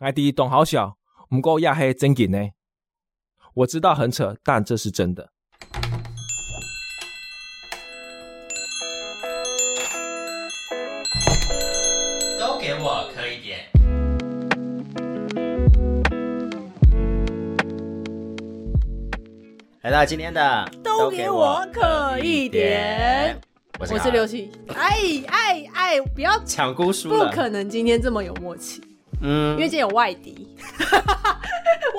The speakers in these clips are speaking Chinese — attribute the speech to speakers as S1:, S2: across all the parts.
S1: 埃迪洞好小，唔过亚黑真紧呢。我知道很扯，但这是真的。
S2: 都给我磕一点。来到今天的，
S3: 都给我可一点。
S2: 我是
S3: 我
S2: 卡
S3: 是刘琦，哎哎哎，不要，
S2: 抢姑输
S3: 不
S2: 了，
S3: 可能今天这么有默契，
S2: 嗯
S3: 因为，今天有外 敌，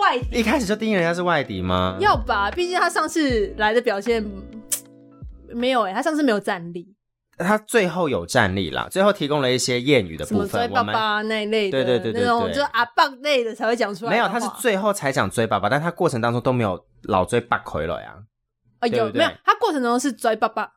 S3: 外敌
S2: 一开始就定义人家是外敌吗？
S3: 要吧？毕竟他上次来的表现嗯没有哎、他上次没有战力，
S2: 他最后有战力啦，最后提供了一些谚语的
S3: 什么
S2: 部
S3: 追
S2: 分，
S3: 爸
S2: 我们。
S3: 爸那一类的，
S2: 对对对对
S3: 那种
S2: 对
S3: 就是阿爸类的才会讲出来
S2: 没
S3: 的
S2: 有，
S3: 话。
S2: 他是最后才讲追爸爸，但他过程当中都没有老追爸回了呀。
S3: 啊
S2: 对
S3: 有
S2: 不对
S3: 没有？他过程中是追爸爸，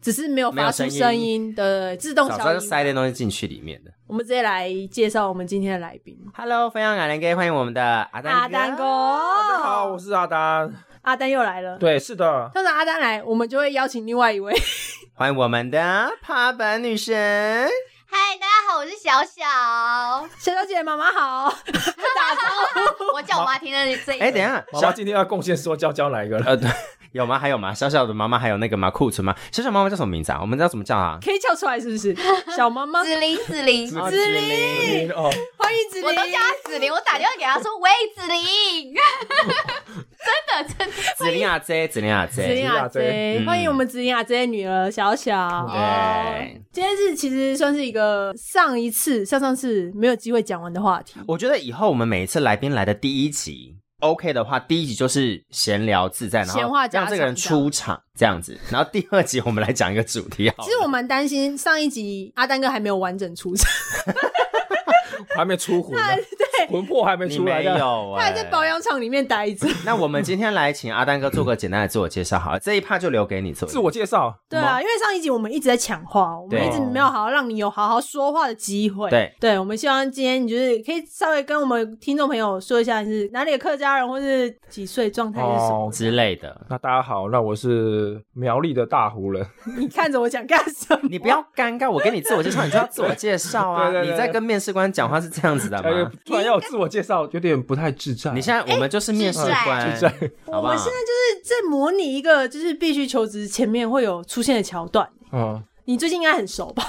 S3: 只是没有
S2: 没
S3: 发
S2: 有
S3: 出
S2: 声音
S3: 声音，对对对自动
S2: 早知
S3: 消
S2: 道就
S3: 音。
S2: 塞点东西进去里面的。
S3: 我们直接来介绍我们今天的来宾
S2: Hello，非常感谢各位，欢迎我们的阿丹
S3: 阿丹哥。
S1: 大家好，我是阿丹。
S3: 阿丹又来了。
S1: 对，是的，
S3: 通常阿丹来，我们就会邀请另外一位。
S2: 欢迎我们的帕本女神。哎
S4: 嗨，大家好，我是小小，
S3: 小小姐，妈妈好， 打招呼。
S4: 我叫我妈听的这一
S2: 哎、等一下，
S1: 妈
S2: 小
S1: 妈今天要贡献说娇娇哪一个了？
S2: 呃，对， 有吗？还有吗？小小的妈妈还有那个吗？库存吗？小小妈妈叫什么名字啊？我们知道怎么叫啊？
S3: 可以叫出来是不是？小妈 妈，
S4: 紫菱，紫菱，
S2: 哦
S3: 子
S2: 玲，
S1: 哦，
S3: 欢迎子
S4: 我
S3: 琳
S4: 都。叫她紫菱，我打电话给她说喂，紫菱，真的真的，
S2: 子玲阿姐，子玲阿
S3: 子
S2: 姐
S3: 琳。阿
S1: 子琳
S2: 阿
S3: 姐
S2: 姐，嗯
S3: 欢迎我们子琳阿姐的女儿小小。
S4: 哦
S2: 对，
S3: 今天是其实算是一个上一次、上上次没有机会讲完的话题。
S2: 我觉得以后我们每一次来宾来的第一集。OK 的话，第一集就是闲聊自在，然后
S3: 闲话家常
S2: 让这个人出场这样子，然后第二集我们来讲一个主题好了。
S3: 其实我蛮担心上一集阿丹哥还没有完整出场，
S1: 还没出魂呢，
S3: 对
S1: 魂魄还没
S2: 你
S1: 出来
S2: 没
S1: 的。
S2: 有、
S3: 他
S2: 哎
S3: 还在保养厂里面待着。
S2: 那我们今天来请阿丹哥做个简单的自我介绍，好了，这一趴就留给你做。
S1: 自我介绍，
S3: 对啊，因为上一集我们一直在抢话，我们
S2: 对
S3: 一直没有好好让你有好好说话的机会。
S2: 对，
S3: 对，我们希望今天你就是可以稍微跟我们听众朋友说一下你是哪里的客家人，或是几岁状态是什么。
S1: 哦，
S2: 之类的，
S1: 那大家好，那我是苗栗的大湖人，
S3: 你看着我讲干什 么？
S2: 你不要尴尬，我给你自我介绍，你就要自我介绍啊！
S1: 对对对对
S2: 你在跟面试官讲话是这样子的
S1: 哎
S2: 吗？
S1: 突然要我自我介绍，有点不太自在。
S2: 你现在我们就是面试官，
S1: 自在，
S2: 好
S3: 我
S2: 不好
S3: 们？现在就是在模拟一个就是必须求职前面会有出现的桥段。
S1: 嗯，
S3: 你最近应该很熟吧？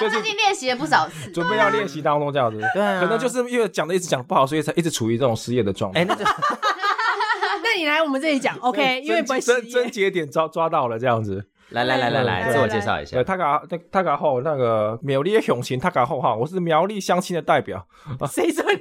S4: 对最近练习了不少次，
S1: 准备要练习当中这样子。
S2: 对啊
S1: 可能就是因为讲的一直讲不好，所以才一直处于这种失业的状态。
S2: 哎，那就
S3: 啊那你来我们这里讲，OK？因
S1: 哎
S3: 为不会失
S1: 真真
S3: 业。
S1: 节点抓抓到了这样子。
S2: 来来来来
S1: 来
S2: 来，自我介绍一下
S1: 对，。他嘎那他嘎后那个苗栗的雄情，他嘎后哈，我是苗栗乡亲的代表，
S3: 谁说你？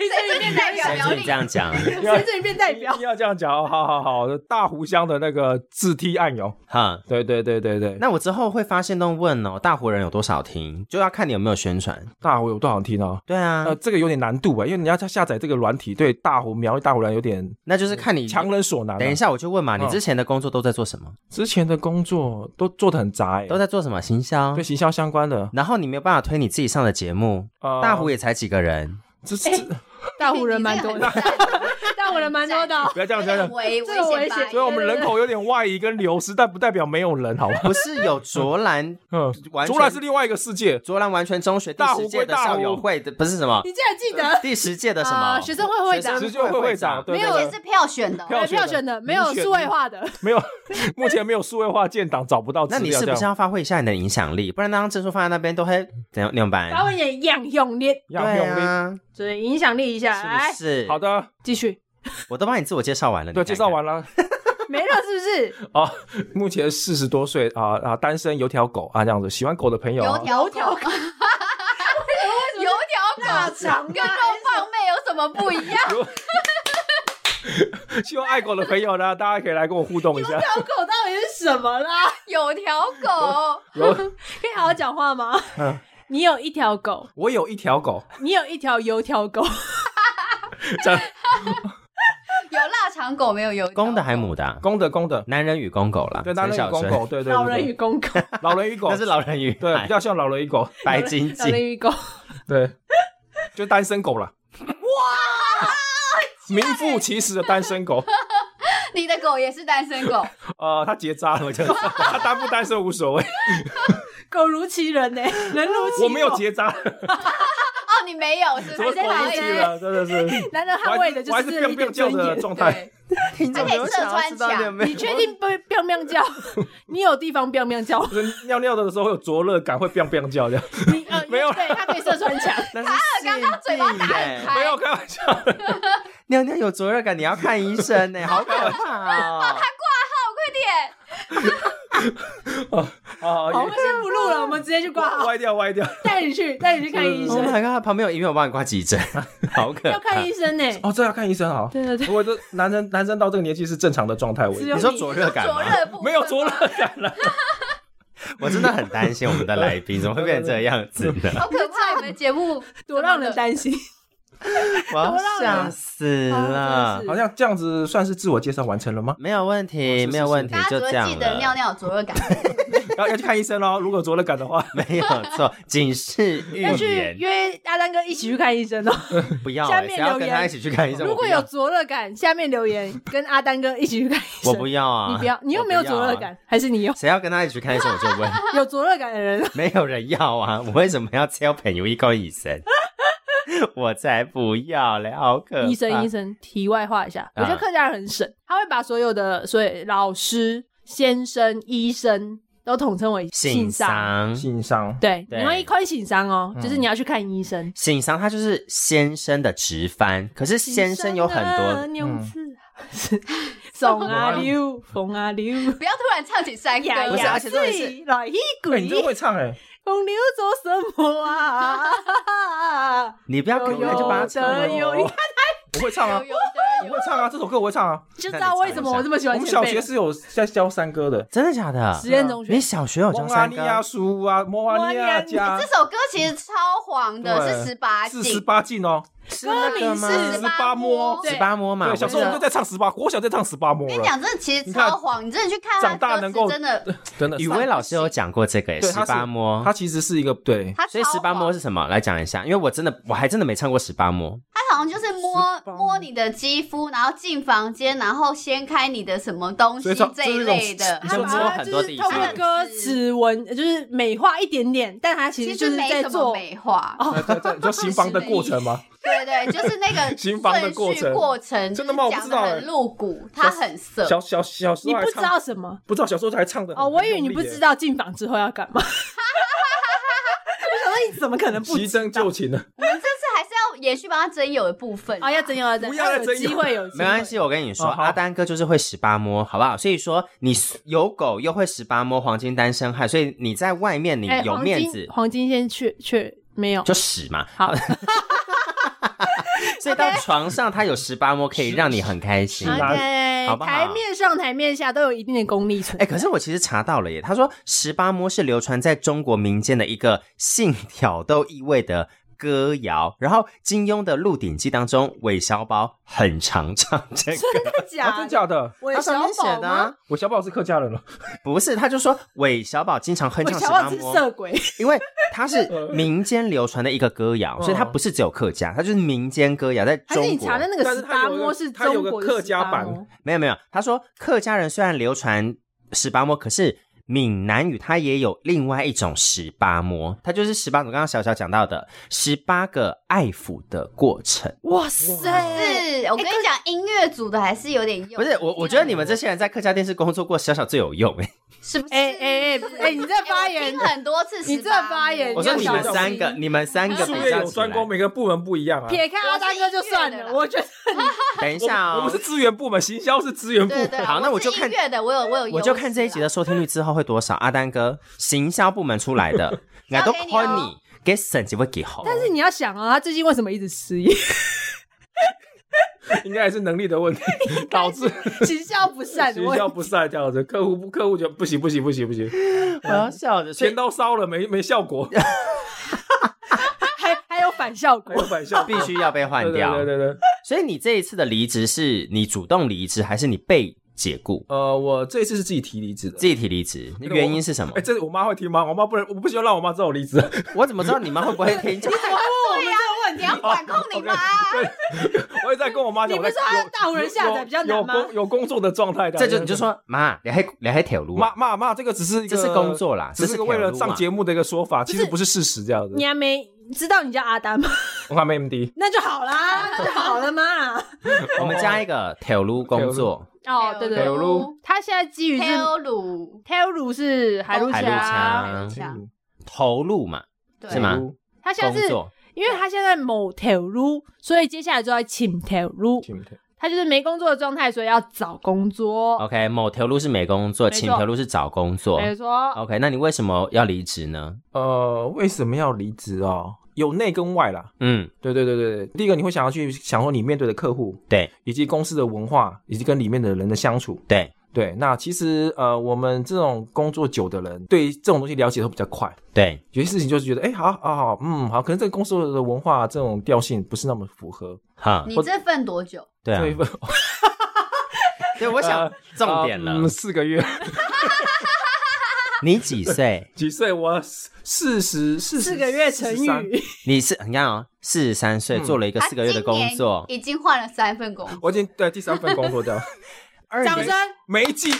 S3: 谁说你变代 表？
S2: 谁
S4: 苗
S2: 说
S4: 栗
S2: 你这样讲？
S3: 谁说你变代表
S1: 一？定要这样讲哦。好好好，大湖乡的那个自梯按钮。
S2: 哈，
S1: 对对对对对，
S2: 那我之后会发现都问哦，大湖人有多少听，就要看你有没有宣传。
S1: 大湖有多少听哦？
S2: 对啊
S1: 呃，，这个有点难度啊，因为你要下载这个软体，对大湖苗栗大湖人有点
S2: 那就是看你。
S1: 强人所难啊。
S2: 等一下，我就问嘛，
S1: 嗯
S2: 你之前的工作都在做什么？
S1: 之前的工作都做的很杂、欸，
S2: 都在做什么行销
S1: 对？行销相关的。
S2: 然后你没有办法推你自己上的节目，
S1: 呃
S2: 大湖也才几个人，
S1: 这这、
S3: 大湖人蛮多的， 大湖人蛮多的哦。
S1: 不要这样
S4: 有
S1: 这样这
S4: 点
S1: 样，
S4: 危
S3: 这个危
S4: 危
S3: 险
S4: 险
S1: 所以
S4: 吧？
S1: 我们人口有点外移跟流失，但不代表没有人，好吗？
S2: 不是有卓兰，
S1: 嗯，
S2: 完全
S1: 竹篮是另外一个世界，
S2: 卓兰完全中学第
S1: 大湖
S2: 十届的
S1: 归大湖
S2: 校友会的，不是什么
S3: 你竟然记得？
S2: 第十届的什么
S3: 啊学生会会长
S1: 直接会会长，对
S3: 没
S1: 对
S3: 有
S4: 而
S1: 对
S4: 且是票选的哦，
S1: 票
S3: 没有
S1: 选的
S3: 票选的，没有
S1: 民选
S3: 数位化的。
S1: 没有， 目前没有数位化建档，找不到资
S2: 那你
S1: 料。
S2: 是
S1: 这
S2: 不是
S1: 样
S2: 要发挥一下你的影响力？不然那张证书放在那边都会怎样怎样办？
S3: 高文也一样用力，
S1: 要
S2: 对
S1: 用力？
S2: 啊，
S3: 所以影响力一下，来
S2: 是不是？
S1: 好，的，
S3: 继续。
S2: 我都帮你自我介绍完了。
S1: 对，介绍完
S2: 了。
S1: 了
S3: 没了是不是？
S1: 啊。 目前四十多岁啊啊，单身，有条狗啊，这样子。喜欢狗的朋友啊
S4: 油条
S3: 条
S4: 狗，油条
S3: 腊
S4: 狗
S3: 肠啊
S4: 跟肉棒妹有什么不一样？
S1: 希望爱狗的朋友呢，大家可以来跟我互动一下。
S3: 小狗到底是什么啦？
S4: 有条 狗，
S1: 有，
S3: 可以好好讲话吗？
S1: 嗯
S3: 你有一条狗，
S1: 我有一条狗，
S3: 你有一条油条狗，
S1: 这样
S4: 有腊肠狗没有油条
S2: 公的
S4: 狗
S2: 还母的啊？
S1: 公的公的，
S2: 男人与公狗啦，
S1: 对，男人
S2: 陈
S1: 与
S2: 小
S1: 公
S2: 春
S1: 狗，，对对对，
S3: 老人
S1: 对
S3: 与公狗，
S1: 老人与狗
S2: 那，是老哎人与
S1: 对，
S2: 海
S1: 比较像老人与狗，
S2: 白金
S3: 老
S2: 鸡。
S3: 人与狗，
S1: 对，就单身狗了。哇，名副其实的单身狗。
S4: 你的狗也是单身狗，哦
S1: 呃，他结扎了，我就他单不单身无所谓，
S3: 狗如其人呢，人如其狗
S1: 我没有结扎，
S4: 哦，你没有，是
S1: 怎
S4: 不
S1: 么
S4: 是？
S3: 在哪
S1: 口
S3: 里
S1: 气
S3: 呢，
S1: 了？真的是啊
S3: 男人捍卫的
S1: 我
S3: 就
S1: 还
S3: 是
S1: 是
S3: 一点
S1: biang biang 叫
S3: 尊
S1: 的
S3: 严
S1: 状态
S3: 对
S2: 听众没
S4: 还可以
S2: 有
S4: 射
S2: 想要
S4: 穿
S2: 知道你有
S4: 墙
S2: 没有
S3: 你 确定不会彪彪叫？你有地方彪彪叫？
S1: 就是尿尿的时候会有灼热感，会 biang biang 叫这样。
S3: 你呃
S1: 没有
S3: 对他可以射穿墙。
S2: 那是
S4: 刚刚嘴巴打
S2: 哎
S4: 很开，
S1: 没有开玩笑，
S2: 尿尿有灼热感，你要看医生呢、好可怕 哦！
S4: 快点！
S1: 啊，
S3: 好，我们啊先不录了，我们直接去挂
S1: 歪
S3: 号，
S1: 歪掉歪掉。
S3: 带你去，带你去看医
S2: Oh
S3: 生，
S2: my god，旁边有医院，我帮你挂急 诊，好可怕！
S3: 要看医生呢。
S1: 哦，这要看医生好。
S3: 对对对，
S1: 如果这男生男生到这个年纪是正常的状态，我
S3: 只有
S2: 你说灼热 感
S4: 灼
S2: 吗？
S4: 热不
S1: 没有灼热感了。
S2: 我真的很担心我们的来宾 怎么会变成这样子呢？
S4: 好可怕！你们节目
S3: 多让人担 心。
S2: 我要吓死
S3: 啊
S2: 了？
S3: 真的！是
S1: 好像这样子算是自我介绍完成了吗
S2: 没有问题，没有问题
S4: 大，家
S2: 就
S4: 只
S2: 这
S4: 会
S2: 样
S4: 记得尿
S2: 了。
S4: 尿有灼热感。
S1: 要要去看医生喽。如果有灼热感的话，
S2: 没有 错，警示预
S3: 要去
S2: 言，
S3: 约阿丹哥一起去看 医生哦。
S2: 不要、
S3: 下
S2: 欸，
S3: 面
S2: 谁要
S3: 留
S2: 跟
S3: 言
S2: 他一起去看医生？
S3: 如
S2: 我
S3: 果
S2: 不
S3: 有
S2: 要，
S3: 灼热感，下面留言跟阿丹哥一起去看医生。
S2: 我不要啊！
S3: 你不要，你又没有
S2: 我不
S3: 灼
S2: 要啊
S3: 热，感，还是你 有
S2: 谁要跟他一起去看医生？我就问，
S3: 有灼热感的人？
S2: 没有人要啊！我为什么要交朋友一个医 生？我才不要嘞，好可怕！
S3: 医生，医生，题外话一下，我觉得
S2: 啊
S3: 客家人很省，他会把所有的所以老师、先生、医生都统称为
S2: 信
S3: 商。
S2: 商，
S1: 性商
S3: 对，
S2: 对嗯
S3: 你要一块信商哦，就是你要去看医生。
S2: 信商他就是先生的直翻，可是先生有很
S3: 啊
S2: 多，嗯
S3: 牛字啊， 是怂啊 溜，冯啊溜，
S4: 不要突然唱起山歌，
S2: 不是而且重点是
S3: 是来一
S1: 哎，
S3: 鬼
S1: 你，真的会唱哎，
S3: 红牛做什么 啊？
S2: 哎你不要给
S3: 有
S2: 我那就把它唱了
S1: 哎
S3: 的有，你看
S1: 我会唱啊
S4: 有，有的
S1: 我
S4: 有
S1: 会唱啊，这首歌我会唱啊。
S3: 就知道为什么我这么喜
S1: 我
S3: 欢
S1: 们
S3: 前
S1: 小
S3: 辈
S1: 学
S3: 了。
S1: 是有在教山歌的，
S2: 真的假的？
S3: 实验中学
S2: 你，小学有教
S1: 蒙阿
S2: 山
S1: 尼
S2: 歌？
S1: 亚叔啊，摩阿尼亚加
S4: 这首歌其实超黄的，
S1: 对
S4: 是十八
S1: 四，
S4: 禁
S1: 十八禁哦，
S2: 是
S3: 歌名
S2: 吗
S4: 是
S1: 十八摸。
S3: 对
S2: 十八摸嘛？
S1: 对，小时候我们
S2: 我
S1: 就
S2: 记
S1: 在唱十八，我小在唱十八摸
S4: 跟你
S1: 了。
S4: 讲，真的其实
S1: 你看
S4: 超黄，你真的去看
S1: 长大
S4: 它
S1: 能
S4: 歌词
S1: 够，
S4: 真的，
S1: 真的
S2: 得，雨薇老师有讲过这个耶，
S1: 对
S2: 十
S1: 他是
S2: 八摸
S1: 他。其实是一个对，
S4: 它
S2: 所以
S4: 超
S2: 十八摸
S4: 黄
S2: 是什么？来讲一下，因为我真的我还真的没唱过十八摸。
S4: 它好像就是摸
S1: 18
S4: 摸你的肌肤，然后进房间，然后掀开你的什么东
S1: 所以
S4: 西
S1: 这
S4: 这
S1: 这是
S4: 一
S1: 一种
S4: 类的
S2: 你。
S3: 他
S2: 就
S3: 把
S2: 摸
S3: 它
S2: 很
S3: 啊就
S2: 多
S3: 是
S2: 地
S3: 透
S2: 方
S3: 过歌词文，就是美化一点点，但他其
S4: 其
S3: 实
S4: 实
S3: 就是
S4: 没
S3: 在
S4: 什么
S3: 做
S4: 美化，
S3: 哦
S1: 在在在你说行房的过程 吗？
S4: 对对，就是那个
S1: 行房的
S4: 顺序
S1: 过程
S4: 过程
S1: 真的吗
S4: 就是
S1: 我不
S4: 讲
S1: 知
S4: 得
S1: 道
S2: 欸
S1: 哎
S4: 很露骨，它很色，
S1: 小小小时
S3: 你
S1: 候还
S3: 不
S1: 唱
S3: 知道什么
S1: 不知道小时候还唱的
S3: 哦，我以为你不知，道进房之后要 干嘛。我想说你怎么可能不
S1: 急
S3: 知
S1: 增就擒了。
S4: 我们这次还是要延续帮他真有的部分
S2: 哦
S3: 啊？要真有要真
S1: 不
S3: 有，
S1: 要再
S3: 有
S1: 真有
S3: 机会有机
S2: 没
S3: 会
S2: 关系，我跟你说，
S1: 哦好
S2: 阿丹哥就是会十八摸，好不好？所以说你有狗又会十八摸，黄金单身汉，所以你在外面你
S3: 哎
S2: 有
S3: 黄
S2: 面
S3: 金
S2: 子
S3: 黄金先去去没有
S2: 就屎嘛。
S3: 好，
S2: 所以到床上他有十八摸，可以让 你很开心。
S1: 是啊
S3: OK，
S2: 好不好
S3: 台面上台面下都有一定的功力存
S2: 哎、。可是我其实查到了耶，他说十八摸是流传在中国民间的一个性挑逗意味的歌谣，然后金庸的《鹿鼎记》当中，韦小宝很常唱这个。
S3: 哦
S1: 啊，真假的？
S3: 我
S2: 他
S3: 有
S2: 上
S3: 小
S2: 面写
S3: 宝
S2: 的、
S3: 吗？
S2: 啊、
S1: 我小宝是客家人了，
S2: 不是，他就说韦小宝经常哼
S3: 我
S2: 唱十
S3: 小
S2: 八
S3: 宝是
S2: 摸，
S3: 色鬼，
S2: 因为他是民间流传的一个歌谣，
S1: 嗯
S2: 所以他不是只有客家，他就是民间歌谣，在
S3: 还是
S2: 中
S3: 你查
S2: 国
S3: 的那
S1: 但
S3: 个
S1: 是
S3: 十
S1: 他有
S3: 八
S1: 一个
S3: 摸是
S1: 他有
S3: 中
S1: 个
S3: 国
S1: 客
S3: 的十
S1: 家
S3: 八
S1: 版
S3: 摸？
S2: 没有没有，他说客家人虽然流传十八摸，可是闽南语它也有另外一种十八摸，它就是十八种刚刚小小讲到的十八个爱抚的过程。
S3: 哇
S1: 哇
S3: 塞！
S4: 是我跟你讲，音乐组的还是有点用。
S2: 哎不是我，我觉得你们这些人在客家电视工作过，小小最有用哎、
S4: 是不是？
S3: 哎哎哎哎你这发
S4: 哎我
S3: 言
S4: 听很多次，
S3: 你这发言
S2: 我说你们三
S3: 要小
S2: 个，
S3: 心
S2: 你们三个
S1: 术
S2: 比
S1: 业
S2: 较
S1: 有
S2: 起
S1: 专
S2: 来。
S1: 攻，每个部门不一样啊。
S3: 撇开阿大哥就算
S4: 我是音乐的
S3: 了，
S4: 啦
S3: 我觉得
S2: 等一
S1: 我
S2: 下
S1: 们我
S2: 哦
S1: 们是，资源部门，行销是资源部。
S4: 对对，
S2: 好那我
S4: 我
S2: 就看
S4: 是音乐的，我有我有，啊
S2: 我就看这一集的。收听率之后会多少。阿丹哥，行销部门出来的，俺都
S4: 交给你
S2: call
S4: 哦
S2: 你，给省就会给好。
S3: 但是你要想啊，他最近为什么一直失业？
S1: 应该也是能力的 问题，导致
S3: 行销不 善的
S1: 行
S3: 问
S1: 销
S3: 题，
S1: 不善这样子，客户不客户就不行不行不行不行，
S2: 我要笑着，所以
S1: 钱都烧了没没效果，
S3: 还还有反效果
S1: 还。有反效果
S2: 必。须要被换
S1: 对对
S2: 掉。
S1: 对对对，
S2: 所以你这一次的离职是你主动离职，还是你被解雇？
S1: 呃，我这一次是自己提离职的。
S2: 自己提离职，原因是什么
S1: 哎，？这我妈会听吗？我妈不能，我不希望让我妈知道我离职。
S2: 我怎么知道你妈会不会 听？
S1: 啊
S4: 对呀，你要管控 你妈。
S1: 我也在跟我妈讲，哎
S3: 你不是说
S1: 我在
S3: 她大户人下载比较难吗
S1: 有有有工有工作的状态的，
S2: 这就你就说妈，你还你还铁路
S1: 妈
S2: 啊？
S1: 妈妈，这个只是一个
S2: 这是工作啦
S1: 只是一
S2: 这是
S1: 个为了
S2: 铁路嘛
S1: 上节目的一个说法，其实不是事实这样子
S3: 你。还没
S5: 知道你叫阿丹吗？
S1: 我看 MD
S5: 那就好 啦，那就好了嘛。
S2: 我们加一个铁路工作，
S3: 哦，对对，
S1: 铁路
S3: 他现在基于是
S4: Tail 乳
S3: t e l 是海陆
S2: 海陆
S3: 峡，
S2: 腔
S4: 强
S2: 投入嘛，
S4: 对
S2: 是吗
S3: 他现
S2: 工
S3: 在是
S2: 作
S3: 因为他现在某 t e l 所以接下来就要请 t e l
S1: 听不听？
S3: 他就是没工作的状态，所以要找工作。
S2: ，OK，某条路是没工作，
S3: 没错
S2: 请条路是找工作
S3: 没错，
S2: ，OK，那你为什么要离职呢？
S1: 呃，为什么要离职哦？有内跟外啦。
S2: 嗯，
S1: 对对对对，第一个你会想要去想说你面对的客户，
S2: 对
S1: 以及公司的文化，以及跟里面的人的相处。
S2: 对
S1: 对，那其实呃，我们这种工作久的人，对这种东西了解的会比较快。
S2: 对，
S1: 有些事情就是觉得，哎、好好好，嗯，好，可能这个公司的文化这种调性不是那么符合。
S2: 哈，
S4: 你这份多久？
S2: 对啊
S1: 这，一份
S2: 对，我想
S1: 呃
S2: 重点了
S1: 嗯，，四个月，
S2: 你几岁？
S1: 几岁？我四十四
S5: 四个月成
S1: 43
S5: 语，
S2: 你是你看啊，四十三岁
S1: 嗯
S2: 做了一个四个月的工
S4: 他
S2: 作
S4: 今，年已经换了三份工作，
S1: 我已经对第三份工作掉，
S2: 二
S5: 掌
S2: 年
S5: 声
S1: 每一季，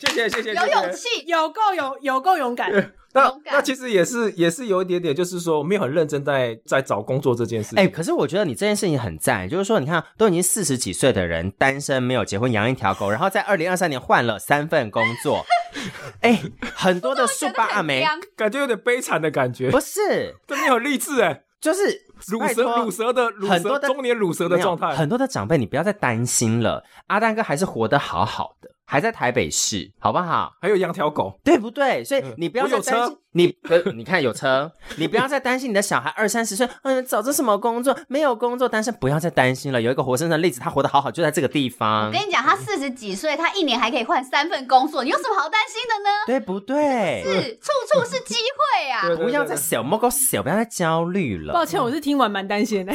S1: 谢谢谢谢，
S4: 有
S1: 谢谢
S4: 勇气，
S5: 有够有有够勇 敢。
S1: 那
S4: 勇敢
S1: 那其实也是也是有一点点，就是说没有很认真在在找工作这件事情。
S2: 哎、可是我觉得你这件事情很赞，就是说，你看，都已经四十几岁的人，单身没有结婚，养一条狗，然后在二零二三年换了三份工 作，哎、很多的速
S4: 觉得
S2: 八阿
S4: 很
S2: 梅
S4: 香
S1: 感觉有点悲惨的感觉
S2: 不，是，
S1: 这没有励志哎，
S2: 就是
S1: 乳
S2: 拜
S1: 蛇
S2: 托
S1: 乳蛇的乳
S2: 很
S1: 蛇
S2: 多的
S1: 中年乳蛇的
S2: 没有
S1: 状态，
S2: 很多的长辈，你不要再担心了，阿丹哥还是活得好好的，还在台北市，好不好？
S1: 还有养条狗，
S2: 对不对？所以
S1: 嗯
S2: 你不要
S1: 我
S2: 再
S1: 有
S2: 担
S1: 车
S2: 心，你不，你看有车，你不要再担心你的小孩二三十岁，嗯，找这什么工作？没有工作，但是不要再担心了。有一个活生生的例子，他活得好好，就在这个地
S4: 我
S2: 方，
S4: 跟你讲，他四十几岁，他一年还可以换三份工作，你有什么好担心的 呢？
S2: 对不对？
S4: 是，处处是机会啊！
S1: 对
S2: 不要再
S1: 对
S2: 小猫狗小，不要再焦虑了
S5: 抱。歉，我是听完蛮担心 的，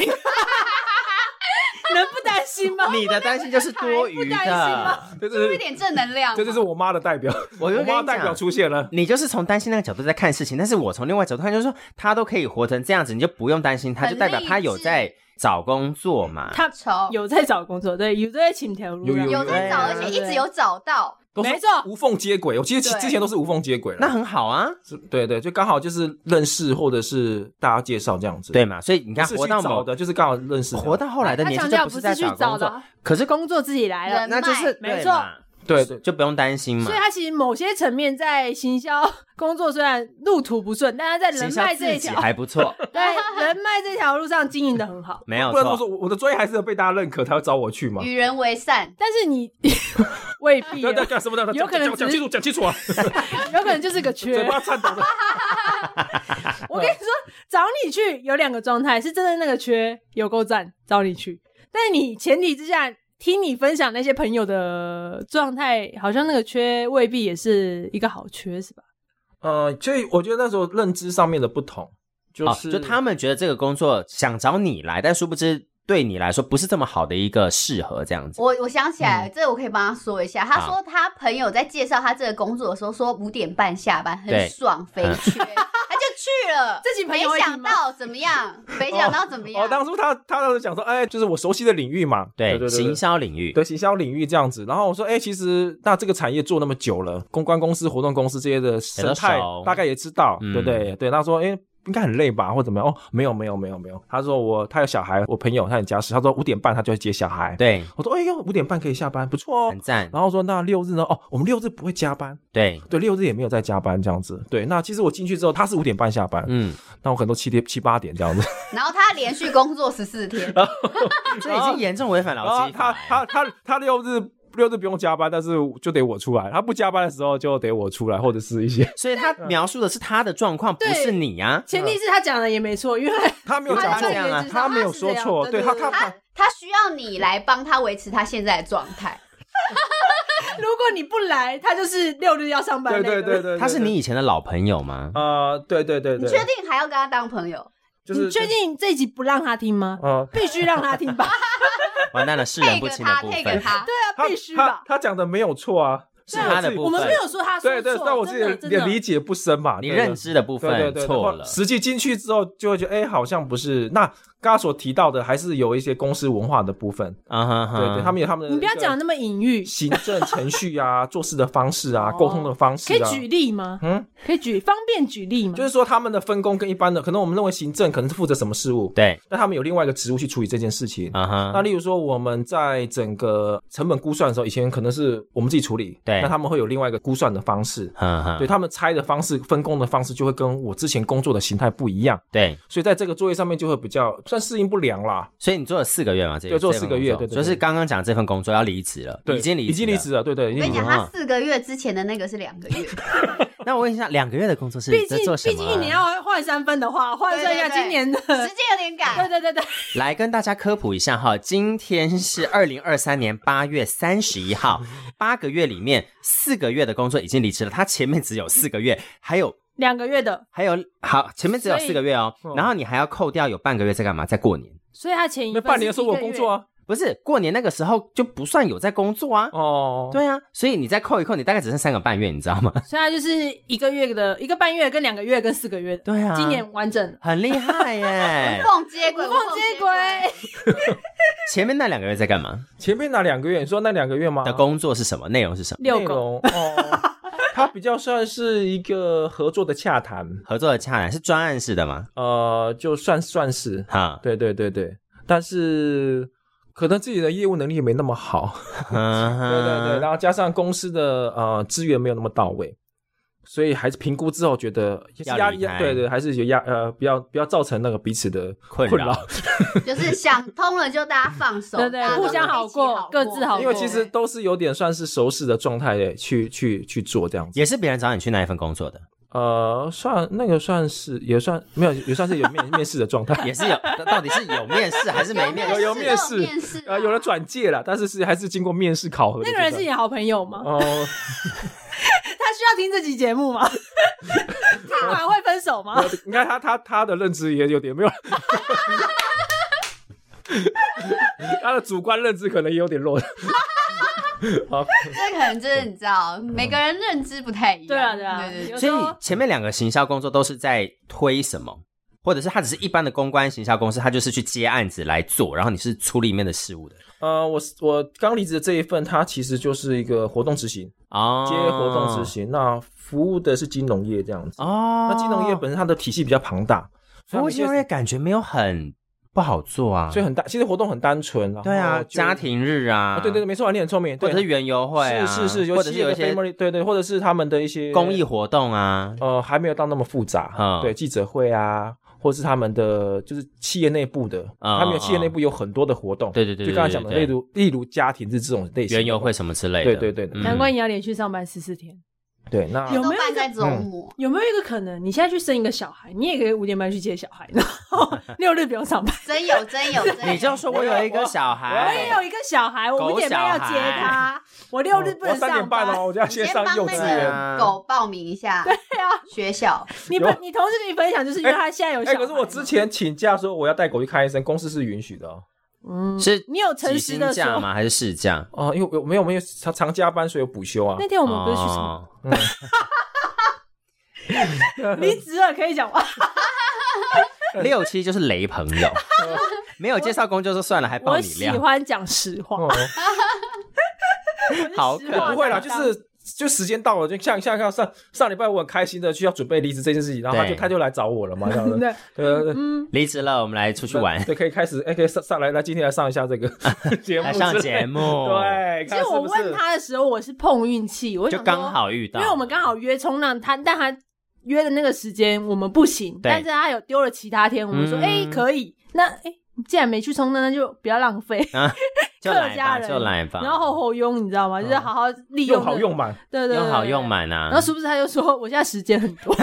S5: 能不担心吗？
S2: 你的担心就是多余
S5: 还不担心
S2: 的
S5: 吗，
S1: 对这
S4: 注入一
S1: 是
S4: 点正能量嘛。
S1: 这就是我妈的代表，
S2: 我就
S1: 我
S2: 跟
S1: 妈
S2: 你
S1: 代表
S2: 讲。
S1: 出现了。
S2: 你就是从担心那个角度在看事情，但是我从另外角度看，就是说他都可以活成这样子，你就不用担心他，
S4: 很
S2: 就代表他有在找工作嘛。
S5: 他
S4: 愁，
S5: 有在找工作，对，有在请条路啊，
S1: 有
S4: 有在找，
S2: 对啊
S4: 而且一直有找到。
S1: 都是
S5: 没错
S1: 无缝接轨。我其实
S4: 对
S1: 之前都是无缝接轨了，
S2: 那很好啊，
S1: 是对对，就刚好就是认识或者是大家介绍这样子。
S2: 对，嘛？所以
S1: 不
S2: 你看，
S1: 是
S2: 活
S1: 去
S2: 到
S1: 找
S2: 某
S1: 的，就是刚好认识的，
S2: 活到后来的
S3: 他
S2: 年纪
S3: 强
S2: 就
S3: 调
S2: 不是在
S3: 是去
S2: 工
S3: 找
S2: 作，
S3: 的，
S2: 可是
S3: 工作自己来了
S4: 人。
S2: 那就是
S3: 没
S2: 对
S3: 错
S2: 嘛
S1: 对对，
S2: 就不用担心嘛
S3: 所以。他其实某些层面在行销工作虽然路途不顺，但他在
S2: 行
S3: 人
S2: 销
S3: 脉这
S2: 自
S3: 一
S2: 己
S3: 条
S2: 还不 错，
S3: 对人脉这条路上经营的很好。
S2: 没有
S1: 不然我
S2: 错。
S1: 说我的专业还是被大家认可，他要找我去嘛。
S4: 与人为善，
S3: 但是你 未必
S1: 对
S3: 哦，
S1: 对对，什么的，
S3: 有可能
S1: 讲讲讲
S3: 只
S1: 清楚，讲清楚啊，
S3: 有可能就是个缺
S1: 嘴。巴颤抖的。
S3: 我
S1: 嗯
S3: 跟你说，找你去有两个状态，是真的那个缺有够赞，找你去。但你前提之下，听你分享那些朋友的状态，好像那个缺未必也是一个好缺，是吧？
S1: 呃，所以我觉得那时候认知上面的不同，就
S2: 哦
S1: 是、
S2: 就他们觉得这个工作想找你来，但殊不知对你来说不是这么好的一个适合这样子。
S4: 我我想起来，这我可以帮他说一下。他说他朋友在介绍他这个工作的时候，说五点半下班
S2: 对
S4: 很爽，肥缺，他就去了。
S3: 自己朋友
S4: 没
S3: 会听
S4: 想
S3: 吗
S4: 到怎么样，没想到怎么样
S1: 哦，，当初他他当时讲说，哎，就是我熟悉的领域嘛，对
S2: 对，
S1: 对
S2: 行销领域，
S1: 对行销领域这样子。然后我说，哎、其实那这个产业做那么久了，公关公司、活动公司这些的生态
S2: 也都熟
S1: 大概也知道，
S2: 嗯
S1: 对不对？对，他说，哎、应该很累吧，或怎么样？哦，没有没有没有没有，他说我他有小孩，我朋友他很家事，他说五点半他就会接小孩。，
S2: 对，
S1: 我说，哎呦，五点半可以下班，不错哦哦
S2: 很。赞，
S1: 然后说那六日呢？哦，我们六日不会加班，
S2: 对，
S1: 对，六日也没有在加班这样子。对，那其实我进去之后，他是五点半下班，
S2: 嗯，
S1: 那我可能都七点七八点这样子。
S4: 然后他连续工作十四天，
S2: 这已经严重违反
S1: 然
S2: 劳
S1: 后
S2: 基
S1: 他
S2: 法。
S1: 他他他六日六日不用加班，但是就得我出来。他不加班的时候就得我出来，或者是一些
S2: 所以
S1: 哦
S2: 他描述的是他的状况，不
S3: 对
S2: 是你啊。
S3: 前提是他讲的也没错，因为
S1: 他嗯没有讲
S3: 他
S1: 错
S3: 这，样啊
S1: 他没有说错，
S3: 他是这
S1: 对
S3: 样
S1: 他他
S4: 他
S1: 他
S4: 他需要你来帮他维持他现在的状态。
S3: 如果你不来，他就是六日要上
S1: 对
S3: 班那个。
S1: 对对对，
S2: 他是你以前的老朋友吗？
S1: 啊，对对对
S4: 你
S1: 对，
S4: 确定还要跟他当朋友？
S1: 就是
S3: 你确定这一集不让他听吗？
S1: 啊？
S3: 必须让他 听吧。
S2: 完蛋了，世人
S4: 配
S2: 不
S4: 个
S2: 清的
S4: 他，
S2: 部
S4: 配个
S2: 分。
S4: 他，
S3: 对啊，
S1: 他
S3: 必须
S1: 他
S3: 吧。
S1: 他讲的没有错啊，
S2: 是他的
S1: 自己
S2: 部
S3: 我们
S2: 分
S3: 没有说他说
S1: 对对，
S3: 错
S1: 但我自己
S3: 真的
S1: 的
S3: 真
S1: 也
S3: 的
S1: 理解不深嘛，
S2: 你
S1: 对对
S2: 认知的部
S1: 对对
S2: 分
S1: 对，
S2: 错
S1: 然后
S2: 了，
S1: 实际进去之后就会觉得，哎、好像不是。那刚刚所提到的，还是有一些公司文化的部分，
S2: 啊哈哈，
S1: 对对，他们有他们的。
S3: 你不要讲那么隐喻，
S1: 行政程序 啊，做事的方式啊，
S3: 哦
S1: 沟通的方式
S3: 可以
S1: 啊。
S3: 举例吗？
S1: 嗯，
S3: 可以举方便举例吗？
S1: 就是说他们的分工跟一般的，可能我们认为行政可能是负责什么事务，
S2: 对
S1: 但他们有另外一个职务去处理这件事情。
S2: 啊哈，
S1: 那例如说，我们在整个成本估算的时候，以前可能是我们自己处理，
S2: 对嗯
S1: 那他们会有另外一个估算的方式，
S2: 哈哈，
S1: 对他们拆的方式、分工的方式就会跟我之前工作的形态不一样，
S2: 对，
S1: 所以在这个作业上面就会比较算适应不良啦。
S2: 所以你做了四个月嘛？这
S1: 对做了
S2: 这
S1: 四
S2: 份
S1: 个月
S2: 工作
S1: 对对对
S2: 就是刚刚讲这份工作要离职了，
S1: 对，
S2: 已经离
S1: 已经离
S2: 了。
S1: 职了，对对，已
S4: 我
S1: 经离
S4: 跟你
S1: 职
S4: 讲，
S1: 了。
S4: 他四个月之前的那个是两个 月，
S2: 那我问一下，两个月的工作是
S3: 毕
S2: 在
S3: 竟
S2: 做什么
S3: 毕
S2: 啊？
S3: 竟一年要换三分的话，换算一下
S4: 对对对
S3: 今年的，
S4: 时间有点
S3: 对
S4: 赶。
S3: 对对对，
S2: 来跟大家科普一下哈，今天是二零二三年八月三十一 号，八个月里面四个月的工作已经离职了，他前面只有四个月，还有
S3: 两个月的，
S2: 还有好，前面只有四个月哦
S1: 所以，
S2: 然后你还要扣掉有半个月在干嘛，在过年。
S3: 所以他前一
S1: 那
S3: 份
S1: 半年的时
S3: 是
S1: 候
S3: 一
S1: 我
S3: 个
S1: 有工
S3: 月
S1: 作啊，
S2: 不是过年那个时候就不算有在工作啊，
S1: 哦，
S2: 对啊，所以你再扣一扣，你大概只剩三个半月，你知道吗？
S3: 所以他就是一个月的一个半月跟两个月跟四个月的，
S2: 对啊，
S3: 今年完整。
S2: 很厉害 耶，
S4: 缝接轨，
S3: 无缝接轨，
S2: 前面那两个月在干嘛？
S1: 前面那两个月，你说那两个月吗？
S2: 的工作是什么？内容是什么？
S3: 遛
S1: 内
S3: 狗，
S1: 容哦， 它比较算是一个合作的洽谈，
S2: 合作的洽谈是专案式的吗？
S1: 呃，就算算是，
S2: 哈，
S1: 对对对对，但是可能自己的业务能力也没那么好，对
S2: 对
S1: 对对，然后加上公司的呃资源没有那么到位。所以还是评估之后觉得
S2: 要
S1: 压
S2: 离
S1: 力，
S2: 开
S1: 对对，还是有压呃，不要不要造成那个彼此的
S2: 困
S1: 困
S2: 扰
S1: 扰，
S4: 就是想通了就大家放 手，
S3: 对对
S4: 大家都
S3: 互相好过
S4: 一起好欸
S3: 各自好
S1: 因为其实都是有点算是熟识的状态诶，去去去做这样子。
S2: 也是别人找你去那一份工作 的，
S1: 呃，算那个算是也算没有，也算是有面面试的状态，
S2: 也是有，到底是有面试还是没 面
S1: 有
S2: 试？
S1: 有面
S4: 试，
S1: 试
S4: 面试啊
S1: 呃，有了转介了，但是是还是经过面试考核的
S3: 那
S1: 阶
S3: 个
S1: 段。
S3: 人是你的好朋友吗？
S1: 哦、
S3: 他需要听这期节目吗？听完会分手吗？
S1: 你看他他他的认知也有点没有， 他的主观认知可能也有点弱。好，
S4: 这可能就是你知道，每个人认知不太一样。
S3: 对啊对啊
S4: 对对，对
S3: 有
S2: 所
S3: 时
S2: 以
S3: 候
S2: 前面两个行销工作都是在推什么，或者是他只是一般的公关行销公司，他就是去接案子来做，然后你是出里面的事务的
S1: 呃，我是我刚离职的这一份，它其实就是一个活动执行，
S2: 哦，
S1: 接活动执行，那服务的是金融业这样子。
S2: 哦。
S1: 那金融业本身它的体系比较庞大，所以
S2: 服
S1: 它
S2: 务
S1: 每
S2: 金
S1: 些
S2: 融业感觉没有很不好做啊，
S1: 所以很单，其实活动很单纯。然后
S2: 对啊，
S1: 就
S2: 家、庭日啊，
S1: 啊对对对，没错，你很聪明，
S2: 或
S1: 对
S2: 者是园游会啊，
S1: 是是是，
S2: 或者是有一
S1: 一
S2: 些
S1: family, 对对，或者是他们的一些
S2: 公益，活动啊，
S1: 呃，还没有到那么复杂，
S2: 嗯
S1: 对记者会啊。或是他们的就是企业内部的，
S2: 嗯
S1: 他们有企业内部有很多的活动，
S2: 对对对对
S1: 就刚才讲的，
S2: 对对
S1: 例如例如家庭日这种类型的，
S2: 园游会什么之类的，
S1: 对对对
S2: 嗯
S3: 难怪你要连续上班十四天。
S1: 对，那
S3: 有
S4: 都
S3: 没有
S4: 办
S3: 一个
S4: 在周
S1: 嗯
S4: 末？
S3: 有没有一个可能，你现在去生一个小孩，你也可以五点半去接小孩，然后六日不用上班。
S4: 真有真有真有，
S2: 你就说我有一个小
S1: 哎
S2: 孩，
S3: 我也有一个小孩，我五点半要接他，我六日不
S1: 我
S3: 能
S1: 三
S3: 上
S1: 点
S3: 班
S1: 半。哦，我就要
S4: 啊你
S1: 先
S4: 先
S1: 上
S4: 帮
S1: 幼
S4: 那
S1: 稚
S4: 个
S1: 园。
S2: 园
S4: 狗报名一下
S3: 对啊，
S4: 学校，
S3: 你
S1: 有
S3: 不，你同事跟你分享，就是因为他现在有小
S1: 哎，
S3: 孩。
S1: 可是我之前请假说我要带狗去看医生，公司是允许的哦
S3: 嗯，
S2: 是
S3: 你有诚
S2: 几
S3: 实
S2: 薪
S3: 的
S2: 假
S3: 说。
S2: 吗？还是事假？
S1: 哦，因为我没有没有常常加班，所以有补休啊
S3: 那。天我们不是去什么
S2: 哦
S1: 哦
S3: 离职了，可以讲 吗？
S2: 六七就是雷朋友，没有介绍工作就算了，还爆
S3: 我
S2: 你
S3: 喜
S2: 料，
S3: 欢讲实话，
S1: 哦
S2: 好
S3: 实
S2: 可
S3: 话
S1: 不会啦，就
S3: 担当
S1: 是就时间到了，就像像像上上礼拜我很开心的去要准备离职这件事情，然后他就
S2: 对
S1: 他就来找我 了嘛，这样子，
S3: 对，
S1: 对对对，
S3: 嗯，
S2: 离职了，我们来出 去玩，
S1: 对，可以开始，哎，可以上上来，来今天来上一下 这个节目
S2: 来
S1: 之类，
S2: 上节目，
S1: 对，
S3: 其
S1: 看
S3: 实
S1: 是
S3: 我
S1: 不是
S3: 问他的时候，我是碰运气，我想
S2: 就
S3: 说
S2: 刚，好遇
S3: 因
S2: 到，
S3: 为我们刚好约冲浪，他但他约的那个时间我们不行，
S2: 对
S3: 但是他有丢了其他天，我们说
S2: 嗯
S3: 哎可以，那哎既然没去冲浪，那就不要浪费。
S2: 就来
S3: 客
S2: 吧，
S3: 家人
S2: 就来吧，
S3: 然后后后用，你知道吗？就是好好利
S1: 啊用
S3: 用
S1: 好
S3: 这，
S1: 用满，
S3: 对对对，
S2: 用好
S3: 对
S2: 用。满啊，
S3: 然后殊不知他就说我现在时间很 多，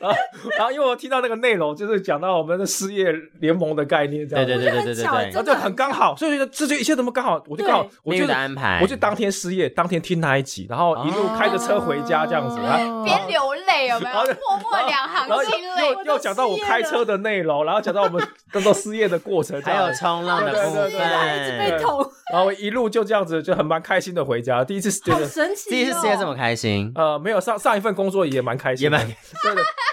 S1: 然后然后因为我听到那个内容，就是讲到我们的失业联盟的概念，这样
S2: 对对
S1: 子，
S2: 对对对对
S3: 我觉得很
S2: 对
S3: 巧
S1: 然后就很刚好，所以觉得这就一切怎么刚好，我就刚好
S3: 对，
S1: 我
S2: 命
S1: 就
S2: 运的安排，
S1: 我就当天失业，当天听那一集，然后一路开着车回家这
S3: 哦
S1: 样子，然后
S4: 别流泪有没有？
S1: 哦然后
S4: 默默两
S1: 然
S4: 行
S1: 后
S4: 清
S1: 又
S4: 泪
S1: 又，又讲到我开车的内容，然后讲到我们叫做失业的过程，这
S2: 还
S1: 样
S2: 有冲浪的部
S1: 对对对
S2: 分，
S3: 被捅，
S1: 然后一路就这样子，就很蛮开心的回家。第一次觉
S3: 好
S1: 得
S3: 神奇、哦！
S2: 第一次世界这么开心，
S1: 呃没有上上一份工作也蛮开心的，
S2: 也蛮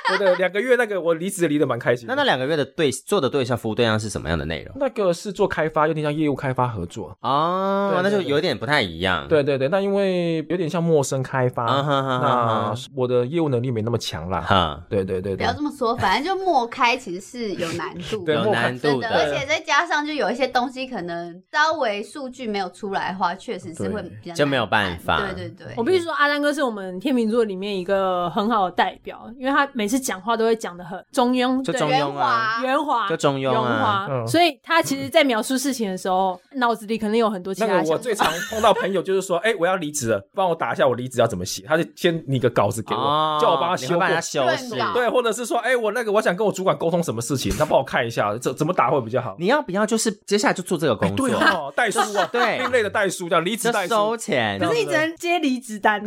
S1: 对的对的，两个月那个我离职离的蛮开心
S2: 那
S1: 的。
S2: 那两个月的对做的对象服务对象是什么样的内容？
S1: 那个是做开发，有点像业务开发合作。
S2: 哦，
S1: 对
S2: 那就
S1: 对对
S2: 有点不太一样。，
S1: 对对对，那因为有点像陌生开发，
S2: 啊哈哈
S1: 那
S2: 哈哈
S1: 我的业务能力没那么强
S2: 啊
S1: 啦。
S2: 哈，
S1: 对对对
S4: 不
S1: 对
S4: 要，这么说，反正就默开其实是有难度
S1: 对
S4: 的。
S2: 有
S1: 莫
S2: 难
S4: 真
S2: 度
S4: 的，
S2: 的
S4: 而。且再加上就有一些东西，可能稍微数据没有出来的话，确实是会比较
S2: 就没有
S4: 难
S2: 办法
S4: 对对对
S3: 我，必须说，阿丹哥是我们天秤座里面一个很好的代表，因为他每次讲话都会讲的很中庸，
S2: 就
S3: 对
S2: 中庸
S4: 圆滑，
S3: 圆滑，
S2: 就中庸啊
S3: 圆滑
S1: 嗯
S3: 所以他其实，在描述事情的时候，脑子里可能有很多其
S1: 那
S3: 他
S1: 个
S3: 想
S1: 我
S3: 法。
S1: 最常碰到朋友就是说，哎、我要离职了，帮我打一下我离职要怎么写，他就先拟个稿子给我，
S2: 哦
S1: 叫我帮他
S2: 你
S1: 修
S2: 会帮
S1: 过
S2: 他修
S4: 润
S2: 饰。啊
S4: 稿
S1: 对，或者是说，哎、我那个我想跟我主管沟通什么事情，他帮我看一下，怎怎么打会比较好？
S2: 你要不要就是接下来就做这个工作？
S1: 对哦，代书啊，
S2: 对
S1: 另类的代书叫离职
S2: 就
S1: 代
S2: 收
S1: 书，
S2: 钱，
S3: 可是你只能接离职单，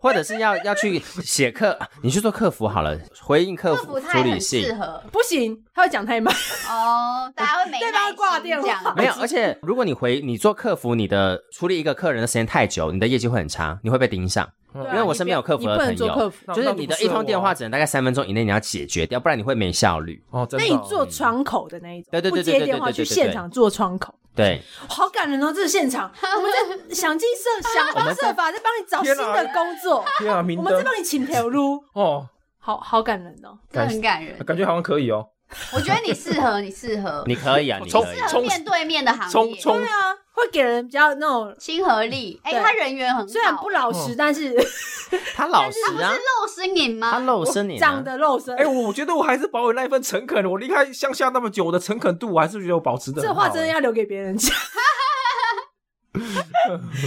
S2: 或者是要要去写客， 你去做客服好了，回应客
S4: 客服
S2: 服
S4: 太
S2: 处理
S4: 很适
S2: 信。
S4: 合
S3: 不行，他会讲太慢。
S4: 哦，大家会没
S3: 对方
S4: 耐
S3: 挂
S4: 心
S3: 电话
S4: 讲
S2: 没有，而且如果你回你做客服，你的处理一个客人的时间太久，你的业绩会很差，你会被盯上。
S1: 嗯
S3: 对啊
S2: 因为我身边有客服
S3: 你
S2: 的
S3: 不
S2: 朋
S3: 能做客
S2: 友
S3: 服，
S1: 那
S2: 就是你的一通电话只能大概三分钟以内你要解决掉，不然你会没效率。
S1: 哦，真
S3: 那
S1: 的哦、
S3: 你做窗口的那一种，
S2: 对对对对
S3: 不接电话
S2: 对对对对
S3: 去
S2: 对对
S3: 现场做窗口，
S2: 对，
S3: 好感人哦！这是现场，我们在想尽设想方设法在帮你找新的工作，
S1: 天啊，明
S3: 我们
S1: 灯
S3: 在帮你请条路，
S1: 哦，
S3: 好好感人哦！
S4: 真的很感人。
S1: 感觉好像可以哦，
S4: 我觉得你适合，你适合，
S2: 你可以啊，你
S1: 冲
S2: 可以。
S4: 适合面对面的行
S1: 冲
S4: 业，
S1: 冲
S3: 对啊，会给人比较那种
S4: 亲和力。哎，
S3: 对
S4: 他人缘很好，
S3: 虽然不老实，但是
S2: 他老实啊，
S4: 露失你
S2: 他
S4: 吗？
S2: 露身你啊
S3: 长得肉身。
S1: 哎、我觉得我还是保有那一份诚恳的。我离开乡下那么久，我的诚恳度我还是觉得哎我保持的。
S3: 这话真的要留给别人讲，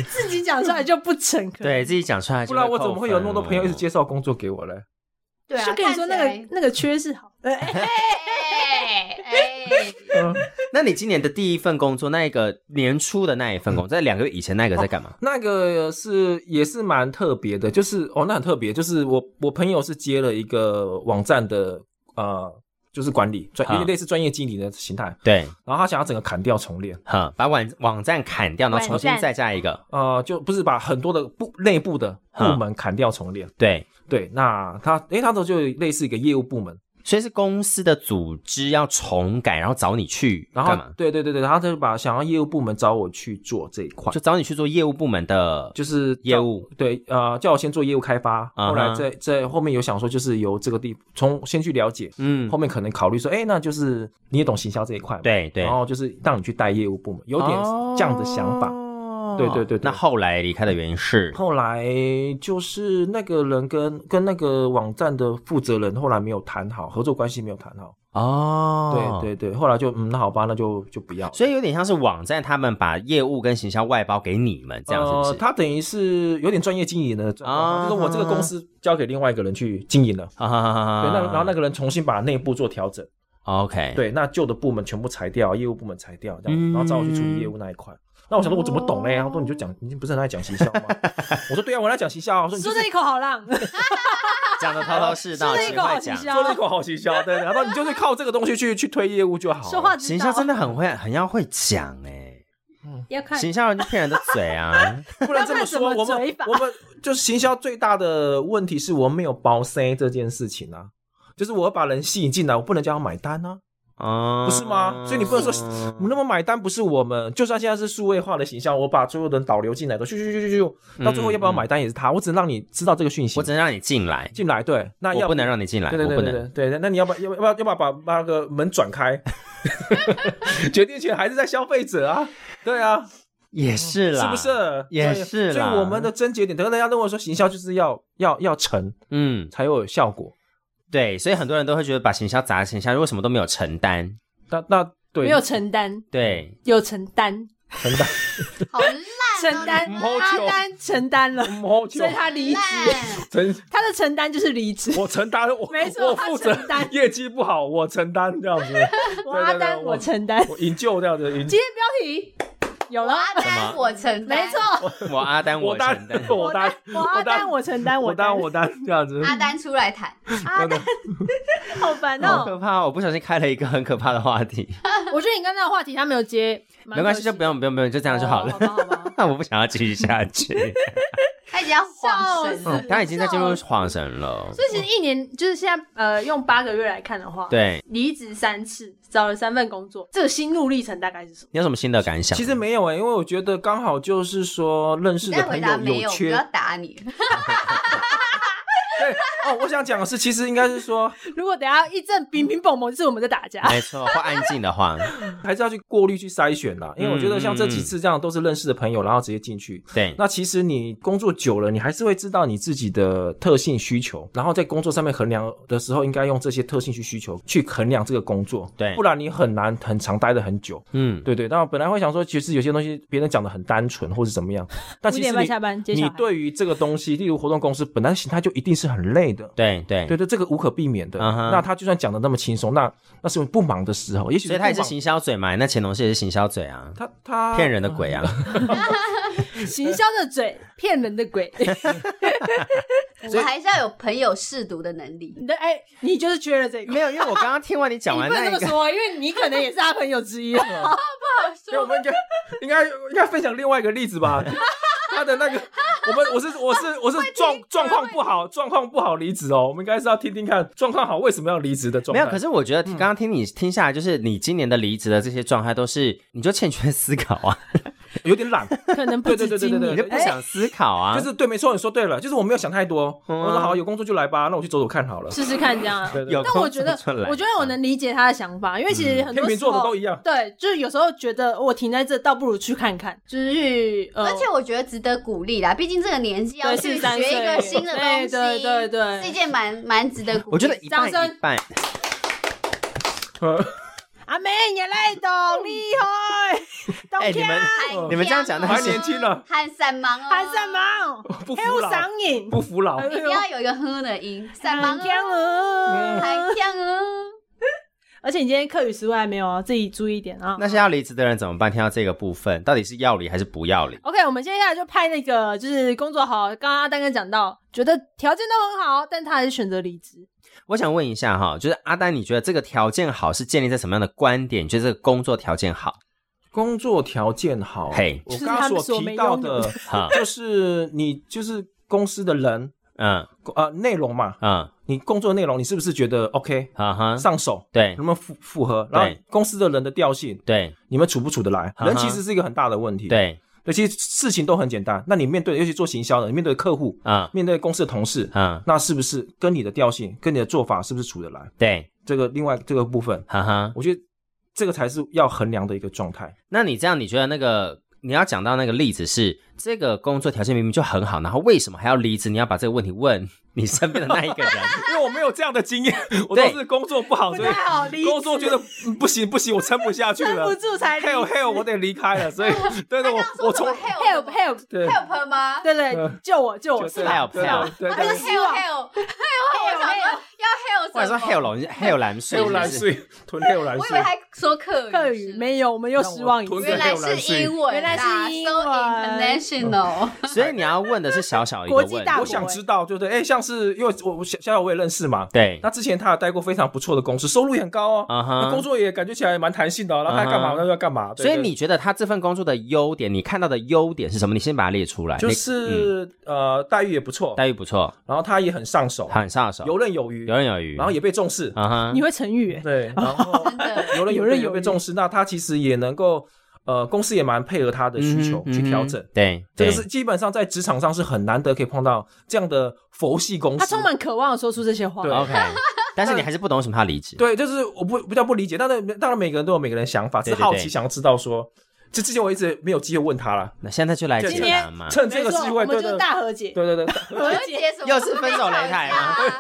S3: 自己讲出来就不诚恳。，
S2: 对自己讲出来，
S1: 不然我怎么会有那么多朋友一直
S2: 接？
S1: 介绍工作给我嘞？
S4: 对啊，
S3: 就跟你说那
S4: 看
S3: 个
S4: 谁
S3: 那个缺是好的，哎
S4: 哎哎，
S1: 嗯，
S2: 那你今年的第一份工作，那一个年初的那一
S1: 嗯
S2: 份工作，在两个月以前那个在干嘛？
S1: 那个是也是蛮特别的，就是哦，那很特别，就是我我朋友是接了一个网站的呃，就是管理专，有
S2: 啊
S1: 点类似专业经理的形态，
S2: 对，
S1: 然后他想要整个砍掉重练，
S2: 哈，把网网站砍掉，然后重新
S3: 网站
S2: 再加一个。
S1: 呃，就不是把很多的部内部的部
S2: 啊
S1: 门砍掉重练。
S2: 对，
S1: 对，那他诶，他都就类似一个业务部门，
S2: 所以是公司的组织要重改，然后找你去
S1: 然
S2: 干
S1: 后
S2: 嘛？
S1: 对对对对，然后他就把想要业务部门找我去做这一块，
S2: 就找你去做业务部门的，
S1: 就是叫
S2: 业务
S1: 对，呃，叫我先做业务开发，
S2: 啊哈
S1: 后来在在后面有想说，就是由这个地从先去了解，
S2: 嗯
S1: 后，面可能考虑说，哎，那就是你也懂行销这一块嘛，，
S2: 对对，
S1: 然后就是让你去带业务部门，哦有点这样的想法。
S2: 哦
S1: 对对对对
S2: 那后来离开的原因是，
S1: 后来就是那个人跟跟那个网站的负责人后来没有谈好，合作关系没有谈好，
S2: 哦，
S1: 对。对对，后来就嗯，那好吧，那就就不要了。
S2: 所以有点像是网站，他们把业务跟行销外包给你们，这样是不
S1: 呃
S2: 是？
S1: 他等于是有点专业经营的状
S2: 啊
S1: 况，就是我这个公司交给另外一个人去经营了。
S2: 啊哈哈哈
S1: 对，那然后那个人重新把内部做调整，
S2: OK，，
S1: 对，那旧的部门全部裁掉，业务部门裁掉，这
S2: 嗯
S1: 样，然后找我去处理业务那一块。那我想说，我怎么懂嘞？他说你就讲，你不是很爱讲行 销吗？我说对啊，我很爱讲行销啊。我说你就
S3: 说
S1: 是
S3: 这一口好浪，
S2: 讲的头头 是道，
S3: 说这一
S2: 勤
S3: 口好
S2: 快
S3: 行
S2: 讲。
S3: 销
S1: 做，了一口好行销，对，然后你就是靠这个东西去去推业务就好了。
S3: 说话
S2: 行
S3: 之
S2: 销
S3: 道
S2: 真的很会，很要会讲哎、
S3: 要看
S2: 行销人就骗人的嘴啊，
S1: 不能这么说，
S3: 要看
S1: 我
S3: 怎么嘴
S1: 们
S3: 法
S1: 我们就是行销最大的问题是我们没有包 C 这件事情啊，就是我要把人吸引进来，我不能叫他买单啊。
S2: 哦，
S1: 不是吗所以你不能说那么买单不是我们，就算现在是数位化的形象，我把所有的人导流进来的，咻咻咻咻咻，到最后要不要买单也是他，我只能让你知道这个讯息
S2: 嗯我只，能让你进来，
S1: 进来对，那
S2: 我
S1: 要
S2: 不能让你进来，
S1: 对对
S2: 我
S1: 对
S2: 不
S1: 对
S2: 能。
S1: 对对，对那你要不要要不要要不要把把那个门转开？ 决定权还是在消费者啊，对啊，
S2: 也是啦，
S1: 是不？是？
S2: 也是
S1: 所以
S2: 啦
S1: 我们的症结点，等大家认为说行销就是要要要成
S2: 嗯，
S1: 才有效果，
S2: 对，所以很多人都会觉得把行销砸在行销，如果什么都没有承担，
S1: 那那对
S3: 没有承担，
S2: 对，
S3: 有承担，
S1: 承担，
S4: 好烂
S3: 承
S4: 哦，
S3: 担，
S1: 嗯好
S3: 阿
S1: 久
S3: 丹承担了，
S1: 我
S3: 所以他离职，
S4: 烂，
S1: 承
S3: 他的承担就是离职。
S1: 我承担，我
S3: 没错
S1: 我负
S3: 他
S1: 责
S3: 承担
S1: 业绩不好，我承担这样子。
S3: 我阿
S1: 对对
S3: 丹，
S1: 对
S3: 我承担。
S1: 我营救这样子，营
S3: 今天标题有了
S4: 我，阿丹我承担，
S3: 没错，
S2: 我阿丹
S1: 我
S2: 承
S1: 担
S2: 担，
S1: 我
S3: 我担
S1: 担
S3: 我阿
S1: 担
S3: 丹我承担
S1: 我
S3: 担
S1: 担我担这样子，
S4: 阿丹出来谈，
S3: 阿丹 好烦
S2: 好
S3: 哦。
S2: 可怕！我不小心开了一个很可怕的话题，
S3: 我觉得你刚才的话题他没有接，蛮
S2: 没关系，
S3: 可惜
S2: 就不用不用不用，就这样就好了
S3: 哦。好吧 好吧
S2: 那我不想要继续下去，
S4: 他已经要晃神
S2: 嗯
S4: 了。
S2: 他已经在进入恍神了。
S3: 所以其实一年就是现在呃，用八个月来看的话，，
S2: 对，
S3: 离职三次，找了三份工作，这个心路历程大概是什么？
S2: 你有什么新的感想？
S1: 其实没有哎、因为我觉得刚好就是说认识
S4: 你
S1: 的
S4: 再
S1: 朋
S4: 回答
S1: 友
S4: 没有，不
S1: 缺
S4: 要打你。
S1: 对哦，我想讲的是，其实应该是说
S3: 如果等一下一阵乒乒乓乓，是我们在打架。
S2: 没错，或安静的话，
S1: 还是要去过滤、去筛选啦。因为我觉得像这
S2: 嗯
S1: 几
S2: 嗯
S1: 次这样都是认识的朋友，然后直接进去。
S2: 对，
S1: 那其实你工作久了，你还是会知道你自己的特性需求，然后在工作上面衡量的时候，应该用这些特性去需求去衡量这个工作，
S2: 对
S1: 不然你很难很长待的很久。
S2: 嗯，
S1: 对对，那本来会想说，其实有些东西别人讲的很单纯或是怎么 样，但
S3: 五
S1: 其
S3: 点
S1: 实
S3: 半
S1: 你
S3: 下班接小
S1: 你
S3: 孩，
S1: 对于这个东西，例如活动公司本来形态就一定是很累的，
S2: 对对
S1: 对对，这个无可避免的。
S2: 嗯哼
S1: 那他就算讲的那么轻松，那那是不忙的时候，也许
S2: 所以他也
S1: 不
S2: 是
S1: 忙
S2: 行销嘴嘛，那乾隆是也是行销嘴啊，
S1: 他他
S2: 骗人的鬼啊！
S3: 行销的嘴，骗人的 鬼。
S4: 我们还是要有朋友试读的能力。
S2: 嗯
S3: 你的哎、你就是缺了这 个。
S2: 没有，因为我刚刚听完你讲
S3: 你
S2: 完
S3: 不能
S2: 那
S3: 这
S2: 一个，
S3: 么说，因为你可能也是他朋友之一。
S1: 对，我们应该应该应该分享另外一个例子 吧。他的那个，我们我是我是我是状状况不好，状况不好离职哦。我们应该是要听听看状况好为什么要离职的状
S2: 没
S1: 态。
S2: 有。可是我觉
S3: 嗯
S2: 得刚刚听你听下来，就是你今年的离职的这些状态，都是你就欠缺思考啊，
S1: 有点懒，
S3: 可能不
S1: 对对
S3: 止
S1: 对对
S3: 今
S1: 对
S2: 你
S3: 年
S2: 就，不想思考
S3: 哎
S2: 啊，
S1: 就是对，没错，你说对了，就是我没有想太多。
S2: 嗯啊
S1: 我说好，有工作就来吧，那我去走走看好了。
S3: 试试看这样啊。
S1: 对对对
S2: 有空
S3: 但我觉得
S2: 做出来，
S3: 我觉得我能理解他的想法，因为其实
S1: 天
S3: 很多
S1: 秤
S3: 时
S1: 座的
S3: 候
S1: 都一样。
S3: 对，就是有时候觉得我停在这，倒不如去看看，就是去呃，
S4: 而且我觉得值得鼓励啦，毕竟这个年纪要
S3: 对
S4: 去
S3: 43
S4: 学一
S3: 岁
S4: 个新的东
S3: 对
S4: 西，
S3: 对对对
S4: 是一件蛮蛮值得鼓励。
S2: 我觉得一半
S3: 掌声
S2: 一半，
S3: 阿妹你来懂厉害，懂
S2: 哎，你
S3: 天
S2: 们
S4: 喊
S2: 你们这样讲
S4: 天
S3: 哎
S2: 那
S4: 哦
S1: 还
S2: 些
S1: 年轻了，
S4: 喊三忙哦，
S3: 啊喊什？么？
S1: 不
S3: 还有
S1: 服老，
S3: 上瘾，
S1: 不服
S3: 哎
S1: 老。
S4: 一定要有一个哼的音，三忙
S3: 很啊
S4: 哦，
S3: 强
S1: 嗯
S3: 哦。
S4: 喊强哦。
S3: 而且你今天课语实外没有哦，自己注意一点啊。
S2: 那些要离职的人怎么办？听到这个部分，到底是要离还是不要离？
S3: OK，我们接下来就拍那个，就是工作好。刚刚阿丹哥讲到，觉得条件都很好，但他还是选择离职。
S2: 我想问一下哈，就是阿丹，你觉得这个条件好是建立在什么样的观点？你觉得这个工作条件好？
S1: 工作条件好，
S2: 嘿
S1: 我
S3: 就是
S1: 刚
S3: 他
S1: 刚
S3: 们所
S1: 所提
S3: 没
S1: 到
S3: 拥有
S1: 的
S3: 的，
S2: 哈，
S1: 就是你就是公司的人，
S2: 嗯
S1: 呃，内容嘛，
S2: 嗯，
S1: 你工作的内容你是不是觉得 OK
S2: 哈哈，
S1: 上手，
S2: 嗯对
S1: 能不能符符合？
S2: 对
S1: 然后公司的人的调性，
S2: 对
S1: 你们处不处得来？
S2: 哈哈
S1: 人其实是一个很大的问题，，
S2: 对，
S1: 对，其实事情都很简单。那你面对，尤其做行销的，你面对客户，
S2: 嗯
S1: 面对公司的同事，
S2: 嗯，
S1: 那是不是跟你的调性、跟你的做法是不是处得来？
S2: 对，
S1: 这个另外这个部分，
S2: 哈哈。
S1: 我觉得这个才是要衡量的一个状态。
S2: 那你这样，你觉得那个你要讲到那个例子是这个工作条件明明就很好，然后为什么还要离职？你要把这个问题问你身边的那一个人。
S1: 因为我没有这样的经验，我
S2: 对
S1: 都是工作不好，哦所以
S3: 好，离
S1: 工作觉得嗯不行不行，我撑不下去了，
S3: 住才
S1: hell hell，我得离开了，所以对对，
S3: 哎
S4: 刚
S1: 我我
S4: 说什
S1: 从
S4: 么 help
S3: help help，
S1: 对
S4: help 吗？
S3: 对对
S1: 嗯，
S3: 救我救
S1: 就
S3: 我，
S1: 是
S3: 是吧？
S2: help
S1: 对
S2: help
S1: 对
S3: 还
S1: 对
S3: 有
S1: 对，
S3: 希望
S4: help，我 想说要 help
S2: 或者说 h e l l h e l 蓝睡，
S1: 黑蓝
S2: 是不是，
S1: 水吞黑蓝
S4: 我以
S1: 水
S4: 为，他说客
S3: 课
S4: 语
S3: 语
S4: 是，
S3: 没有，我们又失望一
S1: 让我
S3: 次
S1: 吞。
S4: 原来是英文啦，啊
S3: 原来是英文啊
S4: so international。
S2: 所以你要问的是小小一个问
S3: 国际大
S1: 我
S3: 国欸
S1: 想知道，对不对？哎，像是因为我我小小我也认识嘛，
S2: 对，
S1: 那之前他有待过非常不错的公司，收入也很高哦，
S2: 啊哈
S1: 那工作也感觉起来蛮弹性的哦，那他干
S2: 啊
S1: 嘛
S2: 哈
S1: 那就要干嘛。对
S2: 所以
S1: 对
S2: 你觉得他这份工作的优点，你看到的优点是什么？你先把它列出来。
S1: 就
S2: 你嗯
S1: 是呃待遇也不错，
S2: 待遇不错，
S1: 然后他也很上手，
S2: 很上手，
S1: 游刃有余
S2: 游，刃有余，
S1: 然后也被重视，
S2: 啊哈
S3: 你，会成语哎，
S1: 对，然后
S4: 真的
S1: 游刃
S3: 游
S1: 有
S3: 刃
S1: 余
S3: 有
S1: 有被
S3: 余
S1: 重视，那他其实也能够呃公司也蛮配合他的需求
S2: 嗯哼
S1: 去调整
S2: 嗯。哼对，
S1: 这个
S2: 对
S1: 是基本上在职场上是很难得可以碰到这样的佛系公司。
S3: 他充满渴望地说出这些话。
S1: 对
S2: OK，但 是你还是不懂为什么他离职。
S1: 对，就是我不比较不理解，但是当然每个人都有每个人的想法，只
S2: 对
S1: 是
S2: 对
S1: 好
S2: 对
S1: 奇想要知道说，这之前我一直没有机会问他了，
S2: 那现在就来解
S1: 今
S3: 天
S2: 答嘛。
S1: 趁这
S3: 没
S1: 个
S3: 错，
S1: 机
S3: 我
S1: 会，
S3: 们
S1: 对
S3: 就
S1: 对
S3: 是大和解。
S1: 对对 对，
S4: 和解什么？
S2: 又是分手擂台吗
S4: 吵架？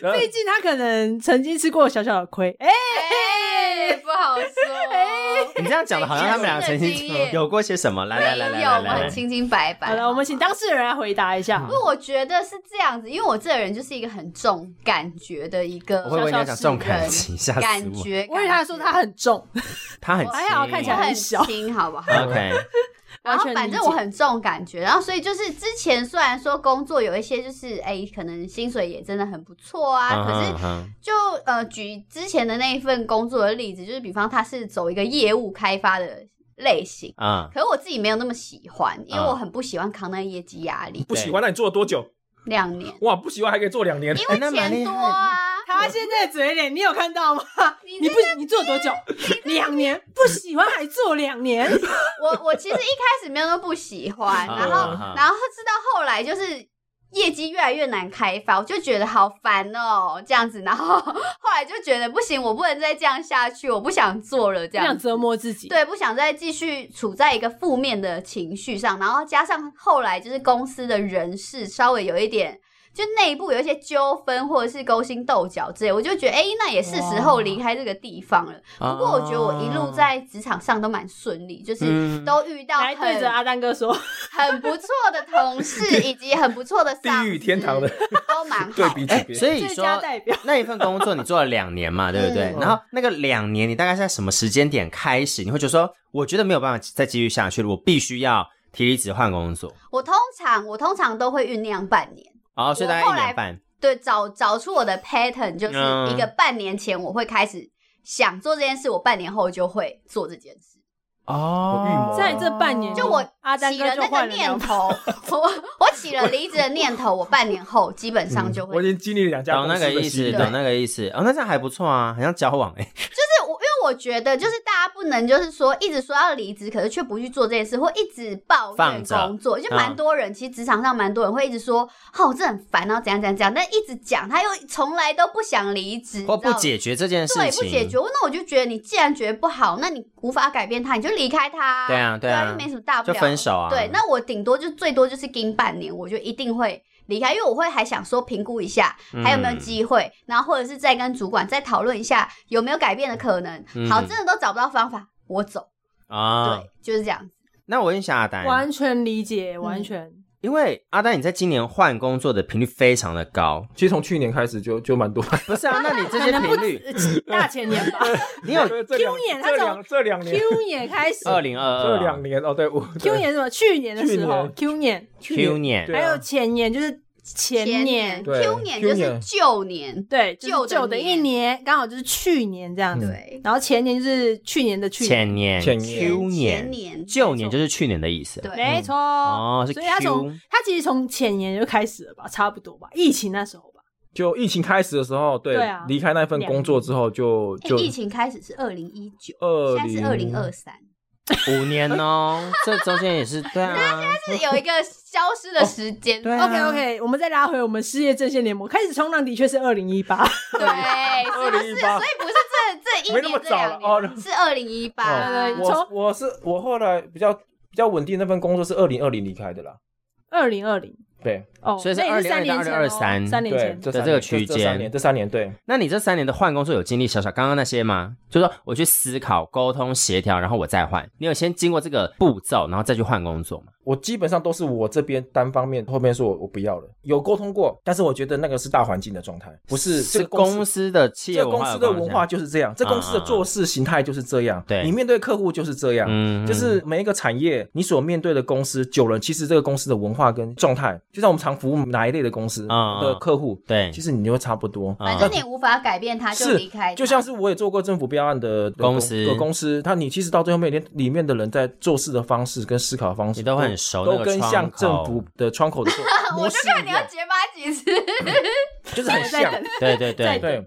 S1: 然后
S3: 毕竟他可能曾经吃过小小的亏，哎，
S4: 哎，不好说。
S2: 你这样讲的好像他们俩曾
S4: 经
S2: 经
S4: 验
S2: 有过些什么？来来来
S4: 没
S2: 来
S4: 有，
S2: 来
S4: 我
S2: 来
S4: 很
S2: 来，
S4: 清清白白。
S3: 好了，我们请当事人来回答一下
S4: 因。为我觉得是这样子，因为我这个人就是一个很重感觉的一个
S2: 我会不会你要讲
S4: 小小
S2: 重感
S4: 人
S2: 情？吓
S4: 感
S2: 死我！
S4: 觉，
S3: 我以为他说他很重，
S2: 他他很
S4: 还
S2: 轻
S3: 好看起
S4: 我
S3: 来
S4: 很
S3: 很小
S4: 轻，好不好？
S2: OK，
S4: 然
S3: 完
S4: 后
S3: 全
S4: 反正
S3: 理解
S4: 我很重感觉，然后所以就是之前虽然说工作有一些就是哎，可能薪水也真的很不错 啊，可是
S2: 嗯哼嗯
S4: 就呃举之前的那一份工作的例子，就是比方他是走一个业务开发的类型，
S2: 嗯哼
S4: 可是我自己没有那么喜欢，因为
S2: 嗯
S4: 我很不喜欢扛那个业绩压力，
S1: 不喜欢，那你做了多久？
S4: 两年，
S1: 哇，不喜欢还可以做两年，
S4: 因
S2: 哎
S4: 为
S2: 那蛮
S4: 钱
S2: 厉
S4: 多
S2: 害的
S4: 啊，
S3: 他现在嘴脸，你有看到吗？
S4: 你
S3: 你不，你做多久？两年，不喜欢还做两 年，
S4: 啊我我其实一开始没有那么不喜 欢，
S2: 啊
S4: 然后
S2: 啊啊
S4: 然后直到后来就是业绩越来越难开发，我就觉得好烦哦，这样子，然后后来就觉得不行，我不能再这样下去，我不想做了，这
S3: 这样
S4: 样子。
S3: 折磨自己。
S4: 对，不想再继续处在一个负面的情绪上，然后加上后来就是公司的人事稍微有一点，就内部有一些纠纷或者是勾心斗角之类，我就觉得哎、诶那也是时候离开这个地方了。
S2: 嗯
S4: 不过我觉得我一路在职场上都蛮顺利，就是
S2: 嗯
S4: 都遇到
S3: 来对着
S4: 很
S3: 阿丹哥说，
S4: 很不错的同事，以及很不错的上
S1: 地
S4: 司
S1: 狱天堂的
S4: 都蛮
S1: 对
S4: 好的。
S1: 比
S2: 哎
S1: 级，别。
S2: 所以
S3: 最
S2: 说
S3: 佳代表。
S2: 那一份工作你做了两年嘛，对不对？
S4: 嗯
S2: 然后那个两年，你大概在什么时间点开始，你会觉得说，我觉得没有办法再继续下去了，我必须要提离职换工作。
S4: 我通常我通常都会酝酿半年，
S2: 哦，所以大概
S4: 我后
S2: 一
S4: 来
S2: 年半，
S4: 对，找找出我的 pattern，就是
S2: 嗯
S4: 一个半年前我会开始想做这件事，我半年后就会做这件事。
S1: 有预
S2: 哦
S1: 谋
S3: 在这半年，
S4: 就我
S3: 阿丹
S4: 起
S3: 哥
S4: 了
S3: 就
S4: 那个
S3: 换了两
S4: 念头，我我起了离职的念头，我半年后基本上就
S1: 嗯我
S4: 会
S1: 已，经经历了两家
S2: 嗯懂
S1: 公
S2: 那
S1: 司
S2: 个
S1: 的
S2: 意
S1: 洗
S2: 思，
S1: 礼
S2: 懂那个意思。哦，那这样还不错啊，很像交往哎、
S4: 就是我因为我觉得就是大家不能就是说一直说要离职，可是却不去做这件事，或一直抱怨
S2: 放着
S4: 工作，就蛮
S2: 嗯
S4: 多人，其实职场上蛮多人会一直说，哦，这很烦，然后怎样怎样怎样，但一直讲，他又从来都不想离职，
S2: 或不
S4: 你知道吗
S2: 解决这件事
S4: 嗯对，
S2: 情，
S4: 不解决，那我就觉得你既然觉得不好，那你无法改变他，你就离开他。
S2: 对啊
S4: 对
S2: 对啊
S4: 又没什么大不了，
S2: 就分手啊
S4: 对，那我顶多就最多就是盯半年，我就一定会离开，因为我会还想说评估一下
S2: 嗯
S4: 还有没有机会，然后或者是再跟主管再讨论一下有没有改变的可能。
S2: 嗯
S4: 好，真的都找不到方法，我走。
S2: 啊。
S4: 对，就是这样。
S2: 那我问一下阿丹，
S3: 完全理解，完全。
S2: 因为阿丹你在今年换工作的频率非常的高，
S1: 其实从去年开始就就蛮多，
S2: 不是啊？那你这些频 率，
S4: 嗯
S3: 呃大前年 吧
S2: 你有 呃
S1: 这两
S3: 去年他
S1: 这
S3: 从
S1: 两这两年
S3: ，Q 年开始
S2: 二零二
S1: 这两
S2: 二
S1: 年哦，对，我
S3: ，Q
S1: 对
S3: 年是什么？去年的时候，Q 年，
S1: 去
S2: Q 年
S1: 对啊
S3: 还有前年就是前年，
S1: 对
S4: ，Q 年
S1: ，Q
S4: 就是
S1: 年
S4: 旧年，
S3: 对，就是
S4: 旧的
S3: 旧的一
S4: 年
S3: 年，刚好就是去年这
S1: 嗯
S2: 嗯
S3: 样子。
S4: 对，
S3: 然后前年就是去年的去年，
S2: 前年
S1: 前年
S2: Q
S4: 前年
S2: 旧年就是去年的意思。
S4: 对
S3: 没错。
S2: 哦是
S3: 所以他
S2: Q
S3: 从他其实从前年就开始了吧，差不多吧，疫情那时候吧。
S1: 就疫情开始的时候，对
S3: 对啊
S1: 离开那份工作之后就
S4: 哎
S1: 就
S4: 疫情开始是二零一九，
S1: 二
S4: 现在是
S1: 零
S4: 二零二三。
S2: 五年 哦，这中间也是对啊，
S4: 是有一个消失的时间，
S1: 哦
S2: 对啊
S3: OK OK，我们再拉回我们事业阵线联盟，开始冲浪的确是二零一八，
S4: 对， 是不是？
S1: 2018
S4: 啊所以不是这这一
S1: 没那么
S4: 年这两
S1: 早了
S4: 年，
S1: 哦
S4: 是二零一 八
S3: 对。对
S1: 我我是我后来比较比较稳定那份工作是二零二零离开的啦，
S3: 二零二零
S1: 对
S3: 哦，
S2: 所以是
S3: 那也是
S2: 2020
S3: 三年前哦
S2: 2023
S3: 三年
S1: 对
S3: 前，
S1: 这
S2: 在
S1: 三
S2: 这个
S1: 年
S2: 区
S1: 这这三年
S2: 间
S1: 这三年对
S2: 那你这三年的换工作有经历小小刚刚那些吗？就说我去思考、沟通、协调，然后我再换。你有先经过这个步骤，然后再去换工作吗？
S1: 我基本上都是我这边单方面，后面说我我不要了，有沟通过，但是我觉得那个是大环境的状态，不是这
S2: 是
S1: 个公司
S2: 公司的企业
S1: 这个
S2: 文
S1: 公司
S2: 化有
S1: 的
S2: 关系
S1: 文化就是这样，这公司的做事形态就是这样，
S2: 对
S1: 你面对客户就是这样，
S2: 嗯
S1: 就是每一个产业你所面对的公司久了，其实这个公司的文化跟状态，就像我们常服务哪一类的公司
S2: 嗯嗯
S1: 的客户，
S2: 对
S1: 其实你就会差不多。
S2: 啊
S4: 反正你无法改变它，就是离开它。
S1: 就像是我也做过政府标案的的
S2: 公司
S1: 的公司，他你其实到最后面，连里面的人在做事的方式跟思考方式
S2: 你都很熟那
S1: 都
S2: 个
S1: 跟
S2: 窗
S1: 像
S2: 口
S1: 政府的窗口的做
S4: 我
S1: 模
S4: 就
S1: 式一
S4: 看你要
S1: 样，
S4: 结巴几次，
S1: 就是很
S3: 在
S1: 像。
S3: 等
S2: 对对 对，
S1: 对，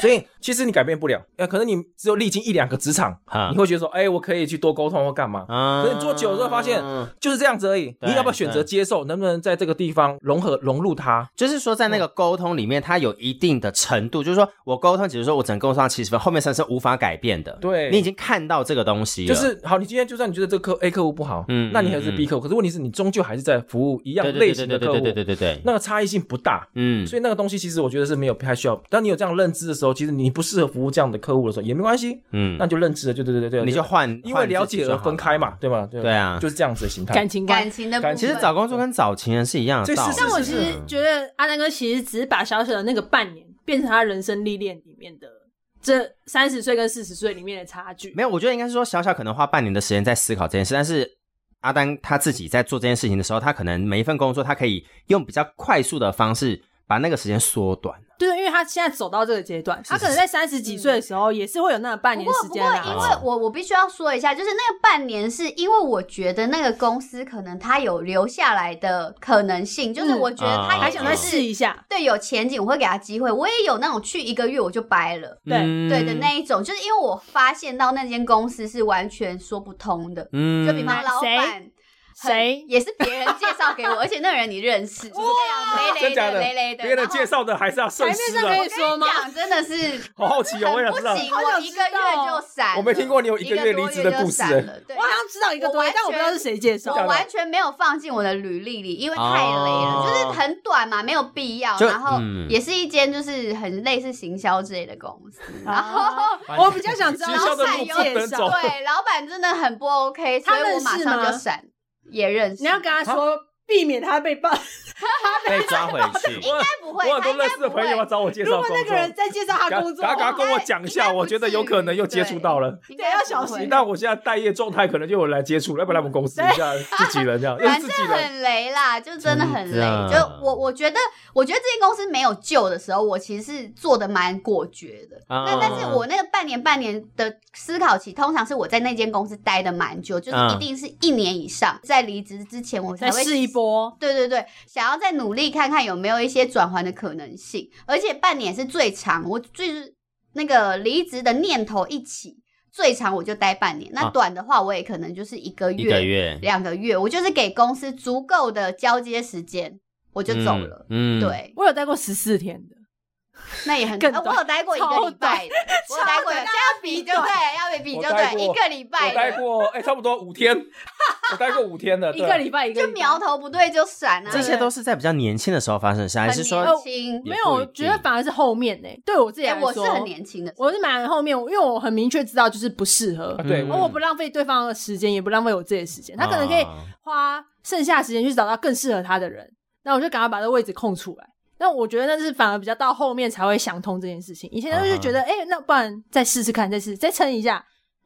S1: 所以其实你改变不了，呃，可能你只有历经一两个职场，
S2: 哈
S1: 你会觉得说，哎、我可以去多沟通或干嘛。
S2: 啊
S1: 可是你做久了之后发现就是这样子而已，
S2: 对
S1: 你要不要选择
S2: 对
S1: 接受？能不能在这个地方融合融入它？
S2: 就是说，在那个
S1: 嗯
S2: 沟通里面，它有一定的程度，就是说我沟通，只是说我只能沟通上七十分，后面三是无法改变的。
S1: 对
S2: 你已经看到这个东西了，
S1: 就是好，你今天就算你觉得这个客 A 客户不好，
S2: 嗯
S1: 那你还是
S2: 嗯
S1: B 客户，可是问题是你终究还是在服务一样
S2: 对对
S1: 类
S2: 对
S1: 型的
S2: 对对
S1: 客
S2: 对
S1: 户
S2: 对，对对对，
S1: 那个差异性不大。
S2: 嗯，
S1: 所以那个东西其实我觉得是没有太需要，当你有这样认知的时候，其实你不适合服务这样的客户的时候也没关系，
S2: 嗯
S1: 那就认知了，就对对对对，
S2: 你就换，
S1: 因为
S2: 换
S1: 了
S2: 自己
S1: 解
S2: 就
S1: 而
S2: 好
S1: 分开
S2: 了
S1: 嘛，。对吗？对
S2: 对啊
S1: 就是这样子的形态。
S3: 感情观
S4: 感情的部
S1: 感
S4: 分。
S1: 情
S2: 嗯其实找工作跟找情人是一样的
S1: 这
S2: 道理。
S1: 是
S3: 但我
S1: 是
S3: 其
S2: 嗯
S3: 实觉得阿南哥其实只是把小小的那个半年变成他人生历练里面的这三十岁跟四十岁里面的差距。
S2: 没有，我觉得应该是说，小小可能花半年的时间在思考这件事，但是阿丹他自己在做这件事情的时候，他可能每一份工作，他可以用比较快速的方式把那个时间缩短。
S3: 对，因为他现在走到这个阶段，他可能在三十几岁的时候也是会有那半
S4: 不
S3: 年
S4: 过
S3: 时
S4: 不
S3: 间
S4: 过，
S2: 啊
S4: 因
S3: 啦。
S4: 为我我必须要说一下，就是那个半年，是因为我觉得那个公司可能他有留下来的可能性，就是
S3: 嗯
S4: 我觉得
S2: 啊
S4: 他
S3: 还想再试一下，
S4: 对有前景，我会给他机会。我也有那种去一个月我就掰了，
S3: 对
S2: 嗯
S4: 对的那一种，就是因为我发现到那间公司是完全说不通的，
S2: 嗯
S4: 就比方老
S3: 谁
S4: 板。很
S3: 谁
S4: 也是别人介绍给我，而且那个人你认识，就是非常雷
S1: 真
S4: 雷
S1: 假
S4: 的
S1: 的
S4: 雷雷，的，
S1: 别人
S4: 然后
S1: 介绍的还是要慎思
S3: 啊台面上可
S1: 啊
S3: 以。说吗？
S4: 讲真的是
S1: 好好 奇哦，我
S4: 很
S1: 想
S4: 不
S1: 知道。
S4: 行，
S3: 好
S4: 我
S3: 想
S4: 一
S3: 知
S4: 个月
S3: 道
S4: 就闪了，
S1: 我没听过你有一
S4: 一
S1: 个月离
S4: 多
S1: 职的
S4: 就
S1: 故事
S4: 闪
S1: 欸
S4: 了对
S3: 我好像知道一个多
S4: 我
S3: 月
S4: 完，
S3: 但我不知道是谁介绍
S1: 假
S4: 我
S1: 的。
S4: 完全没有放进我的履历里，因为太累了，
S2: 哦
S4: 就是很短嘛，没有必要。
S2: 就
S4: 然后
S2: 嗯
S4: 也是一间就是很类似行销之类的公司，然后
S3: 啊
S4: 哦
S3: 我比较想知道
S1: 直销的路不能走，
S4: 对老板真的很不 OK，所
S3: 他
S4: 以
S3: 认
S4: 我
S3: 识
S4: 马上
S3: 吗
S4: 就闪，也认识。
S3: 你要跟他说，避免他被爆。
S2: 被抓回 去。
S1: 我
S4: 该不
S1: 我
S4: 会，
S1: 有很
S4: 他
S1: 多
S4: 应该
S1: 认识的
S4: 不
S1: 朋
S4: 会。
S1: 友要找我介
S3: 如
S1: 绍
S3: 果
S1: 工
S3: 那个人
S1: 作。
S3: 在介绍他工作的
S1: 赶赶
S3: 话，
S1: 赶跟我讲一
S4: 应
S1: 下，
S4: 该不
S1: 我觉得有可能又接触到了。
S4: 应
S3: 对
S4: 该
S3: 要
S4: 不
S3: 小
S4: 会
S3: 心
S1: 但我现在待业状态，可能就有人来接触，要不然我们公司一下自己人这 样，又
S4: 反
S1: 是
S4: 正
S1: 自己人。
S4: 很雷啦，就真的很
S2: 真的
S4: 雷。就我我觉得，我觉得这间公司没有救的时候，我其实是做的蛮果决的。
S2: 啊
S4: 那、但是我那个半年半年的思考期，通常是我在那间公司待的蛮久，就是一定是一年以上。在离职之前，我才
S3: 再
S4: 会
S3: 试一。波。
S4: 对对对，想要再努力看看有没有一些转换的可能性，而且半年是最长，我最那个离职的念头一起，最长我就待半年，那
S2: 啊
S4: 短的话我也可能就是一个
S2: 一
S4: 月，
S2: 个月
S4: 两个月，我就是给公司足够的交接时间，我就走了。。
S2: 嗯，嗯，
S4: 对，
S3: 我有待过十四天的，
S4: 那也很
S3: 更
S4: 呃
S3: 短
S4: 我有待过一个
S3: 超
S4: 礼拜的，我有待过，现在要比就对了，要比
S1: 我
S4: 比就
S1: 待过
S4: 对，一个礼
S1: 我待
S4: 拜的，
S1: 过哎，差不多五天，我待过五天的，
S3: 一
S1: 啊对
S3: 个礼拜一个
S4: 就
S3: 礼拜
S4: 苗头不对就闪啊，
S2: 这些都是在比较年轻的时候发生的事，还
S4: 很
S2: 是说
S3: 哦
S4: 年轻。
S2: 也
S3: 没
S2: 不
S3: 有，我
S2: 一
S3: 觉得
S2: 定
S3: 反而是后面呢、对我自己
S4: 哎
S3: 来，说，
S4: 我是很年轻的，
S3: 我是蛮后面，因为我很明确知道就是不适合，
S1: 啊对，
S2: 嗯
S3: 而我不浪费对方的时间，也不浪费我自己的时间。他可能可以
S2: 啊
S3: 花剩下的时间去找到更适合他的人，那我就赶快把这个位置空出来。那我觉得那是反而比较到后面才会想通这件事情，以前就是
S1: 啊
S3: 觉得哎、诶那不然再试试看，再试再撑一下，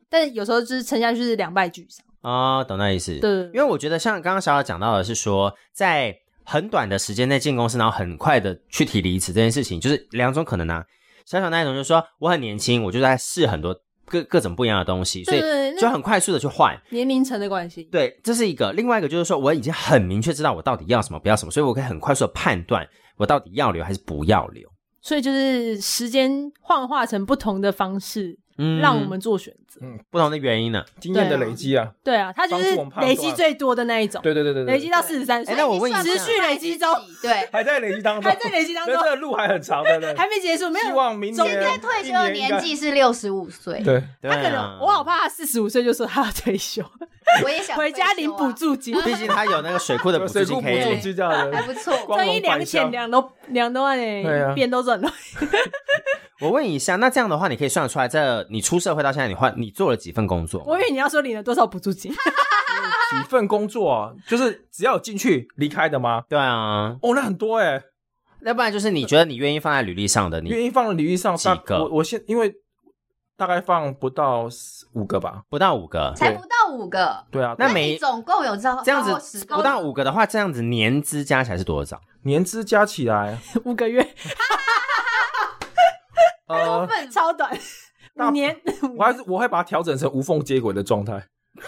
S3: 但是有时候就是撑下去是两败俱伤。
S2: 啊，懂那意思。
S3: 对，
S2: 因为我觉得像刚刚小小讲到的是说，在很短的时间内进公司，然后很快的去提离职这件事情，就是两种可能啊。小小那一种就是说我很年轻，我就在试很多各各种不一样的东西，所以
S3: 对对对那
S2: 就很快速的去换。
S3: 年龄层的关系，
S2: 对，这是一个。另外一个就是说，我已经很明确知道我到底要什么，不要什么，所以我可以很快速的判断我到底要留还是不要留。
S3: 所以就是时间幻化成不同的方式，
S2: 嗯
S3: 让我们做选择。
S2: 不同的原因呢、
S1: 经验的累积啊，
S3: 对啊，他就
S1: 帮
S3: 是
S1: 助我们判断
S3: 累积最多的那一种，
S1: 对对对对
S3: 哦累
S1: 对
S3: 积，到四十三岁
S2: 哎。那我问一下
S3: 持续累 积中，
S4: 对，
S1: 还在累积当中，
S3: 还在累积 当中
S1: 人，生的路还很长，对不对？
S3: 还没结束，没有
S1: 希望明年
S3: 现在
S4: 退休的年纪是六十五岁，
S1: 对，
S2: 对
S3: 他可
S2: 啊
S3: 能我好怕他四十五岁就说他要退休，
S4: 我也想啊
S3: 回家领补
S4: 退休
S3: 助金，
S2: 毕竟他有那个水库的补
S1: 有
S2: 助
S1: 水
S2: 金
S1: 库补
S2: 可以
S1: 助
S2: 领。
S1: 金这样
S4: 啊，还
S1: 的，
S4: 不错。
S1: 光
S3: 这
S1: 荣
S3: 一
S1: 返
S3: 两
S1: 乡
S3: 钱两都两多万
S1: 对
S3: 哎，
S1: 啊
S3: 边都赚了。
S2: 我问一下，那这样的话，你可以算得出来，这你出社会到现在，你换你做了几份工作？
S3: 我以为你要说领了多少补助 金，
S1: 几份工作啊，就是只要有进去离开的吗？
S2: 对啊，
S1: 哦，那很多哎、
S2: 要不然就是你觉得你愿意放在履历上的，你
S1: 愿意放的履历上
S2: 几
S1: 大
S2: 个
S1: 我我现因为大概放不到四五个吧。
S2: 不到五个，
S4: 才不到五个，
S1: 对啊，
S2: 那
S4: 你
S2: 每
S4: 总共有超
S2: 这样
S4: 超过十
S2: 子
S4: 个
S2: 不到五个的话，这样子年资加起来是多少？
S1: 年资加起来，
S3: 五个月
S1: 呃，
S4: 份吧
S3: 超短，
S1: 那
S3: 五年，
S1: 我还是我会把它调整成无缝接轨的状态。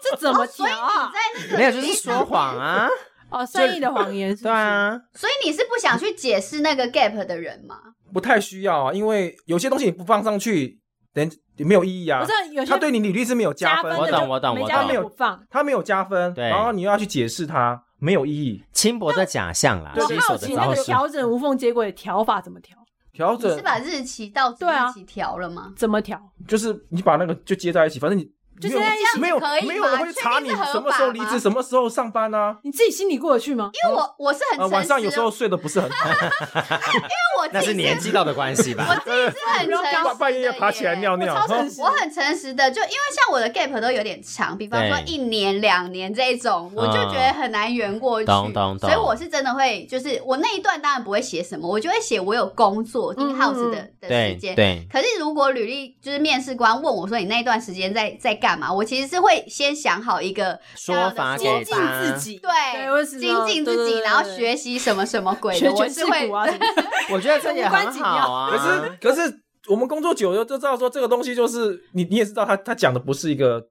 S3: 这怎么
S4: 所以
S3: 调啊
S4: 你？在那个
S2: 没有，就
S4: 履
S2: 是
S4: 历上
S2: 说谎 啊，
S3: 哦，善意的谎言，
S2: 对，啊，
S4: 所以你是不想去解释那个 gap 的人吗？
S1: 不太需要啊，因为有些东西你不放上去，人也没有意义啊
S3: 我知。道有些
S1: 它对你履历是没有加
S3: 加
S1: 分
S3: 分
S1: 的，
S2: 我
S3: 的
S2: 懂
S3: 就
S2: 我懂
S3: 没
S2: 我
S3: 加
S1: 懂
S3: 分不放，
S1: 它没有加分，
S2: 对
S1: 然后你又要去解释它，没有意义。
S2: 轻薄的假象啦，
S1: 对
S3: 我
S1: 对
S2: 棘手
S3: 哦好
S2: 的
S3: 奇那
S2: 招
S3: 个
S2: 数。
S3: 调整无缝接轨的调法怎么调？
S1: 调
S4: 你
S1: 整
S4: 是把日期到
S3: 对啊
S4: 日期调了吗？
S3: 怎么调？
S1: 就是你把那个就接在一起，反正你
S3: 就
S1: 没有
S3: 接在一起
S1: 没有
S4: 可以吗
S1: 没有人会查你
S4: 确定是合
S1: 什么时候
S4: 法
S1: 离
S4: 吗
S1: 职，什么时候上班啊。
S3: 你自己心里过得去吗？
S4: 因为我我是很
S1: 呃，
S4: 诚实、哦
S1: 晚上有时候，睡得不是很好，
S4: 因为我我
S2: 那
S4: 自己
S2: 是年纪到的关系吧？
S4: 我自己是很诚实的耶
S1: 半半夜爬起来尿尿，
S3: 我
S1: 哈
S3: 超诚实
S4: 我很诚实的，就因为像我的 gap 都有点长，比方说
S2: 对嗯
S4: 一年、两年这一种，我就觉得很难圆过去。
S2: 懂懂懂
S4: 所以我是真的会，就是我那一段当然不会写什么，我就会写我有工作
S3: 嗯
S4: in house 的、的
S2: 对
S4: 时间。
S2: 对，
S4: 可是如果履历就是面试官问我说你那一段时间在在干嘛，我其实是会先想好一个
S2: 说法
S4: 这样
S2: 给
S4: 的
S3: 精进
S2: 他
S3: 呃自。己，对我也
S4: 嗯对
S3: 知道
S4: 精进
S3: 对
S4: 自
S3: 对
S4: 己，
S3: 对
S4: 然后
S3: 对
S4: 学习什么什么鬼
S3: 学
S4: 的，
S3: 爵
S4: 我
S3: 士
S4: 是会
S3: 鼓啊什 么的，
S2: 我觉得这也
S3: 无关
S2: 很
S3: 紧要
S2: 好啊。
S1: 可是 可是我们工作久了就知道说这个东西就是你你也知道他他讲的不是一个，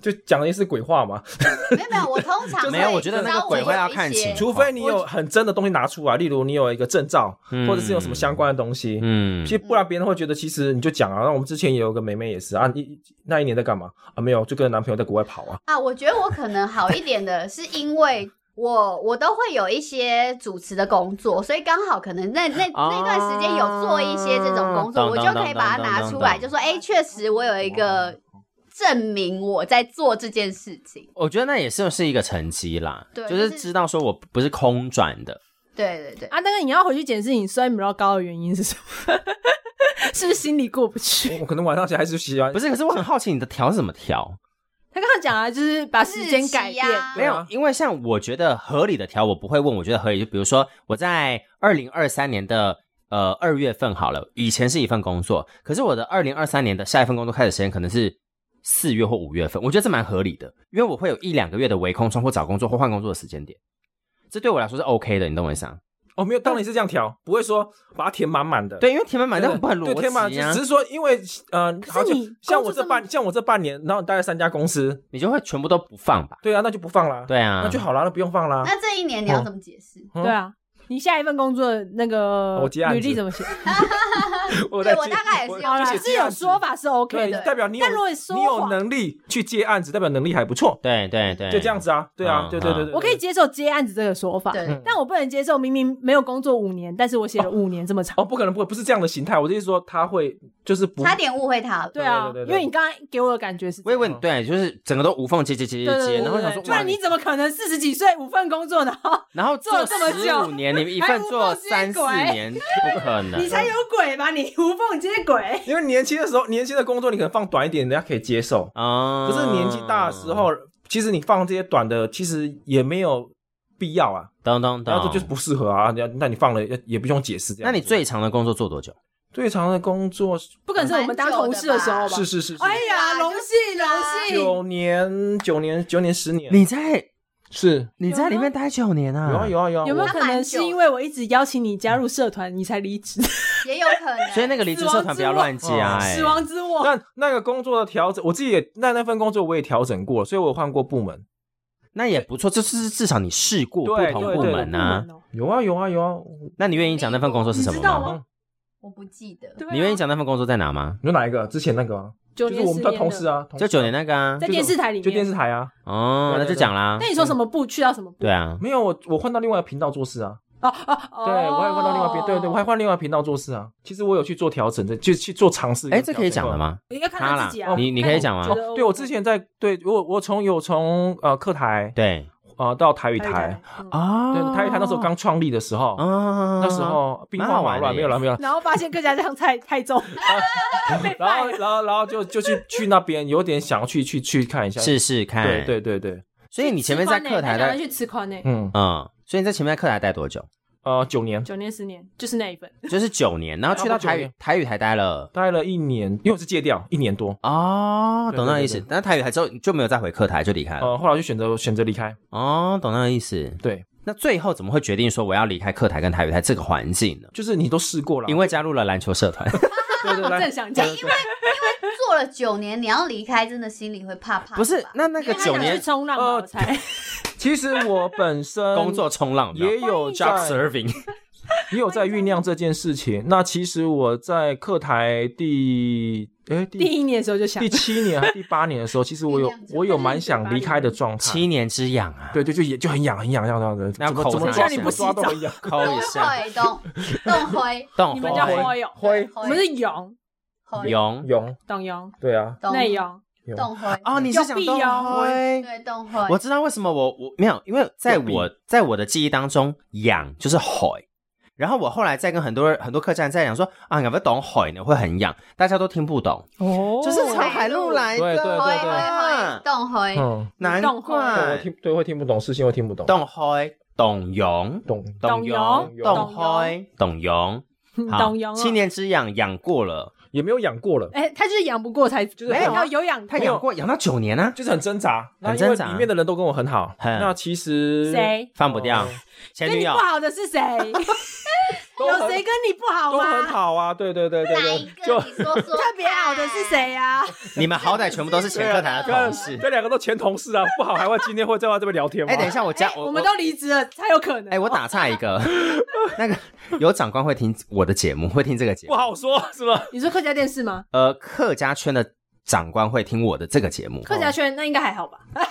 S1: 就讲的也是鬼话嘛，
S4: 没有没有，我通常会
S2: 没有我觉得那个
S4: 稍微
S2: 鬼会要
S4: 有一
S2: 看
S4: 些
S2: 清楚
S1: 除非你有很真的东西拿出来，例如你有一个证照，
S2: 嗯
S1: 或者是有什么相关的东西。
S2: 嗯
S1: 其，实不然，别人会觉得其实你就讲啊。那我们之前也有个妹妹也是啊，你那一年在干嘛啊？没有，就跟男朋友在国外跑啊。
S4: 啊，我觉得我可能好一点的是因为。我我都会有一些主持的工作，所以刚好可能那那、那段时间有做一些这种工作，
S2: 啊
S4: 我就可以把它拿出来，
S2: 懂懂懂懂懂
S4: 就说哎，确实我有一个证明我在做这件事情。
S2: 我觉得那也是是一个成绩啦，
S4: 对
S2: 就
S4: 就是是
S2: 知道说我不是空转的，
S4: 对对对，
S3: 啊，但是你要回去检视你摔比较高的原因是什么， 是不是心里过不去？
S1: 我我可能晚上还是喜欢
S2: 不，是。可是我很好奇你的调是怎么调？
S4: 嗯
S3: 他刚刚讲啊，就是把时间改变
S4: 日期，啊
S2: 没有，因为像我觉得合理的调，我不会问。我觉得合理，就比如说我在二零二三年的呃二月份好了，以前是一份工作，可是我的二零二三年的下一份工作开始时间可能是四月或五月份，我觉得这蛮合理的，因为我会有一两个月的围空窗或找工作或换工作的时间点，这对我来说是 OK 的，你懂我意思啊？
S1: 哦，没有，当然是这样调，不会说把它填满满的。
S2: 对，因为填满满这很不很
S1: 对填
S2: 逻
S1: 满
S2: 辑啊
S1: 只，是说因为呃，好像
S3: 你工
S1: 像
S3: 作
S1: 我这
S3: 这么
S1: 半像我这半年，然后大概三家公司，
S2: 你就会全部都不放吧？
S1: 对啊，那就不放啦，
S2: 对啊，
S1: 那就好啦，那不用放啦。
S3: 嗯
S4: 那这一年你要怎么解释？
S1: 嗯
S3: 对啊。你下一份工作的那个
S1: 我接案子
S3: 履历怎么写？
S1: 我
S4: 对
S1: 在
S4: 我
S1: 接
S4: 大概也是
S1: 我
S4: 有
S3: 好
S1: 就
S3: 啦，
S1: 写
S3: 是
S1: 接
S3: 有
S1: 案子
S3: 说法是 OK
S1: 对，
S3: 的，
S1: 代表你有
S3: 但如果你说
S1: 你有
S3: 谎
S1: 能力去接案子，代表能力还不错，
S2: 对对对，
S1: 就这样。子啊，对啊
S2: 哎嗯，
S1: 对对对对，对
S3: 我可以接受接案子这个说法，
S4: 对，
S1: 嗯
S3: 但我不能接受明明没有工作五年，但是我写了五年这么长。
S1: 哦，不可能，不不是这样的形态，我的意思说他会就是不
S4: 差点误会他了。
S3: 对啊，
S1: 对对对对
S3: 因为你刚刚给我的感觉是这
S2: 我也
S3: 样，
S2: 问，对，就是整个都无缝接接接接
S3: 对对
S2: 接，
S3: 对
S2: 然后想说，
S3: 对不
S2: 哇，
S3: 然你怎么可能四十几岁五份工作呢？
S2: 然后
S3: 做这么
S2: 十
S3: 久
S2: 五年，你们一
S3: 还
S2: 份
S3: 无
S2: 做
S3: 缝接
S2: 三四
S3: 轨
S2: 年，不 可能。
S3: 你才有鬼吧？你无缝接轨，
S1: 因为年轻的时候，年轻的工作你可能放短一点，人家可以接受。
S2: 啊，
S1: 可是年纪大的时，候，其实你放这些短的，其实也没有必要啊。
S2: 当当
S1: 然
S2: 当，
S1: 后这就是不适合啊，你要那你放了也也不用解释这样
S2: 嗯那
S1: 子。
S2: 你最长的工作做多久？
S1: 最长的工作是
S3: 不可能是我们当同事的时候吧？
S1: 是是是是
S3: 哎
S4: 啊
S3: 呀，荣幸荣幸！
S1: 九年九年九年十年，
S2: 你在
S1: 是
S3: 啊
S2: 你在里面待九年
S1: 啊有
S2: 啊？
S1: 啊有啊有啊，
S3: 有没有
S1: 我
S3: 可能是因为我一直邀请你加入社团，你才离职？
S4: 也有可
S1: 啊
S4: 能。
S2: 所以那个离职社团不要乱加，哎
S3: 死，亡之握，
S1: 那那个工作的调整，我自己也那那份工作我也调整过，所以我有换过部门。
S2: 那也不错，这是至少你试过
S1: 对
S2: 不同
S1: 对
S2: 部
S1: 对
S2: 门啊。
S3: 哦
S1: 有啊有啊有啊，
S2: 那你愿意讲那份工作是什么
S3: 你知道
S2: 吗？
S3: 吗
S4: 我不记得。
S3: 对啊
S2: 你愿意讲那份工作在哪吗？
S1: 你说哪一个？之前那个吗？
S3: 九
S1: 就是
S3: 年
S1: 我
S3: 十
S1: 们
S3: 年
S1: 的
S3: 的
S1: 同事，啊，同事
S2: 就九年那个啊
S3: 在，电视台里面，
S1: 就电视。台啊，
S2: 哦，那
S1: 对对
S2: 就讲啦
S3: 那。你说什么部去到什么部？
S2: 对啊，
S1: 没有我我换到另外一个频道做事啊，
S3: 哦哦哦，
S1: 对我还换到另外一边，对对，我还换另外一个频道做事啊。其实我有去做调整的，就去做尝试。
S2: 哎，这可以讲的？吗？
S3: 你要看他自己啊
S1: 他啦。
S2: 你你可以讲吗
S3: 觉得
S1: 哦对我之前在对我我从有从呃客台
S2: 对
S1: 呃到台语
S3: 台语
S1: 台，哦
S3: 嗯
S2: 啊
S1: 对台语台那时候刚创立的时候，
S2: 啊
S1: 那时候兵荒马
S2: 蛮好玩
S1: 乱，
S2: 的
S1: 没有了没 有了。
S3: 然后发现各家这样太太重，
S1: 然
S3: 被拜
S1: 后，然后，然后就就去去那边，有点想要去去去看一下。，
S2: 试试看。
S1: 对对对对，
S2: 所以你前面在课台
S3: 赶快
S2: 待，
S3: 去吃宽呢，
S1: 嗯
S2: 嗯，所以你在前面在课台待 多久？
S1: 呃，九年
S3: 九年十年就是那一份，
S2: 就是九年，然后去到台
S1: 差不多九
S2: 语
S1: 年
S2: 台语台待了。
S1: 待了一年，因为我是戒掉一年多，
S2: 哦，
S1: 对
S2: 懂那个意
S1: 对
S2: 思
S1: 对。
S2: 但台语台之后就没有再回课台，就离开了。
S1: 呃，后来就选择选择离开。
S2: 哦，懂那个意思。
S1: 对，
S2: 那最后怎么会决定说我要离开课台跟台语台这个环境呢？
S1: 就是你都试过了，
S2: 因为加入了篮 球社团。
S1: 对 对
S3: 正
S1: 对，
S3: 想讲，
S4: 做了九年，你要离开，真的心里会怕怕。
S2: 不是，那那个九
S3: 因为他想
S2: 年
S3: 去冲浪嘛，
S1: 呃
S3: 我猜。
S1: 其实我本身
S2: 工作冲浪有没有
S1: 也有
S2: job
S1: 在
S2: serving，
S1: 也有在酝酿这件事情。那其实我在课台第哎
S3: 第
S1: 第
S3: 一年的时候就 想
S1: 第，七年还是第八年的时候，其实我 有
S4: 酝酿着
S1: 我有蛮想离开的状态
S2: 七。年之痒啊，
S1: 对对，就也就很痒很痒，痒痒的，
S2: 那
S1: 怎么
S2: 口
S1: 怎么
S2: 才
S1: 抓
S2: 像
S1: 怎
S2: 你不
S1: 么
S3: 洗
S1: 抓都
S3: 澡
S1: 很痒。
S2: 抠
S4: 东
S2: 一 下，
S4: 会东东辉
S2: 动
S3: 你们叫
S1: 灰
S3: 花友，
S1: 灰
S3: 哦我们是泳，
S4: 灰
S2: 勇
S1: 勇，
S3: 懂泳，
S1: 对啊，
S4: 东
S3: 内泳，
S1: 勇
S4: 东辉
S2: 哦，你
S3: 有
S2: 是想
S3: 必
S2: 动哦
S3: 要
S2: 灰？
S4: 对东辉，
S2: 哎我知道为什么我我没有，因为在
S1: 有病
S2: 我在我的记忆当中，痒就是海，然后我后来再跟很多人很多客栈在讲说啊，你不懂海呢会很痒，大家都听不懂，
S3: 哦
S2: 就是从海陆来的，
S1: 对对
S4: 回回回，动
S2: 哎
S4: 回，
S1: 嗯，
S2: 难
S3: 懂
S1: 对我
S2: 怪
S1: 听对会听不懂，事情会听不懂，
S2: 董海、董永、
S1: 懂
S3: 董
S2: 永、
S1: 永
S2: 董海、董 永。好
S3: 懂羊
S2: 七年之痒养过了，
S1: 也没有养过了，
S3: 哎、他就是养不过才，就是
S2: 没有啊
S3: 要有养
S2: 他
S1: 没有
S2: 养过养到九年啊，
S1: 就是很挣扎。那
S2: 很
S1: 因为
S2: 挣扎
S1: 里面的人都跟我很好，
S2: 嗯
S1: 那其实
S3: 谁？
S2: 放不
S1: 哦
S2: 掉前
S3: 跟
S2: 女
S3: 你
S2: 友
S3: 不。好的是谁？
S1: 都
S3: 有
S1: 很
S3: 谁跟你不好
S1: 都很
S3: 吗？
S1: 好啊，对对对对
S4: 哪一
S1: 对，
S4: 个？
S1: 就
S4: 你说说，
S3: 特别好的是？谁呀、啊？
S2: 你们好歹全部都是前客台的同事。
S1: 这两个都前同事啊，不好还会今天会在这边聊天吗？
S2: 哎、等一下，我加、
S3: 我们都离职了才有可能。
S2: 哎、我打岔一 个，那个有长官会听我的节目， 会听这个节
S1: 不
S2: 目。
S1: 好说是吧？
S3: 你说客家电视吗？
S2: 呃，客家圈的长官会听我的这个节目，
S3: 客家圈那应该还好吧？
S2: 哦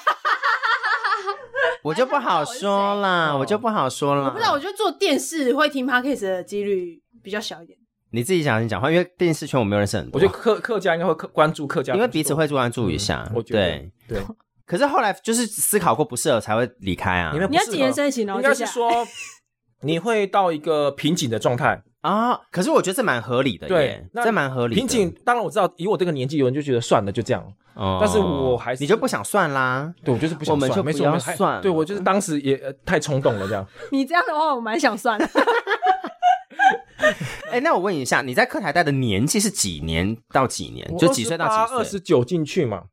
S2: 我就
S1: 哎
S2: 不好说啦，
S1: 哦
S2: 我就不好说啦。
S3: 不知道，我觉得做电视会听 podcast 的几率比较小一点。
S2: 你自己小心讲话，因为电视圈我没有认识很
S1: 我
S2: 多，
S1: 觉得客客家应该会客关注客家，嗯
S2: 因为彼此会注安注意一下。
S1: 我觉得
S2: 对，
S1: 对，
S2: 可是后来就是思考过不适合才会离开啊。
S1: 你们
S3: 你要谨言慎行哦，
S1: 应该
S3: 接
S1: 是
S3: 下来
S1: 说 你会到一个瓶颈的状态。
S2: 啊、可是我觉得这蛮合理的耶
S1: 对，那
S2: 这蛮合理的。
S1: 瓶颈，当然我知道，以我这个年纪，有人就觉得算了，就这样。
S2: 哦，
S1: 但是我还是
S2: 你就不想算啦。
S1: 对我就是不想
S2: 我们
S1: 算，
S2: 就
S1: 没
S2: 不
S1: 错，
S2: 要
S1: 没错还
S2: 算了
S1: 对我就是当时也呃太冲动了，这样。
S3: 你这样的话，我蛮想算的。
S2: 哎、那我问一下，你在客台待的年纪是几年到几年？就几岁到
S1: 二
S2: 几
S1: 十
S2: 岁？
S1: 九进去嘛，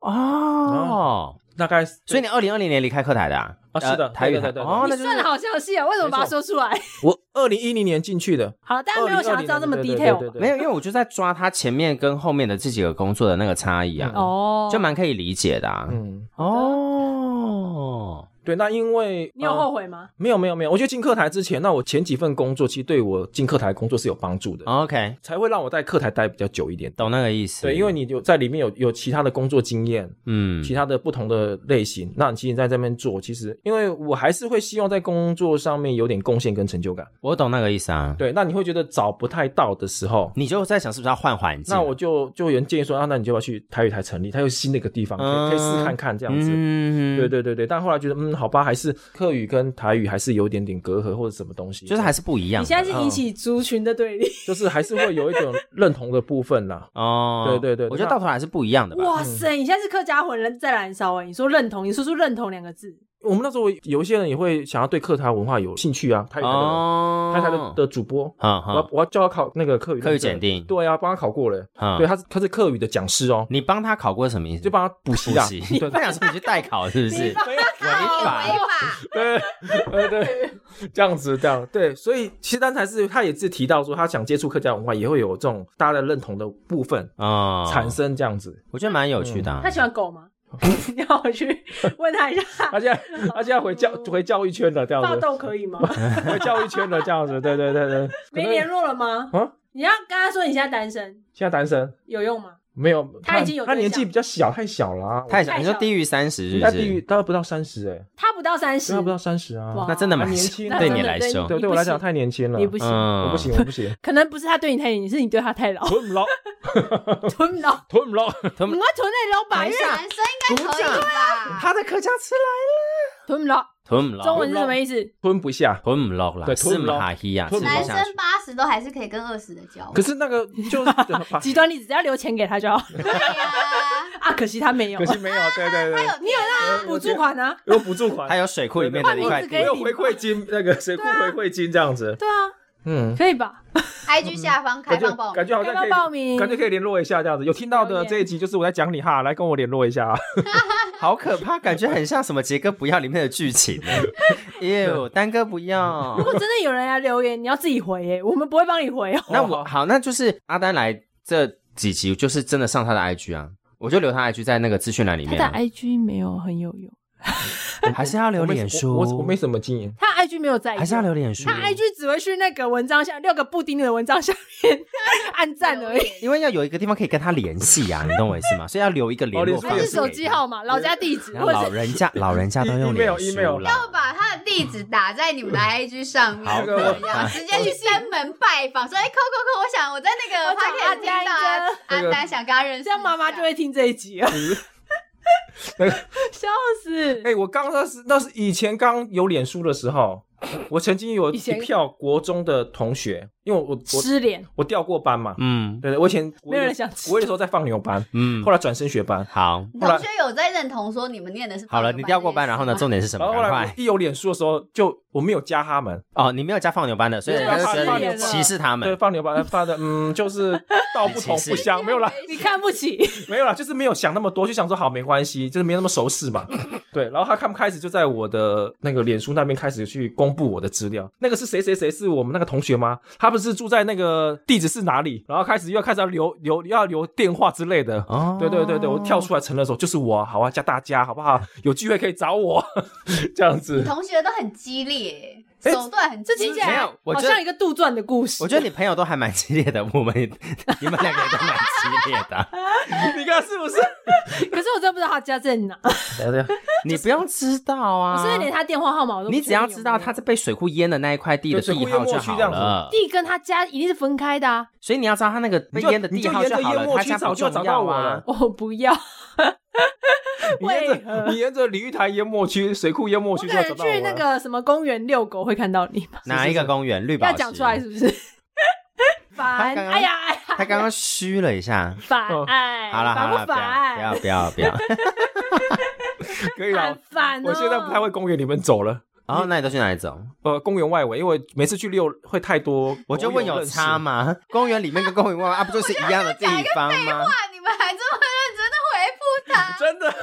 S2: 哦，
S1: 大概。
S2: 所以你二零二零年离开客台的啊？
S1: 啊是的
S2: 呃台语
S1: 对
S2: 台
S1: 对对对
S2: 哦，那就
S3: 你
S2: 是
S3: 算的好详细啊，为什么把它说出来？
S1: 我二零一零年进去的，
S3: 好了，大家没有想要知道这么
S1: 2020
S3: detail
S1: 对对对对对
S3: 吧
S1: 对
S2: 没有，因为我就在抓他前面跟后面的这几个工作的那个差异啊，
S3: 哦，
S2: 就蛮可以理解的啊。
S1: 嗯，
S2: 哦，
S1: 对，那因为
S3: 你有
S1: 呃
S3: 后悔吗？
S1: 没有没有没有，我觉得进课台之前，那我前几份工作其实对我进课台工作是有帮助的，
S2: 哦 OK，
S1: 才会让我在课台待比较久一点。
S2: 懂那个意思。
S1: 对，因为你有在里面有有其他的工作经验，
S2: 嗯，
S1: 其他的不同的类型，那你其实在这边做，其实因为我还是会希望在工作上面有点贡献跟成就感。
S2: 我懂那个意思啊。，
S1: 对，那你会觉得找不太到的时候，
S2: 你就在想嗯是不是要换环境？啊
S1: 那我就就有人建议说啊，那你就要去台语台成立，它有新的一个地方，可以可以试看看这样子。
S2: 嗯
S1: 对，对对对，但后来觉得嗯，好吧，还是客语跟台语还是有点点隔阂或者什么东西，
S2: 就是还是不一样的。
S3: 你现在是引起族群的对立。
S1: 就是还是会有一种认同的部分啦。
S2: 哦，
S1: 对对对
S2: 我觉得到头来还是不一样的吧。
S3: 哇塞，你现在是客家魂人在燃烧哎！你说认同，你说出认同两个字，
S1: 我们那时候有一些人也会想要对客台文化有兴趣啊，台语台的、
S2: 哦，
S1: 台台的的主播，
S2: 嗯
S1: 我要
S2: 哼，
S1: 我要叫他考那个客语
S2: 课余
S1: 认证
S2: 检定，
S1: 对啊，帮他考过了，
S2: 嗯
S1: 对，他是他是课语的讲师哦，
S2: 你帮他考过什么意思？
S1: 就帮他补习
S2: 补
S1: 啊，
S2: 习， 我想说你去代考是不是？
S4: 违法违法，
S1: 对， 对对，这样子这样对，所以其实刚才是他也是提到说，他想接触客家文化，也会有这种大家的认同的部分
S2: 哦，
S1: 产生这样子。
S2: 我觉得蛮有趣的
S1: 嗯
S2: 啊。
S3: 他喜欢狗吗？你要我去问他一 下，
S1: 他现在他现在回教回教育圈了，这
S3: 爆
S1: 样子
S3: 豆可以吗？
S1: 回教育圈了，这样子，对对对对，
S3: 没联络了吗？
S1: 啊，
S3: 你要跟他说你现在单身
S1: 现在单身
S3: 有用吗？
S1: 没有？
S3: 他已经有
S1: 他
S3: 对
S1: 年纪
S3: 象
S1: 比较小，太小了啊，
S2: 太
S1: 小，
S2: 小，你说低于三十是不
S1: 他
S2: 是？
S1: 低于他不到三十哎，
S3: 他不到三十
S1: 对，他不到三十啊
S3: 哇，
S2: 那真的蛮
S1: 还年轻
S3: 那
S2: 对
S3: 真
S2: 你
S3: 的
S2: 来说，
S1: 对
S3: 你
S1: 对我
S3: 不
S1: 来讲
S3: 行
S1: 太年轻了，
S3: 你不行，
S2: 嗯，
S1: 我不行，我不行，
S3: 可能不是他对你太严，是你对他太老，
S1: 我唔老，
S3: 吞不到，
S1: 我唔老，
S2: 嗯
S3: 你会吞得了吧？因为
S4: 男生应该可以 吧？
S2: 他的客家吃来
S3: 吞不了，
S2: 了，吞不落，
S3: 中文是什么意思？
S1: 吞不下。
S2: 吞不落啦，
S1: 对
S2: 吃
S1: 吞
S2: 不
S1: 不落
S2: 下去啊呀，吃
S1: 吞
S2: 不
S1: 不
S4: 男
S1: 落
S2: 下去
S4: 生。八十都还是可以跟二十的交往
S1: 可。是那个 就是把
S3: 极端例子，只要留钱给他就好
S4: 对呀，
S3: 啊！可惜他没有
S1: 可惜没有，对对对，
S4: 你有
S3: 补助款啊，
S1: 有补助款，
S2: 还有水库里面的一块
S3: 换名字
S2: 地
S3: 给
S1: 我有回馈金，那个水库
S3: 啊
S1: 回馈金这样子，
S3: 对啊，
S1: 嗯，
S3: 可以吧？
S4: IG 下方开
S1: 感觉
S4: 放报名
S1: 感，觉好像可
S3: 要
S1: 以
S3: 不要报名
S1: 感觉可以联络一下这样子。有听到
S3: 留
S1: 的
S3: 言
S1: 这一集就是我在讲你哈，来跟我联络一下啊。
S2: 好可怕，感觉很像什么杰哥不要里面的剧情。 耶，丹哥不要
S3: 如。果真的有人来留言，你要自己回耶，我们不会帮你回哦。
S2: 那我好，那就是阿丹来这几集，就是真的上他的 IG 啊，我就留他 IG 在那个资讯栏里面啊，
S3: IG 没有很有用，
S2: 还是要留脸书，
S1: 我我我没什么经验，
S3: 他 IG 没有在意，
S2: 还是要留脸书
S3: 他，IG 只会去那个文章下六个布丁的文章下面 按赞 而已。
S2: 因为要有一个地方可以跟他联系啊，你懂我意思吗？所以要留一个联络
S1: 哦
S2: 方
S3: 还
S2: 式
S3: 是
S1: 脸书
S2: 给
S3: 手机
S2: 他
S3: 号码、老家地址，
S2: 然后
S3: 或者
S2: 老
S3: 是
S2: 人家老人家都用
S1: email，
S2: 脸书
S1: email
S2: 啦，
S4: 把他的地址打在你们的 IG 上面，
S2: 好
S4: 怎么样直接去登门拜访，说哎，扣扣扣，我想我在那
S3: 我
S4: 个
S3: 找阿
S4: podcast 听
S3: 丹
S4: 到啊
S3: 哥
S4: 阿丹，想跟他认识一下，
S3: 这样妈妈就会听这一集啊，
S1: 那个
S3: 笑死！
S1: 哎、我刚那是那是以前刚有脸书的时候， 我曾经有一
S3: 以前
S1: 票国中的同学，因为我我我
S3: 失联，
S1: 我调过班嘛，
S2: 嗯
S1: 对对，我以前
S3: 没有人想知
S1: 我那时候在放牛班，
S2: 嗯
S1: 后，来转升学班，
S2: 好，
S4: 你
S1: 后来
S4: 同学有在认同说你们念的是
S2: 好了，
S4: 这
S2: 你
S4: 件
S2: 调过 班，然后呢？
S4: 事吗
S2: 重点是什
S1: 然
S2: 么？
S1: 后后
S2: 赶
S1: 来我
S2: 快
S1: 一有脸书的时候，就我没有加他们，
S2: 哦，你没有加放牛班的，所以
S1: 对
S2: 人家
S1: 放
S2: 觉
S1: 放
S2: 得
S1: 牛
S2: 你
S1: 班
S2: 歧视他
S1: 对，
S2: 们。
S1: 放牛班放的，嗯，就是道 不同
S2: 嗯你歧视
S1: 不相，没有啦，
S3: 你看不起，
S1: 没有啦，就是没有想那么多，就想说好没关系，就是没那么熟识 嘛。对，然后他他们开始就在我的那个脸书那边开始去公布我的资料，那个是谁谁谁是我们那个同学吗？他不是住在那个地址是哪里？然后开始又要开始要留留要留电话之类的。
S2: 哦
S1: 对对对对，我跳出来承认说就是我啊，好啊，加大家好不好？有机会可以找我 这样子
S4: 你。同学都很激烈，
S1: 哎
S4: 手段很激
S3: 这
S4: 烈
S3: 听起来
S2: 没有我
S3: 好
S2: 觉得
S3: 像一个杜撰的故事。
S2: 我觉得你朋友都还蛮激烈的，我们你们两个也都蛮激烈的。
S1: 你看是不是？
S3: 可是我真的不知道他家在哪，
S1: 对对，
S2: 你不用知道
S3: 我
S2: 啊，
S3: 甚至连他电话号码我都不
S2: 你
S3: 确
S2: 只要
S3: 定有
S2: 知道
S3: 没有
S2: 他是被水库淹的那一块地的
S1: 对水库
S2: 地号
S1: 淹没
S2: 就
S1: 区
S2: 好
S1: 这样子
S2: 了。
S3: 地跟他家一定是分开的啊！
S2: 所以你要知道他那个被
S1: 你就
S2: 淹的
S1: 你
S2: 地
S1: 就
S2: 号
S1: 沿着
S2: 好
S1: 淹
S2: 了，
S1: 没
S2: 他
S1: 区
S2: 家
S1: 早
S2: 不
S1: 就
S2: 重
S1: 找到
S2: 要
S1: 我
S2: 啊
S1: 了。
S3: 我不要，
S1: 你沿
S3: 为
S1: 着你沿着鲤鱼台淹没区、水库淹没
S3: 我
S1: 区
S3: 可
S1: 就要
S3: 能
S1: 找到
S3: 去
S1: 我啊
S3: 那
S1: 了。
S3: 个什么公园遛狗会看到你吗？
S2: 哪一个公园？绿宝
S3: 要
S2: 石。
S3: 讲出来是不 是？
S2: 他
S3: 烦，
S2: 刚刚
S3: 哎呀，哎呀
S2: 他刚刚虚了一下。
S3: 烦
S1: 哦，
S3: 哎，
S2: 好了好
S3: 烦
S2: 了，
S3: 不
S2: 不要
S3: 烦？
S2: 不要不要 不要。
S1: 可以啦
S3: 很，烦哦。
S1: 我现在不太会公园里面走了。
S2: 然哦后那你都去哪里走？
S1: 呃，公园外围，因为每次去遛会太多，
S2: 我就问有差？吗？公园里面跟公园外啊，不就是一样的地方吗？
S4: 哇，你们还这么认真的回复他？
S1: 真的，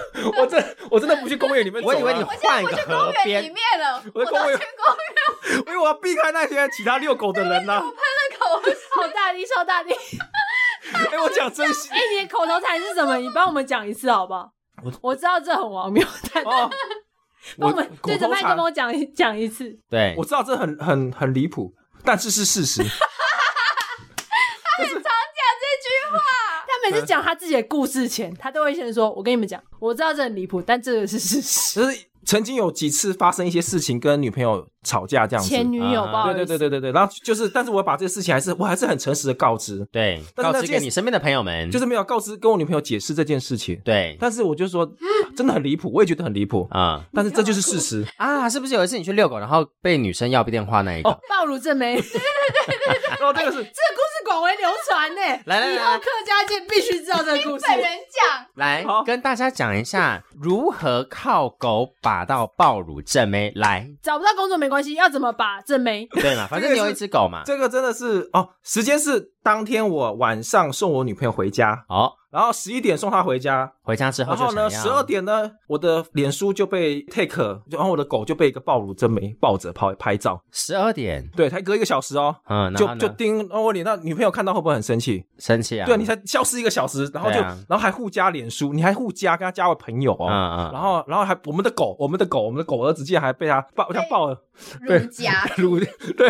S1: 我真我真的不去公园里面走、啊，
S2: 我以为你
S4: 我现在
S2: 换一
S4: 我
S2: 个
S4: 去
S2: 河
S4: 公园里
S2: 边，
S4: 面了，我
S1: 我
S4: 都
S1: 在
S4: 去公
S1: 公园
S4: 园
S1: 因为我要避开那些其他遛狗的人啊啦、
S4: 的口水。
S3: 好大力，超大力！
S1: 哎、我讲真心
S3: 哎，你的口头禅是什么？你帮我们讲一次好不好？
S1: 我
S3: 我知道这很荒谬，但
S1: 哦，
S3: 帮我们对
S1: 口
S3: 着
S1: 头
S3: 麦
S1: 禅
S3: 克风讲一讲一次。
S2: 对
S1: 我，知道这很很很离谱，但这是事实。
S3: 他每
S1: 嗯
S3: 次讲他自己的故事前，他都会先说：“我跟你们讲，我知道这很离谱，但这个是事实。
S1: 就是曾经有几次发生一些事情，跟女朋友吵架这”样子。
S3: 前女友
S2: 啊
S1: 对
S3: 吧，
S1: 对对对对对，然后就是，但是我把这个事情还是我还是很诚实的告知，
S2: 对，
S1: 但是那
S2: 告知给
S1: 件
S2: 你身边的朋友们，
S1: 就是没有告知跟我女朋友解释这件事情。
S2: 对
S1: 但是我就 说，真的很离谱，我也觉得很离谱，
S2: 啊
S1: 但是这就是事实。
S2: 啊，是不是有一次你去遛狗，然后被女生要电话那一
S1: 哦
S2: 个？
S3: 暴露正媒，这个故
S1: 然后这个是
S3: 事广为流传呢。
S2: 来
S1: 哎
S2: 来来
S3: 以后客家界必须知道这个故事。
S4: 本人讲，
S2: 来
S1: 好
S2: 跟大家讲一下如何靠狗把到爆乳正妹，来，
S3: 找不到工作没关系，要怎么把正媒？
S2: 对嘛？反正你有一只狗嘛。
S1: 这个真的是哦，时间是当天我晚上送我女朋友回家，
S2: 好，
S1: 然后十一点送她回家，
S2: 回家之后
S1: 然
S2: 就
S1: 后
S2: 想要
S1: 呢十二点呢，我的脸书就被 take，就然后我的狗就被一个暴乳真媒抱着拍拍照，
S2: 十二点，
S1: 对，才隔一个小时哦。
S2: 嗯，然后
S1: 就
S2: 呢
S1: 就盯哦，我脸，那女朋友看到会不会很生气？
S2: 生气啊？
S1: 对，你才消失一个小时，然后就，
S2: 对啊
S1: 然后还互加脸书，你还互加，跟他加为朋友哦。
S2: 嗯嗯
S1: 然后，然后还我们的狗，我们的狗，我们的狗儿子竟然还被他抱，他抱了对
S4: 儒家
S1: 乳，对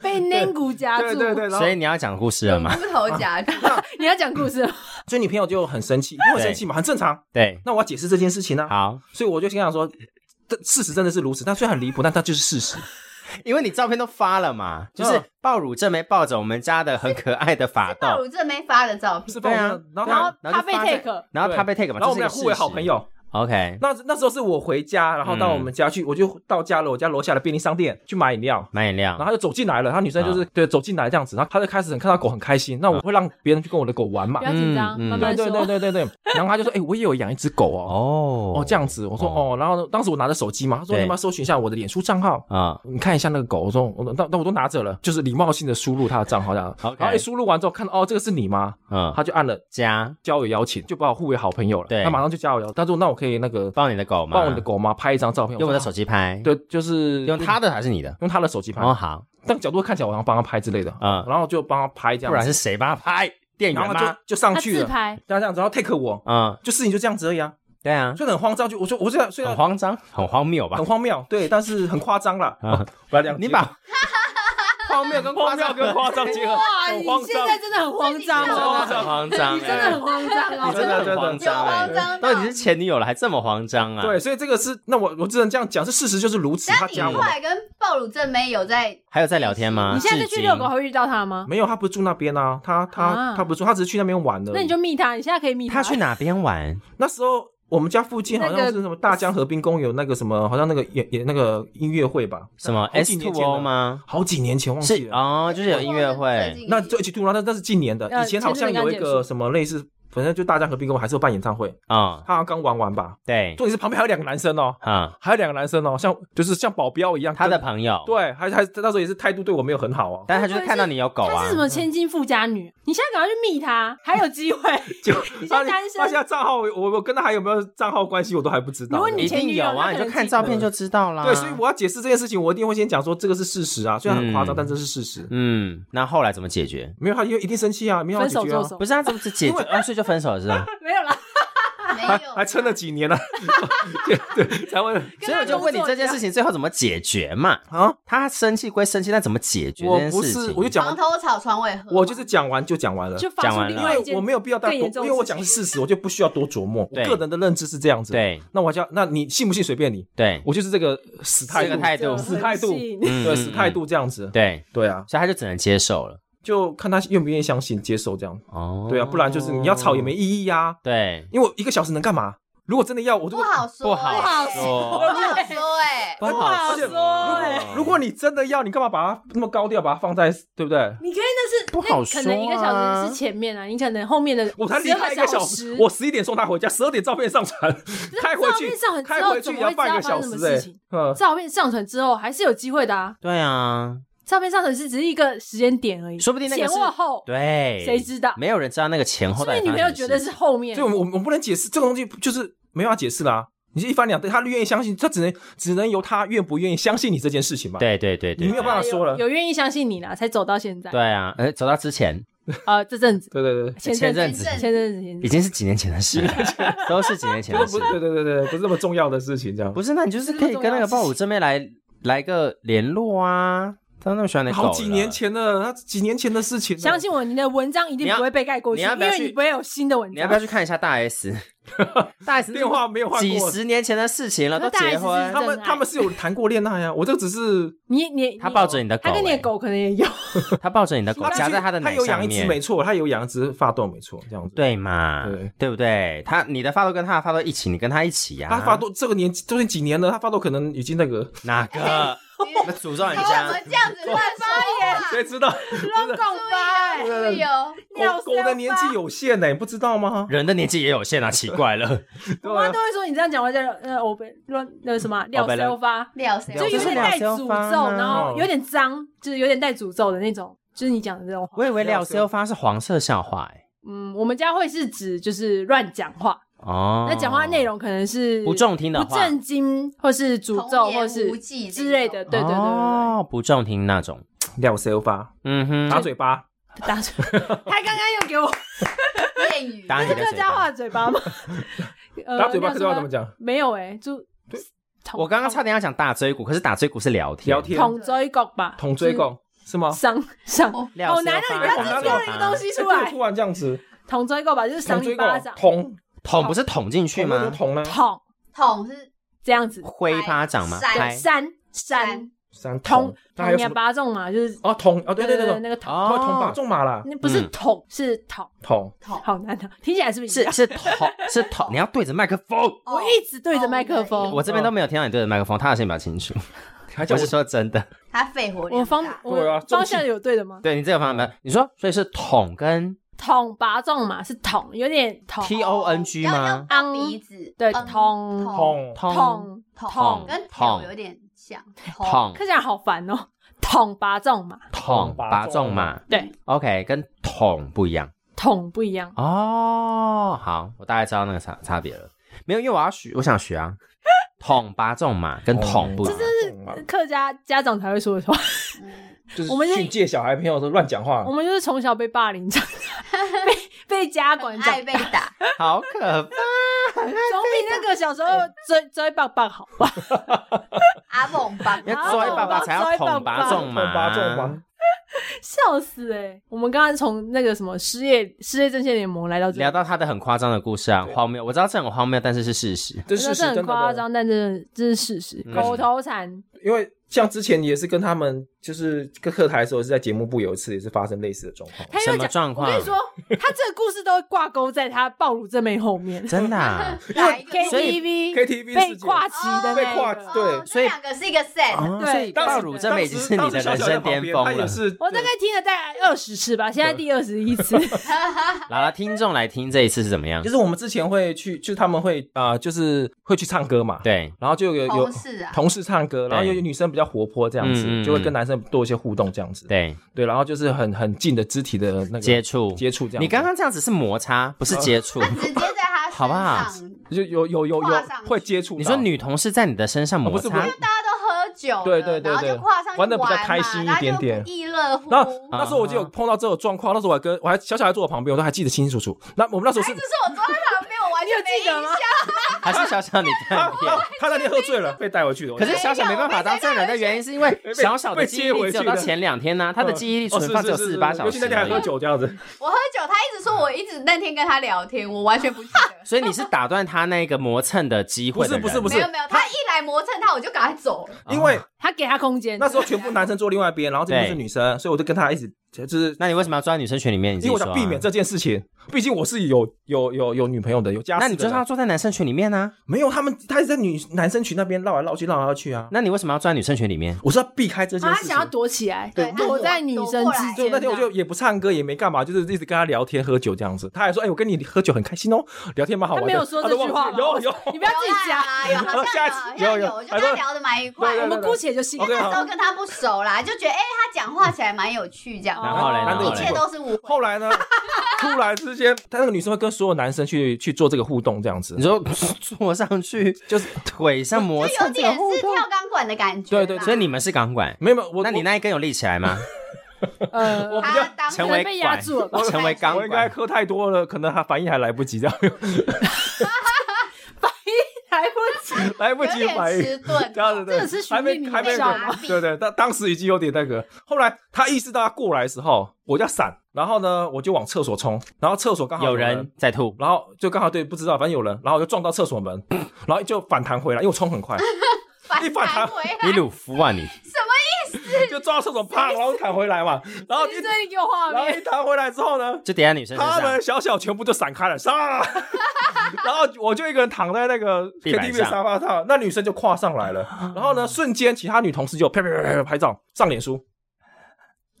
S3: 被 n 骨夹
S1: 对
S3: 住。
S1: 对对，然后嗯
S2: 所以你要讲故事了吗？
S4: 猪头夹住，
S3: 你要讲故事了，
S1: 所以女朋友就很生气，因为生气嘛，很正常。
S2: 对，
S1: 那我要解释这件事情呢、
S2: 好，
S1: 所以我就心想说，这事实真的是如此，但虽然很离谱，但它就是事实。
S2: 啊因为你照片都发了嘛，就
S1: 嗯
S2: 是抱乳正妹抱着我们家的很可爱 的法
S4: 暴
S2: 斗，
S4: 乳正没发的照片
S1: 是，吧？
S2: 对啊
S1: 然后
S3: 然后
S1: 他。
S2: 然后
S3: 他
S2: 就
S3: 被
S2: 发在
S3: take，
S2: 然后他被 take 嘛，
S1: 然后我
S2: 这
S1: 们
S2: 是一
S1: 俩互为
S2: 个事实嗯
S1: 好朋。友。
S2: OK，
S1: 那那时候是我回家，然后到我们家去，我就到家了，我家楼下的便利商店去买饮料。
S2: 买饮料
S1: 然，后他就走进来了，他女生就是、对走进来这样子，然后他就开始很看到狗很开心，那我会让别人去跟我的狗玩嘛
S3: 不，要紧张，
S2: 嗯嗯
S3: 慢
S1: 对
S3: 慢
S1: 对对
S3: 说。
S1: 对对对，然后他就说，哎、我也有养一只狗哦，
S2: 哦
S1: 哦这样子，我说
S2: 哦
S1: 哦，然后呢当时我拿着手机嘛，他说
S2: 对
S1: 你要不要搜寻一下我的脸书账号，
S2: 啊，
S1: 你看一下那个狗，我说我那那我都拿着了，就是礼貌性的输入他的账号这样，
S2: OK
S1: 然后一输入完之后看哦这个是你吗？
S2: 嗯，
S1: 他就按了
S2: 家
S1: 交友邀请，就把我互为好朋友了。
S2: 对
S1: 他马上就加我邀，他说那我可以那个
S2: 抱你的狗吗？
S1: 帮我的，狗吗？拍一张照片，
S2: 用我的手
S1: 说，啊
S2: 机拍，
S1: 对，就是
S2: 用他的还是你的？
S1: 用他的手机拍，
S2: 哦，好，
S1: 但角度看起来我好像帮他拍之类的
S2: 嗯
S1: 然后就帮他拍这样
S2: 不然
S1: 子，
S2: 是谁帮他拍？店
S1: 然
S2: 员
S1: 后他
S2: 吗
S1: 就？就上
S3: 他
S1: 去
S3: 自
S1: 了，
S3: 拍，
S1: 他这样子，然后 take 我，
S2: 嗯，
S1: 就事情就这样子而已啊，
S2: 对啊，
S1: 所以很慌张，就我说我虽然虽
S2: 很
S1: 然
S2: 慌张，很荒谬吧
S1: 啊很？荒谬，对，但是很夸张啦。
S2: 啊，
S1: 我来两，
S2: 你把荒谬 跟
S1: 荒谬跟夸张结合，
S3: 哇，
S1: 很
S3: 你
S1: 慌
S3: 现
S1: 张
S3: 在。真的很慌张
S2: 真的
S3: 哦，
S2: 很慌张，
S3: 你真的很慌张
S2: 哎
S3: 哦，
S2: 你真的很慌张哎，
S4: 有慌张到
S2: 都已经是前女友了，还这么慌张啊？
S1: 对，，所以这个是那我我只能这样讲，是事实就是如此。他
S4: 但你
S1: 加我
S4: 后来跟暴乳正妹有在
S2: 还有在聊天吗？
S3: 你现在
S2: 至
S3: 就去
S2: 今
S3: 遛狗还会遇到他吗？
S1: 没有，他不是住那边啊，他他、
S3: 啊
S1: 嗯他不是住，他只是去那边玩的。
S3: 那你就密他，你现在可以密
S2: 他去哪边玩？
S1: 那时候我们家附近好像是什么大江河滨公园有那个什么，好像那个演演那个音乐会吧？
S2: 什么
S1: 好几
S2: S
S1: 年
S2: Two
S1: 前
S2: O
S1: 了？
S2: 吗？
S1: 好几年前忘记
S2: 是
S1: 了。啊
S2: 哦，就是有音乐
S4: 最
S2: 会，
S4: 近
S1: 那就 H Two 啦，那那是近年的，
S3: 呃
S1: 以前好像有一个什么类似，反正就大江河滨公园还是有办演唱会，
S2: 嗯，
S1: 他好像刚玩完吧。
S2: 对，
S1: 重点是旁边还有两个男生哦，
S2: 嗯，
S1: 还有两个男生哦，像就是像保镖一样，
S2: 他的
S1: 跟
S2: 朋友，，
S1: 对，还还那时候也是态度对我没有很好哦。
S2: 但他就是看到你有狗
S3: 她
S2: 啊
S3: 是什，么千金富家女？你现在赶快去密她，还有机会。
S1: 就
S3: 你现
S1: 他
S3: 在单身
S1: 他现在账号，我我跟他还有没有账号关系，我都还不知道。哎
S3: 如果你啊
S2: 一
S3: 前
S2: 定
S3: 女
S2: 有
S3: 友
S2: 啊，
S3: 那
S2: 你
S3: 可
S2: 就
S3: 能
S2: 看
S3: 记
S2: 照
S3: 得
S2: 片就知道啦。
S1: 对，所以我要解释这件事情，我一定会先讲说这个是事实啊，虽然很夸张，
S2: 嗯
S1: 但这是事实。
S2: 嗯，那后来怎么解决？
S1: 没有，他就一定生气啊，没有要
S3: 分
S1: 解
S3: 手
S1: 决
S3: 做
S1: 啊，
S3: 手
S2: 不是啊，怎么只解决？啊，所以就分手了是吧？
S3: 没有啦，
S4: 没
S1: 还
S4: 有，
S1: 还撑了几年了， 对， 才会
S2: 所以我就问你这件事情最后怎么解决嘛？
S1: 啊。
S2: 他生气归生气，但怎么解决
S1: 我
S2: 这件
S1: 不
S2: 事
S1: 是，
S2: 情？
S1: 我就讲
S4: 床
S1: 完，
S4: 头吵，床尾和。
S1: 我就是讲完就讲完了，
S3: 就发
S2: 讲
S3: 出
S2: 完
S3: 另
S2: 了
S1: 因
S3: 外
S1: 为
S3: 一件
S1: 我没有必要再
S3: 更
S1: 多
S3: 严，重
S1: 因
S3: 的
S1: 为我
S3: 事情
S1: 讲的是事实，我就不需要多琢磨。我
S2: 对
S1: 个人的认知是这样子。，
S2: 对
S1: 那我就要，那你信不信随便你，
S2: 对
S1: 我就是这个死态
S2: 这个
S1: 度，
S2: 态度，
S1: 死态度，
S3: 很 细腻
S2: 嗯
S1: 对，死态，度这样子。
S2: 对，
S1: 对啊，
S2: 所以他就只能接受了。
S1: 就看他愿不愿意相信接受这样。
S2: 哦，
S1: 对啊，不然就是你要吵也没意义啊。
S2: 对，
S1: 因为我一个小时能干嘛？如果真的要，我就
S4: 不好说，
S2: 不
S4: 哎
S2: 好
S4: 不
S2: 说，
S4: 好说 哎。
S2: 不好
S1: 说
S3: 说，欸
S1: 如果你真的要，你干嘛把它那么高调，把它放在，对不对？
S3: 你可以那是
S2: 不好说啊
S3: 那可能一个小时是前面啊，你可能后面的
S1: 我才离
S3: 12
S1: 开一个小时
S3: 时，，
S1: 我十一点送他回家，十二点照片上 传，开回
S3: 照
S1: 去
S3: 片上，很
S1: 开
S3: 之后
S1: 回
S3: 怎
S1: 去
S3: 么
S1: 也要
S3: 会知
S1: 半
S3: 道
S1: 个
S3: 发
S1: 小
S3: 生什么
S1: 时
S3: 事
S1: 哎
S3: 情。。
S1: 嗯，
S3: 照片上传之后还是有机会的啊，
S2: 对啊，
S3: 照片上传是只是一个时间点而已，
S2: 说不定那个
S3: 前
S2: 是
S3: 或后，
S2: 对，
S3: 谁知道
S2: 没有人知道那个前后
S3: 是不
S2: 到
S3: 是
S2: 底
S3: 女
S2: 发生
S3: 朋
S2: 什么
S3: 友觉
S2: 事
S3: 得是后面
S1: 所以，？我们我们不能解释这个东西，就是没办法解释啦。你是一翻两瞪，他愿意相信，他只能只能由他愿不愿意相信你这件事情嘛。，
S2: 对对对
S1: 你
S2: 对
S1: 没有办法说了。
S3: 有愿意相信你啦，才走到现在。
S2: 对啊，呃，走到之前
S3: 啊，这阵子
S1: 对对对，
S3: 前
S2: 前阵
S3: 阵
S2: 子
S3: 前阵子前阵
S2: 已
S3: 子
S2: 经是几年前的事 了，都是几年前的
S1: 不
S2: 事
S1: 是，。 对对对对，不是那么重要的事情，这样
S2: 不是，那你就是可以跟那个爆乳正妹来来个联络啊，他那么喜欢你狗了
S1: 好几年。前了，他几年前的事情了。
S3: 相信我，你的文章一定不会被盖过去，
S2: 你要
S3: 因
S2: 你要不要
S3: 为
S2: 去
S3: 你不会有新的文
S2: 你要
S3: 章
S2: 不。要去看一下大 S？大 S
S1: 电话没有换
S2: 几
S1: 过，
S2: 十年前的事情了，
S3: 可
S2: 都
S3: 是大
S2: 结
S3: S
S2: 婚
S3: 是。
S1: 他们他们是有谈过恋爱啊，我这个只 是
S3: 你你
S2: 他抱着你的狗
S3: 他跟你的
S2: 欸
S3: 狗可能也有。
S2: 他抱着你的狗
S1: 他，
S2: 哦夹在
S1: 他
S2: 的
S1: 他
S2: 奶
S1: 有养
S2: 上
S1: 一只没
S2: 面，
S1: 错，他有养一只发豆没错，这样子。，
S2: 对嘛？
S1: 对
S2: 对不对？他你的发豆跟他的发豆一起，你跟他一起呀。
S1: 他发豆这个年纪都是几年了，他发豆可能已经那 个，
S2: 哪个？那诅咒人
S4: 你为什
S2: 家
S4: 么哎这样子乱发
S1: 谁知道？
S3: 乱 讲吧，
S4: 言？注意哦，
S3: 尿
S1: 狗狗的年
S3: 啊
S1: 纪有限呢，你不知道吗？
S2: 人的年纪也有限啊，奇 怪了。
S3: 我
S1: 对
S3: 妈
S1: 啊
S3: 都，会说你这样讲话叫呃，我被乱那什么啊
S2: 我
S3: 料
S2: 哦被人
S3: 骚发，
S4: 聊谁？
S3: 就有点带诅
S2: 就是
S3: 咒，
S2: 聊骚发
S3: 然后有点脏，就是有点带诅咒的那种，就是你讲的这种话。
S2: 我以为聊 C O 发是黄色笑话欸，
S3: 嗯，我们家会是指就是乱讲话，
S2: 哦，
S3: 那讲话内容可能是
S2: 不中听的
S3: 不
S2: 话
S3: 正经，或是诅咒，
S4: 童言
S3: 或是
S4: 无忌
S3: 之类的。
S4: 这
S3: 对对对对对，
S2: 哦，不中听那种，
S1: 聊 C 发
S2: 嗯哼，
S1: 打嘴巴，
S3: 打嘴，
S2: 哦
S3: 他刚刚又给我
S4: 谚语，
S2: 打你的
S3: 客
S2: 嘴
S3: 家
S2: 巴
S3: 话。嘴巴吗？呃
S1: 打嘴巴，
S3: 那
S1: 可
S3: 什
S1: 是要怎么讲？
S3: 没有哎，就
S2: 我刚刚差点要讲大椎骨，可是打椎骨是聊天，
S1: 聊天
S3: 捅嗯嘴角吧，
S1: 捅追共是 吗？
S3: 伤伤，
S2: 聊
S3: 好难
S2: 色发
S3: 哦！你刚刚丢了一个东西
S1: 哎
S3: 出
S1: 这个
S3: 来
S1: 突，然这样子，
S3: 捅追够吧，就是
S1: 捅
S3: 赏你
S1: 追
S3: 巴
S1: 共
S3: 掌，
S1: 捅
S2: 捅不是捅进去
S1: 捅那
S2: 吗
S1: 就？捅呢？
S3: 捅
S4: 捅是
S3: 这样子，
S2: 挥巴掌吗？
S4: 闪
S2: 拍
S3: 扇扇
S4: 扇，
S1: 三
S3: 捅
S1: 捅，那还有
S3: 捅你
S1: 什
S3: 的
S1: 么？
S3: 巴掌嘛，就是
S1: 哦，捅哦，对对对，
S3: 那
S1: 对
S3: 个捅，
S1: 捅捅吧，
S2: 哦，
S1: 中马啦，
S3: 那不是
S2: 嗯
S3: 捅是捅，
S1: 捅。
S4: 捅，
S3: 好难的，听起来是不是一
S2: 是
S3: 样？
S2: 是捅是捅，你要对着麦克风，
S4: 哦
S3: 我一直对着麦克风，
S2: 我这边都没有听到你对着麦克风，他好像比较清楚。
S1: 还叫
S2: 我
S1: 我
S2: 是说真的，
S4: 他肺活量
S3: 我方
S4: 大
S1: 对啊
S3: 我
S1: 重
S3: 方
S1: 心
S3: 向有对的吗？
S2: 对你这个方面，你说所以是捅跟
S3: 捅拔中嘛，是捅，有点捅，
S2: T O N G
S4: 要要
S2: 吗？
S4: 捅鼻子，
S3: 嗯对
S4: 嗯
S3: 捅
S4: 捅
S1: 捅
S2: 捅
S3: 捅
S4: 捅
S3: 捅
S4: 跟捅
S2: 捅
S4: 有点像，捅
S2: 捅
S3: 看起来好烦哦，捅拔中嘛，
S2: 捅拔啊中嘛
S3: 对，
S2: ，OK，跟捅不一样。
S3: 捅不一样，
S2: 哦，好，我大概知道那个差差别了。没有，因为我要学，我想学啊。捅拔中嘛，跟捅不一样。
S1: 是
S3: 客家家长才会说的话，
S1: 啊就是
S3: 我们是
S1: 训诫小孩朋友说乱讲话
S3: 我，们就是从小被霸凌长大，被被 家管
S4: 很
S3: 长
S4: 爱被打，
S2: 好可怕！
S3: 总比那个小时候追追棒棒好吧？
S4: 阿蹦 棒
S2: 要抓一爸爸才要捅拔中嘛，
S1: 捅拔中嘛，
S3: 笑死哎、我们刚刚从那个什么失业失业阵线联盟来到这里，
S2: 聊到他的很夸张的故故事啊，荒谬。我知道这很荒谬，但是是事实。
S1: 这
S3: 我觉
S1: 是事
S3: 得这
S1: 实
S3: 很
S1: 真
S3: 夸
S1: 的。
S3: 张，但这这是事实。
S2: 嗯
S3: 口头禅，
S1: 因为像之前也是跟他们就是个课台的时候，是在节目部有一次也是发生类似的状况。
S3: 他
S2: 什
S3: 又
S2: 么
S3: 讲，
S2: 状
S3: 我
S2: 况？
S3: 跟你说，他这个故事都挂钩在他暴乳正妹后面，
S2: 真的啊、
S4: 哪一个
S3: KTV
S1: KTV
S3: 被
S1: 事件
S3: 跨期的那
S1: 被跨
S3: 个
S1: 对
S4: 哦
S2: 所以
S4: 这两个是一个 set，、
S2: 哦，
S3: 对
S2: 所以
S3: 当
S2: 暴
S3: 时
S2: 乳
S1: 这
S2: 这美已经是你的人生巅峰
S1: 他也
S2: 了。
S1: 是，
S3: 我大概听了大概二十次吧，现在第二十一次。
S2: 好了，听众来听这一次是怎么样
S1: 就？是我们之前会去，就是他们会啊、呃就是会去唱歌嘛，，
S2: 对，
S1: 然后就有有
S4: 同事啊，
S1: 同事唱歌，然后又有女生比较活泼这样
S2: 嗯嗯
S1: 子，
S2: 嗯
S1: 就会跟男生多一些互动这样子，
S2: 对，
S1: 对，然后就是很很近的肢体的那个
S2: 接触
S1: 接触这样子。哦
S2: 你刚刚这样子是摩擦，不是接触。
S4: 直接在他身
S2: 好不好
S4: 上，
S1: 就有有有
S4: 跨
S1: 有
S4: 上去
S1: 会接触到，
S2: 你说女同事在你的身上
S1: 哦
S2: 摩
S1: 不是
S2: 擦
S1: 不是，
S4: 大家都喝酒了，
S1: 对对对
S4: 然后
S1: 对
S4: 就跨上
S1: 玩
S4: 去玩
S1: 得
S4: 嘛，
S1: 比较开心一点点
S4: 大家就不亦乐乎。
S1: 那
S4: 这
S1: 那时候我就有碰到这种状况，那时候我还跟我还小小孩坐我旁边，我都还记得清清楚楚。那我们那时候是
S4: 是我坐在旁边，我完全没
S3: 你有记得
S4: 印
S3: 吗
S4: 象。
S2: 还是 小小你断
S1: 他
S2: 片？
S1: 他他那天喝醉了被带回去的，我
S2: 可是小小没办法当证人的原因，是因为小小的记忆力只有到前两天呢、他的记忆力
S1: 哦
S2: 存放只有
S1: 是是
S2: 四
S1: 是
S2: 十八小
S1: 尤其
S2: 时
S1: 那天还
S2: 而
S1: 喝
S2: 已。
S1: 酒这样子，
S4: 我喝酒，他一直说我一直那天跟他聊天，我完全不记得。
S2: 所以你是打断他那个磨蹭的机会的人
S1: 不 是不是
S4: 没有没有，他一来磨蹭他，我就赶快走
S2: 哦
S4: 了。
S1: 因为
S3: 他给他空间，
S1: 那时候全部男生坐另外一边，然后这边
S2: 对
S1: 是女生，所以我就跟他一直就是，
S2: 那你为什么要抓女生群里面？你自
S1: 因为
S2: 己
S1: 我想
S2: 说、啊。
S1: 避免这件事情，毕竟我是有有有有女朋友的，有家室的
S2: 那
S1: 人。
S2: 你就是要坐在男生群里面啊呢、
S1: 没有他们，他一直在女男生群那边绕来绕去，绕来绕去啊。
S2: 那你为什么要坐在女生群里面？
S1: 我是要避开这件
S3: 啊他
S1: 事情
S3: 想要。躲起来，
S4: 对
S3: 躲在女生之
S4: 躲
S1: 所以
S3: 间。
S1: 那天我就也不唱歌，也没干嘛，就是一直跟他聊天、喝酒这样子。他还说：“哎、我跟你喝酒很开心哦，聊天蛮好
S3: 他
S1: 玩的。”
S3: 没有说
S1: 他
S3: 这
S1: 都
S3: 句话
S1: 忘
S3: 吗，
S1: 记有有，
S3: 你不要自己
S4: 有
S3: 加。
S4: 啦有 好
S1: 下
S4: 像
S1: 次
S4: 好像
S1: 有有哎
S4: 有，就跟他聊的蛮愉快
S1: 对
S3: 我
S1: 对
S4: 的。
S3: 们姑且就信
S1: 对对
S4: 那时候跟他不熟啦，就觉得哎，他讲话起来蛮有趣，这样。
S2: 然后嘞，
S1: 哦
S2: 然后
S4: 一
S2: 嘞
S4: 切，都是误会。
S1: 后来呢，突然之间，他那个女生会跟所有男生去去做这个互动，这样子
S2: 你。说坐上 去就是腿上磨
S4: 就有
S2: 蹭这个
S4: 点
S2: 互
S4: 是
S2: 动，
S4: 跳钢管的感觉吧。
S1: 对对
S2: 所以你们是钢管。
S1: 没有没有，我
S2: 那你那一根有立起来吗？
S3: 呃，
S1: 我比较
S4: 他当
S2: 成
S3: 可
S2: 为
S3: 能被压
S2: 管
S3: 住了吧
S2: 成为钢
S1: 我我应该
S2: 管，
S1: 喝太多了，可能还反应还来不及，这样
S3: 来不及，
S1: 来不
S4: 有
S1: 及
S4: 点
S1: 反应。
S4: 迟 钝
S1: 这。样子
S3: 这个是
S1: 对，
S3: 徐
S1: 还没
S3: 丽
S1: 还没
S4: 你的小
S1: 对对，当当时已经有点那个。后来他意识到他过来的时候，我就闪，然后呢，我就往厕所冲，然后厕所刚好
S2: 有
S1: 人
S2: 人在吐，
S1: 然后就刚好对不知道，反正有人，然后我就撞到厕所 门，然后就反弹回来，因为我冲很快，
S4: 反
S1: 一反弹
S4: 回
S2: 你
S4: 来，
S2: 鲁夫啊你！
S1: 就撞到厕所啪，然后弹回来嘛，然后一
S3: 这里给我画
S1: 然后
S3: 面，
S1: 一弹回来之后呢，
S2: 就叠在女生身
S1: 他
S2: 上
S1: 们，小小全部就闪开了， 杀！然后我就一个人躺在那个
S2: 地板
S1: KTV 的
S2: 上
S1: 沙发上，那女生就跨上 来了，然后呢，瞬间其他女同事就啪啪啪啪啪拍照上脸书，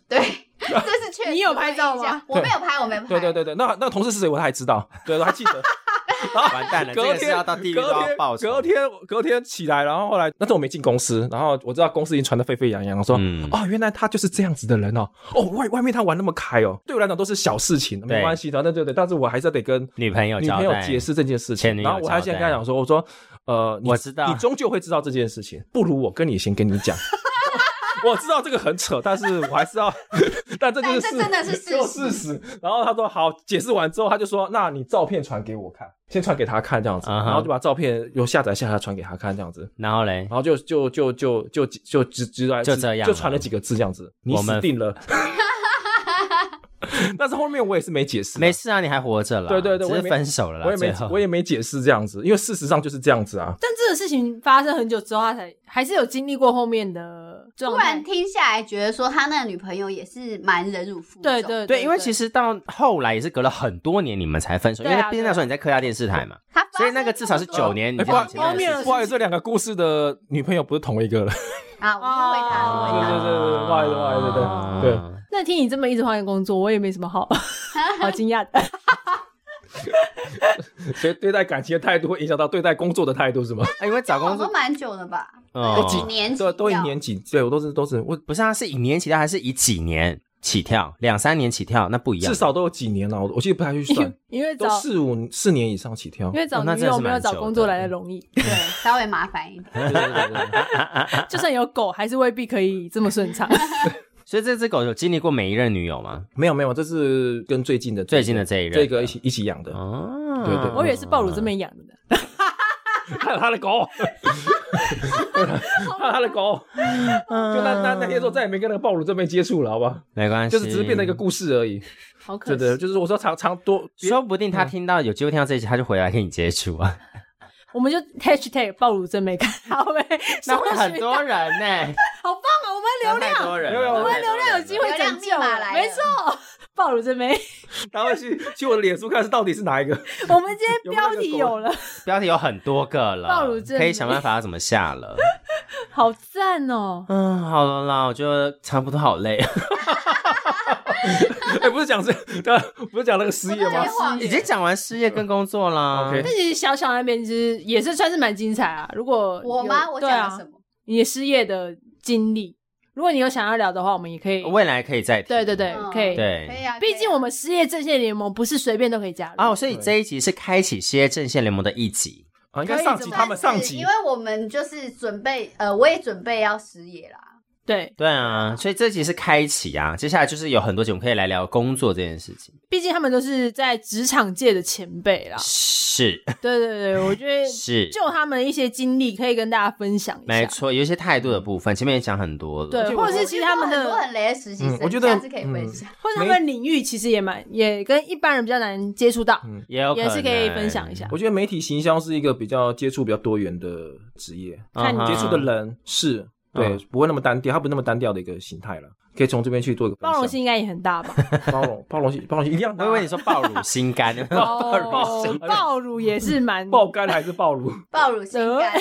S4: 对，这是确实
S3: 你有拍照吗
S4: 我有印象我没有拍，我没拍。
S2: 哎
S1: 对对对对，那那个同事是谁我还知 道，对，我还记得。然后
S2: 完蛋了，这
S1: 隔
S2: 个是
S1: 天
S2: 要到地狱都
S1: 隔
S2: 要
S1: 天
S2: 报仇。
S1: 隔天隔天起来，然后后来那时候我没进公司，然后我知道公司已经传得沸沸扬扬，我说、
S2: 嗯
S1: 哦，原来他就是这样子的人哦，哦外外面他玩那么开哦，对我来讲都是小事情，
S2: 对
S1: 没关系的，对对对，但是我还是得跟
S2: 女朋友
S1: 女
S2: 交
S1: 朋友
S2: 代，
S1: 解释这件事
S2: 前
S1: 情，
S2: 女友
S1: 然后我还
S2: 交代
S1: 先跟他讲说，我说呃，你
S2: 我知道
S1: 你终究会知道这件事情，不如我跟你先跟你讲。 我知道这个很扯，但是我还是要， 但这就是
S4: 但
S1: 事
S4: 这真的是事实
S1: 就事实。然后他说好，解释完之后，他就说，那你照片传给我看，先传给他看这样子，
S2: 嗯哼
S1: 然后就把照片又下载下来传给他看这样子，
S2: 然后嘞
S1: 然，后就就就就就就就直来
S2: 就这样
S1: 就传了几个字这样子，你
S2: 我们
S1: 死定 了。但是后面我也是没解释啊，
S2: 没事啊，你还活着了，
S1: 对对对
S2: 只
S1: 我也
S2: 是
S1: 没
S2: 分手了啦，
S1: 我也
S2: 最
S1: 没
S2: 后
S1: 我也没解释这样子，因为事实上就是这样子啊。
S3: 但这个事情发生很久之后，他才还是有经历过后面的
S4: 突
S3: 状态
S4: 然。听下来，觉得说他那个女朋友也是蛮忍辱负重。
S3: 对对
S2: 对，因为其
S3: 实
S2: 实到后来也是隔了很多年你们才分手，因
S3: 对
S2: 为
S3: 啊
S2: 毕竟那时候你在客家电视台嘛，
S4: 他发生
S2: 所以那个至少是
S4: 这 么
S2: 九年，你
S1: 哎
S2: 就
S1: 不好
S2: 前面的事
S3: 后面
S1: 不好意思，这两个故事的女朋友不是同一个了。
S4: 多啊，我误会他，
S3: 哦
S4: 误
S1: 对
S4: 会
S1: 对
S4: 他。
S1: 对对，不好意思不好意思，
S2: 啊
S1: 对对。
S3: 那听你这么一直换工作，我也没什么 好好惊讶的。
S1: 所以对待感情的态度会影响到对待工作的态度，是吗？
S2: 啊因为找工
S4: 我
S2: 作
S4: 说蛮久了吧，
S2: 哦
S4: 有几年
S1: 对，
S4: 起
S1: 都一
S4: 跳
S1: 年几，对我都是都是我
S2: 不是啊，是以年起跳还是以几年起跳？两三年起跳那不一样，
S1: 至少都有几年了，我我记得不太去
S3: 因
S1: 算
S3: 为，因为
S1: 都
S3: 找
S1: 四五四年以上起跳
S3: 因。为
S2: 哦
S3: 找
S2: 那
S3: 女
S2: 真的
S3: 友
S2: 是
S3: 没有
S2: 蛮
S3: 找
S2: 久
S3: 工作
S2: 的嗯
S3: 来的容易，
S4: 对，稍微麻烦一点。
S1: 对对对对对
S3: 就算有狗，还是未必可以这么顺 畅。
S2: 所以这只狗有经历过每一任女友吗？
S1: 没有没有，这是跟最近的
S2: 最近的这一任，
S1: 这个一起一起养的，
S2: 哦，
S1: 对对
S3: 我以为是暴乳这
S2: 嗯
S3: 边养的，
S1: 还有他的狗，还有他的狗，就那
S2: 嗯
S1: 那那天之后再也没跟那个暴乳这边接触了，好吧？
S2: 没关系，
S1: 就是只是变成一个故事而已。
S3: 好可
S1: 对
S3: 惜。
S1: 对，就是我说常常多，
S2: 说不定他听到有机会听到这一集，他就回来跟你接触啊，
S3: 我们就 hashtag 暴乳真没看，好呗，
S2: 那会很多人呢、
S3: 好棒啊！我们流量
S2: 太多人了，
S1: 没有
S3: 我们流量有机会
S4: 流量
S3: 拯
S4: 密
S3: 救，
S4: 码来了
S3: 没错，暴露 真没。
S1: 然后去去我的脸书看是到底是哪一个。
S3: 我们今
S1: 有没
S3: 天
S1: 有那
S3: 标
S1: 个
S3: 题
S1: 狗
S3: 有了，
S2: 标题有很多个
S3: 暴
S2: 了
S3: 乳，症
S2: 可以想办法要怎么下了。
S3: 好赞哦！
S2: 嗯，好了啦，我觉得差不多，好累，
S1: 哎，不是讲这，对，不是讲那个失业吗
S4: 我？忘了
S2: 已经讲完事业跟工作啦。
S1: OK
S3: 但其实小小那边其实也是算是蛮精彩啊。如果
S4: 我
S3: 有
S4: 吗？我
S3: 对
S4: 讲了
S3: 啊
S4: 什，么？
S3: 你的失业的经历，如果你有想要聊的话，我们也可以。
S2: 未来可以再提
S3: 对对对，
S4: 嗯
S3: 可以。
S4: 可
S2: 对
S4: 以啊，
S3: 毕竟我们失业阵线联盟不是随便都可以加入
S2: 哦，所以这一集是开启事业阵线联盟的一集。
S1: 啊，应该上集
S4: 可以
S1: 他们上
S4: 算是
S1: 集
S4: 因为我们就是准备，呃，我也准备要失业啦。
S3: 对，
S2: 对啊，所以这集是开启啊，接下来就是有很多集我们可以来聊工作这件事情。。
S3: 毕竟他们都是在职场界的前辈啦
S2: 是
S3: 对对对，我觉得
S2: 是，
S3: 就他们一些经历可以跟大家分享一下。
S2: 没错，有一些态度的部分，前面也讲很多了。
S3: 对
S1: 就，我
S3: 或者是其实他们
S4: 我觉得很多
S3: 的，
S4: 很雷的实习生
S1: 嗯，我觉得嗯
S4: 下次可以分享。
S3: 或者他们的领域其实也蛮，也跟一般人比较难接触到，
S2: 也有
S3: 也是可以
S2: 能
S3: 分享一
S2: 嗯
S3: 下。
S1: 我觉得媒体行销是一个比较接触比较多元的职业，
S3: 看你
S2: 嗯哼
S1: 接触的人是对
S2: 嗯，
S1: 不会那么单调，它不那么单调的一个形态了。可以从这边去做一个分
S3: 包
S1: 享
S3: 容性应该也很大 吧？
S1: 包容，包容性，包容性一样的
S2: 我
S1: 啊。
S2: 以为你说暴乳心 肝，
S3: 哦， 爆乳也是蛮
S1: 爆肝还是暴乳？
S4: 暴乳性
S3: 嗯
S4: 感，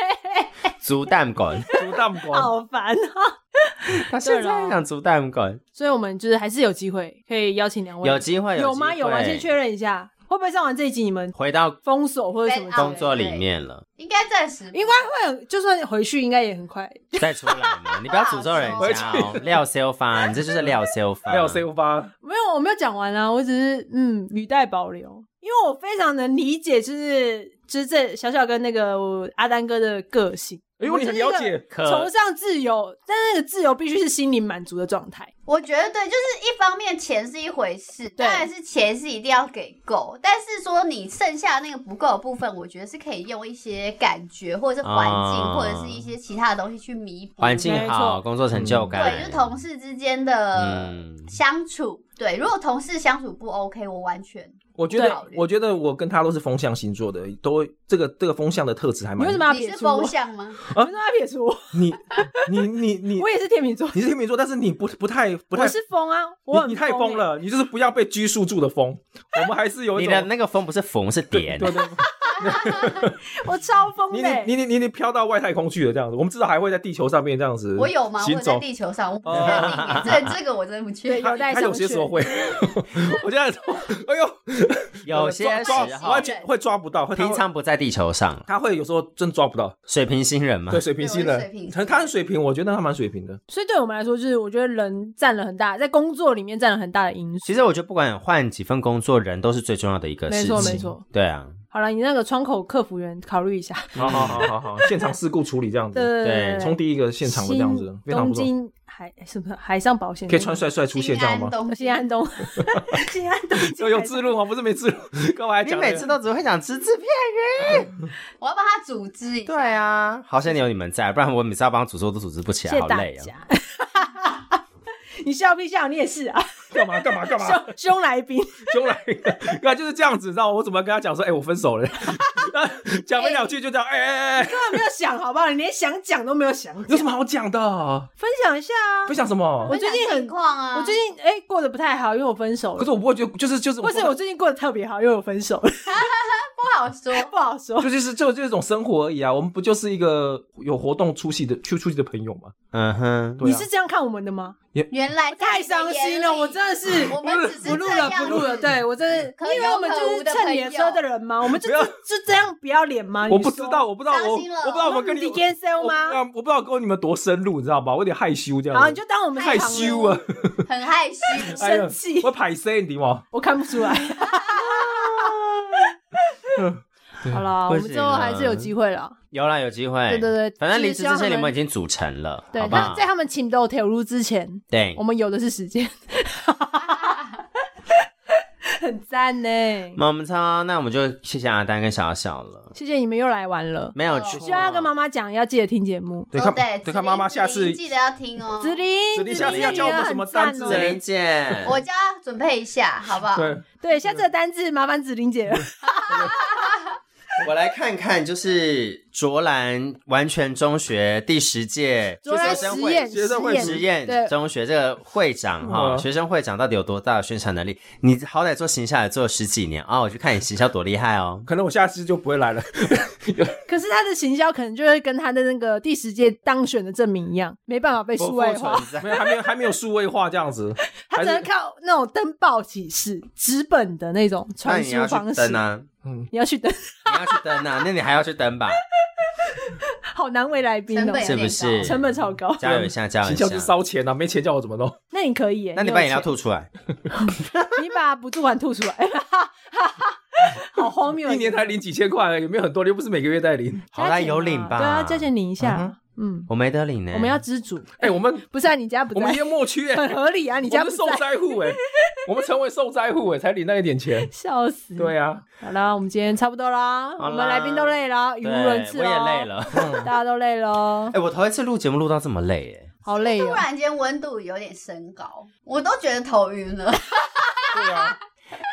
S2: 竹蛋 滚，
S1: 猪蛋光。
S3: 好烦啊！
S2: 他现在讲竹蛋滚，
S3: 所以我们就是还是有机会可以邀请两位，
S2: 有机会
S3: 有
S2: 机
S3: 吗？
S2: 会
S3: 有吗？先确认一下，会不会上完这一集你们
S2: 回到
S3: 封锁或者什么之类的？
S2: 工作里面了，
S4: 应该暂时
S3: 应该会很，就算回去应该也很快。
S2: 再出来嘛，你不要诅咒人
S1: 回
S2: 家哦
S1: 去，
S2: 廖修发，你这就是廖修发，
S1: 廖 C 发，
S3: 没有，我没有讲完啊，我只是嗯语带保留，因为我非常能理解，就是就是这小小跟那个我阿丹哥的个性。
S1: 哎呦，你很了解，
S2: 可
S3: 崇尚自由，但是那个自由必须是心灵满足的状态。
S4: 我觉得对，就是一方面钱是一回事，
S3: 对
S4: 当然是钱是一定要给够，但是说你剩下那个不够的部分，我觉得是可以用一些感觉或者是环境、
S2: 啊
S4: 或者是一些其他的东西去弥补
S2: 环境
S3: 没
S2: 好，
S3: 错
S2: 工作成就感，
S4: 对，就是同事之间的
S2: 嗯
S4: 相处。对，如果同事相处不 OK，我完全
S1: 我觉得
S4: 对，
S1: 我觉得我跟他都是风象星座的，都这个这个风象的特质还
S3: 你
S1: 蛮
S3: 为什。么要
S4: 你
S3: 撇
S4: 是
S3: 除我？
S4: 风
S3: 你
S4: 向吗？
S3: 为什么要撇除我？
S1: 你 你你你
S3: 我也是天秤座，
S1: 你是天秤座，但是你不不太不太
S3: 我，是风啊，我
S1: 你
S3: 很
S1: 你太
S3: 疯
S1: 疯了，你就是不要被拘束住的风。我们还是有一
S2: 你
S1: 种
S2: 的那个风不是缝是
S1: 对
S2: 点，
S1: 对对，
S3: 欸，我超疯
S1: 你
S3: 的欸。
S1: 你你你你飘到外太空去了这样子，我们至少还会在地球上面这样子。
S4: 我有吗？我
S1: 行
S4: 有在
S1: 走。哦
S4: 地球上，我不知道 你这这个我真的不确定。
S1: 他
S3: 有待
S1: 他有
S3: 商
S1: 些时候
S3: 榷
S1: 会， 我现在说，哎呦，
S2: 有些时
S1: 抓抓
S2: 候
S1: 完全会抓不到，会
S2: 平常不在地球上，
S1: 他会有时候真抓不到，
S2: 水平星人嘛
S1: 对，水平星
S4: 对我是
S1: 的
S4: 水瓶，
S1: 他他是水平，我觉得他蛮水平的。
S3: 所以对我们来说，就是我觉得人占了很大，在工作里面占了很大的因素。
S2: 其实我觉得不管换几份工作，人都是最重要的一个
S3: 没
S2: 事
S3: 错
S2: 情。
S3: 没错。
S2: 对啊，
S3: 好了，你那个窗口客服员考虑一下。
S1: 好好好好好，现场事故处理这样
S3: 对
S1: 子，
S3: 对
S2: 对
S1: 从第一个现场的这样子，非常
S3: 东
S1: 不错，
S3: 京海是不是海上保险？
S1: 可以穿帅帅出现，
S4: 新
S1: 这样
S4: 安
S1: 吗？
S4: 东
S3: 西 安东，西安东京
S1: 有有
S3: 海上
S1: 自录吗？不是没自录，干嘛还
S2: 你
S1: 讲这个？
S2: 每次都只会讲只字片
S4: 我要帮他组织一下。
S2: 对啊，好像有你们在，不然我每次要帮组织我都组织不起来，
S3: 谢谢
S2: 好
S3: 大
S2: 累啊。
S3: 家。你笑屁笑，你 也是啊，
S1: 干嘛干嘛干嘛？
S3: 凶凶来宾。
S1: 凶来一个，那就是这样子，你知道吗我怎么跟他讲说，哎，我分手了，那讲没两句就这样，哎哎哎哎，
S3: 根本没有想，好不好？你连想讲都没有想，
S1: 有什么好讲的？
S3: 分享一下啊
S1: 分。享什么
S3: 我？最近
S4: 分享
S3: 很
S4: 近况啊，
S3: 我最近哎、过得不太好，因为我分手
S1: 可
S3: 了。
S1: 是我不会觉得，就是就是，
S3: 或是我最近过得特别好，因为我分手了，
S4: 不好说。
S3: 不好说。
S1: 就就是就这种生活而已啊，我们不就是一个有活动出席的去出席的朋友吗？
S2: 嗯哼，
S1: 对
S3: 你
S1: 啊
S3: 是，这样看我们的吗？
S4: 原来在
S3: 太
S4: 你的
S3: 伤心
S4: 眼
S3: 了，
S4: 里
S3: 我真的是
S4: 我们只是
S3: 不录
S4: 这
S3: 了，
S4: 样
S3: 不录了。
S4: 子，
S3: 对我真
S4: 可
S3: 的，因为
S4: 有
S3: 我们
S4: 可
S3: 就
S4: 无
S3: 是
S4: 的
S3: 趁
S4: 朋
S3: 脸
S4: 友
S3: 色的人嘛，我们就
S1: 不要
S3: 就就这样不要脸吗？
S1: 我
S3: 你
S1: 不
S3: 说
S1: 知道，，我不知道，我我
S4: 伤
S1: 不
S4: 心
S1: 知
S4: 了
S1: 道我跟你
S3: 你 d s l
S1: 我啊
S3: 吗？
S1: 我不知道跟你们多深入，你知道吧？我有点害羞这
S3: 然后
S1: 样
S3: 你
S1: 子，
S3: 就当我们是
S1: 害
S3: 旁人
S1: 羞啊，
S4: 很害羞。
S1: 哎呀
S3: 生气
S1: 我排谁你知道吗？
S3: 我看不出 来。 好了，我
S2: 不
S3: 们
S2: 行
S3: 最后还是有
S2: 啊
S3: 机会了。
S2: 有啦，有机会。
S3: 对对对
S2: 反正
S3: 其实
S2: 离职
S3: 希望
S2: 这些
S3: 他
S2: 联
S3: 们
S2: 盟已经组成了，
S3: 对，
S2: 好不
S3: 他
S2: 好
S3: 们？在他们情窦铁如之前，
S1: 哎
S2: 对
S3: 我，们有的是时 间，很赞呢。
S2: 那我们超，那我们就谢谢阿丹跟小小了，
S3: 谢谢你们又来玩
S1: 嗯
S3: 了，
S2: 没有
S4: 哦
S2: 错。
S3: 希望要跟妈妈讲，要记得听节目。
S1: 对，
S4: 哦
S1: 看
S4: 对
S1: 对看妈妈
S4: 子
S1: 下
S4: 琳子
S1: 次
S4: 琳记得要听哦。
S3: 子琳，
S1: 子琳下次要
S3: 你
S1: 教我们
S3: 也很
S1: 什么单
S3: 赞
S1: 字
S3: 哦
S2: 子琳姐，
S4: 我叫他准备一下，好不好？
S3: 嗯
S1: 对，
S3: 对，下次的单字麻烦子琳姐了。
S2: 我来看看，就是卓兰完全中学第十届
S3: 卓
S2: 学
S3: 兰
S2: 生
S3: 实
S2: 会
S3: 验
S1: 学生会
S2: 实
S3: 实
S2: 验
S3: 对
S2: 中学这个会长哈、
S1: 哇
S2: 学生会长到底有多大的宣传能力？你好歹做行销也做了十几年啊、我去看你行销多厉害哦。
S1: 可能我下次就不会来了。
S3: 可是他的行销可能就会跟他的那个第十届当选的证明一样，没办法被 数位化，
S1: 没有，还没有，还没有数位化这样子。
S3: 他只能靠那种登报启事、纸本的那种
S2: 那
S3: 传
S2: 你
S3: 输
S2: 要去
S3: 方式。
S2: 登啊，
S1: 嗯，
S3: 你要去登，
S2: 你要去登啊，那你还要去 登吧？
S3: 好难为来宾
S4: 成
S3: 哦
S4: 本，
S2: 是不是
S3: 成本 超高。
S2: 加油一下，加油
S1: 行
S2: 一
S1: 销
S2: 下
S1: 是！烧钱啊，没钱叫我怎么弄？
S3: 那哎你可以耶，
S2: 那你
S3: 有
S2: 把饮料
S3: 钱
S2: 吐出来，
S3: 你把补助款吐出来，好 荒谬！
S1: 一年才领几千块，有没有很多？又不是每个月在 领。
S2: 好
S3: 加
S2: 歹
S3: 减
S2: 有
S3: 嘛
S2: 领吧？
S3: 对啊，加钱领一
S2: 嗯哼
S3: 下。嗯，
S2: 我没得领呢。
S3: 我们要知足，
S1: 哎，我们
S3: 不是啊？你家不
S1: 我们
S3: 在，
S1: 淹没区哎，
S3: 很合理 啊！你
S1: 我
S3: 家
S1: 们
S3: 不
S1: 是受
S3: 在，。
S1: 灾户哎，我们成为受灾户哎，才领那一点钱
S3: 笑死。
S1: 对 啊，
S3: 好啦，我们今天差不多啦，
S2: 好啦
S3: 我们来宾都累了，语无
S2: 对
S3: 伦次哦
S2: 我也
S3: 咯
S2: 累，了。
S3: 大家都累了
S2: 哎、，我头一次录节目录到这么累，哎，
S3: 好累
S4: 突
S3: 哦。
S4: 然间温度有点升高，我都觉得头晕了，
S1: 对啊，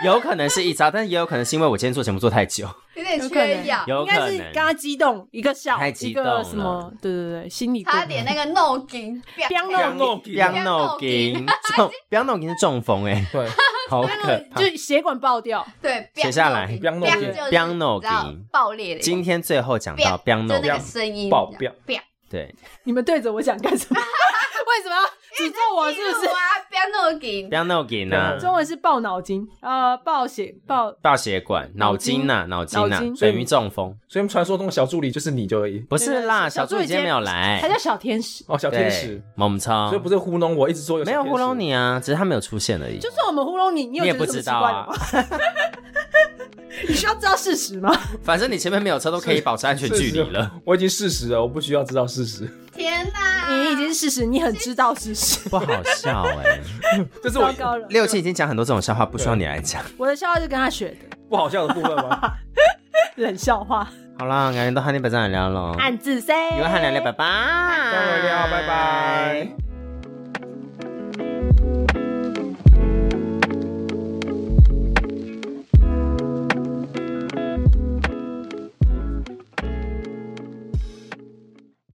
S2: 有可能是一招，但是也有可能是因为我今天做节目做太久，
S4: 有点
S3: 有可
S4: 缺
S3: 能
S4: 氧，
S2: 有
S3: 啊应
S2: 可
S3: 该
S2: 能
S3: 是刚刚激动，一个笑，
S2: 太激
S3: 一
S2: 动了
S3: 个什么？对对对，心理过
S4: 差点那个弄紧，
S3: 飙
S1: 不要
S3: 弄
S1: 弄
S2: 不要弄
S4: 给
S2: 金 中，不要弄金是中风哎、
S1: 对，
S2: 好
S3: 那个
S2: 可怕！
S3: 就是血管爆掉，
S4: 对，
S2: 写下来
S1: 飙
S4: 飙
S1: 弄
S4: 就
S1: 紧
S4: 是
S2: 飙弄
S4: 你知道
S2: 紧
S4: 爆裂的，
S2: 今天最后讲到 b i a
S4: 就
S2: n
S4: 那
S2: o
S4: 个声音
S1: 爆
S4: 飙飙，
S2: 对
S3: 你们对着我想干什 么？为什么要诅咒我？是不是？
S4: 哇，飙弄紧
S2: b，i a n o 给呢
S1: Biang-no-gin
S3: 中文是爆脑筋，呃，爆血爆
S2: 爆血管、脑筋呐、脑筋呐、
S3: 脑筋
S2: 等于中风。
S1: 所以我们传说中的小助理就是你就而已。
S2: 不是啦，
S3: 对对对
S2: 小助理今天没有来，
S3: 他叫小天使。
S1: 哦，小
S2: 对
S1: 天使，，
S2: 猛超，
S1: 所以不是糊弄我，一直说有小
S2: 啊没有
S1: 天使
S2: 糊弄，你啊，只是他没有出现而已。
S3: 就算我们糊弄你，你有
S2: 你也
S3: 觉
S2: 不
S3: 得
S2: 知
S3: 什么奇
S2: 道
S3: 怪的
S2: 啊
S3: 吗？ 你需要知道事实吗？
S2: 反正你前面没有车都可以保持安全距离了。
S1: 我已经事实了，我不需要知道事实，
S4: 天哪，
S3: 你已经是事实，你很知道事实。
S2: 不好笑哎、
S1: 这是
S3: 糟
S1: 我
S3: 糕了，
S2: 六七已经讲很多这种笑话，不需要你来讲。
S3: 我的笑话是跟他学的，
S1: 不好笑的部分 吗？
S3: 冷笑话，
S2: 好啦，
S3: 啊
S2: 感觉到汉尼百丈来聊了，
S3: 暗自 say，
S2: 有汉聊聊，拜拜，
S1: 啊各位，拜拜。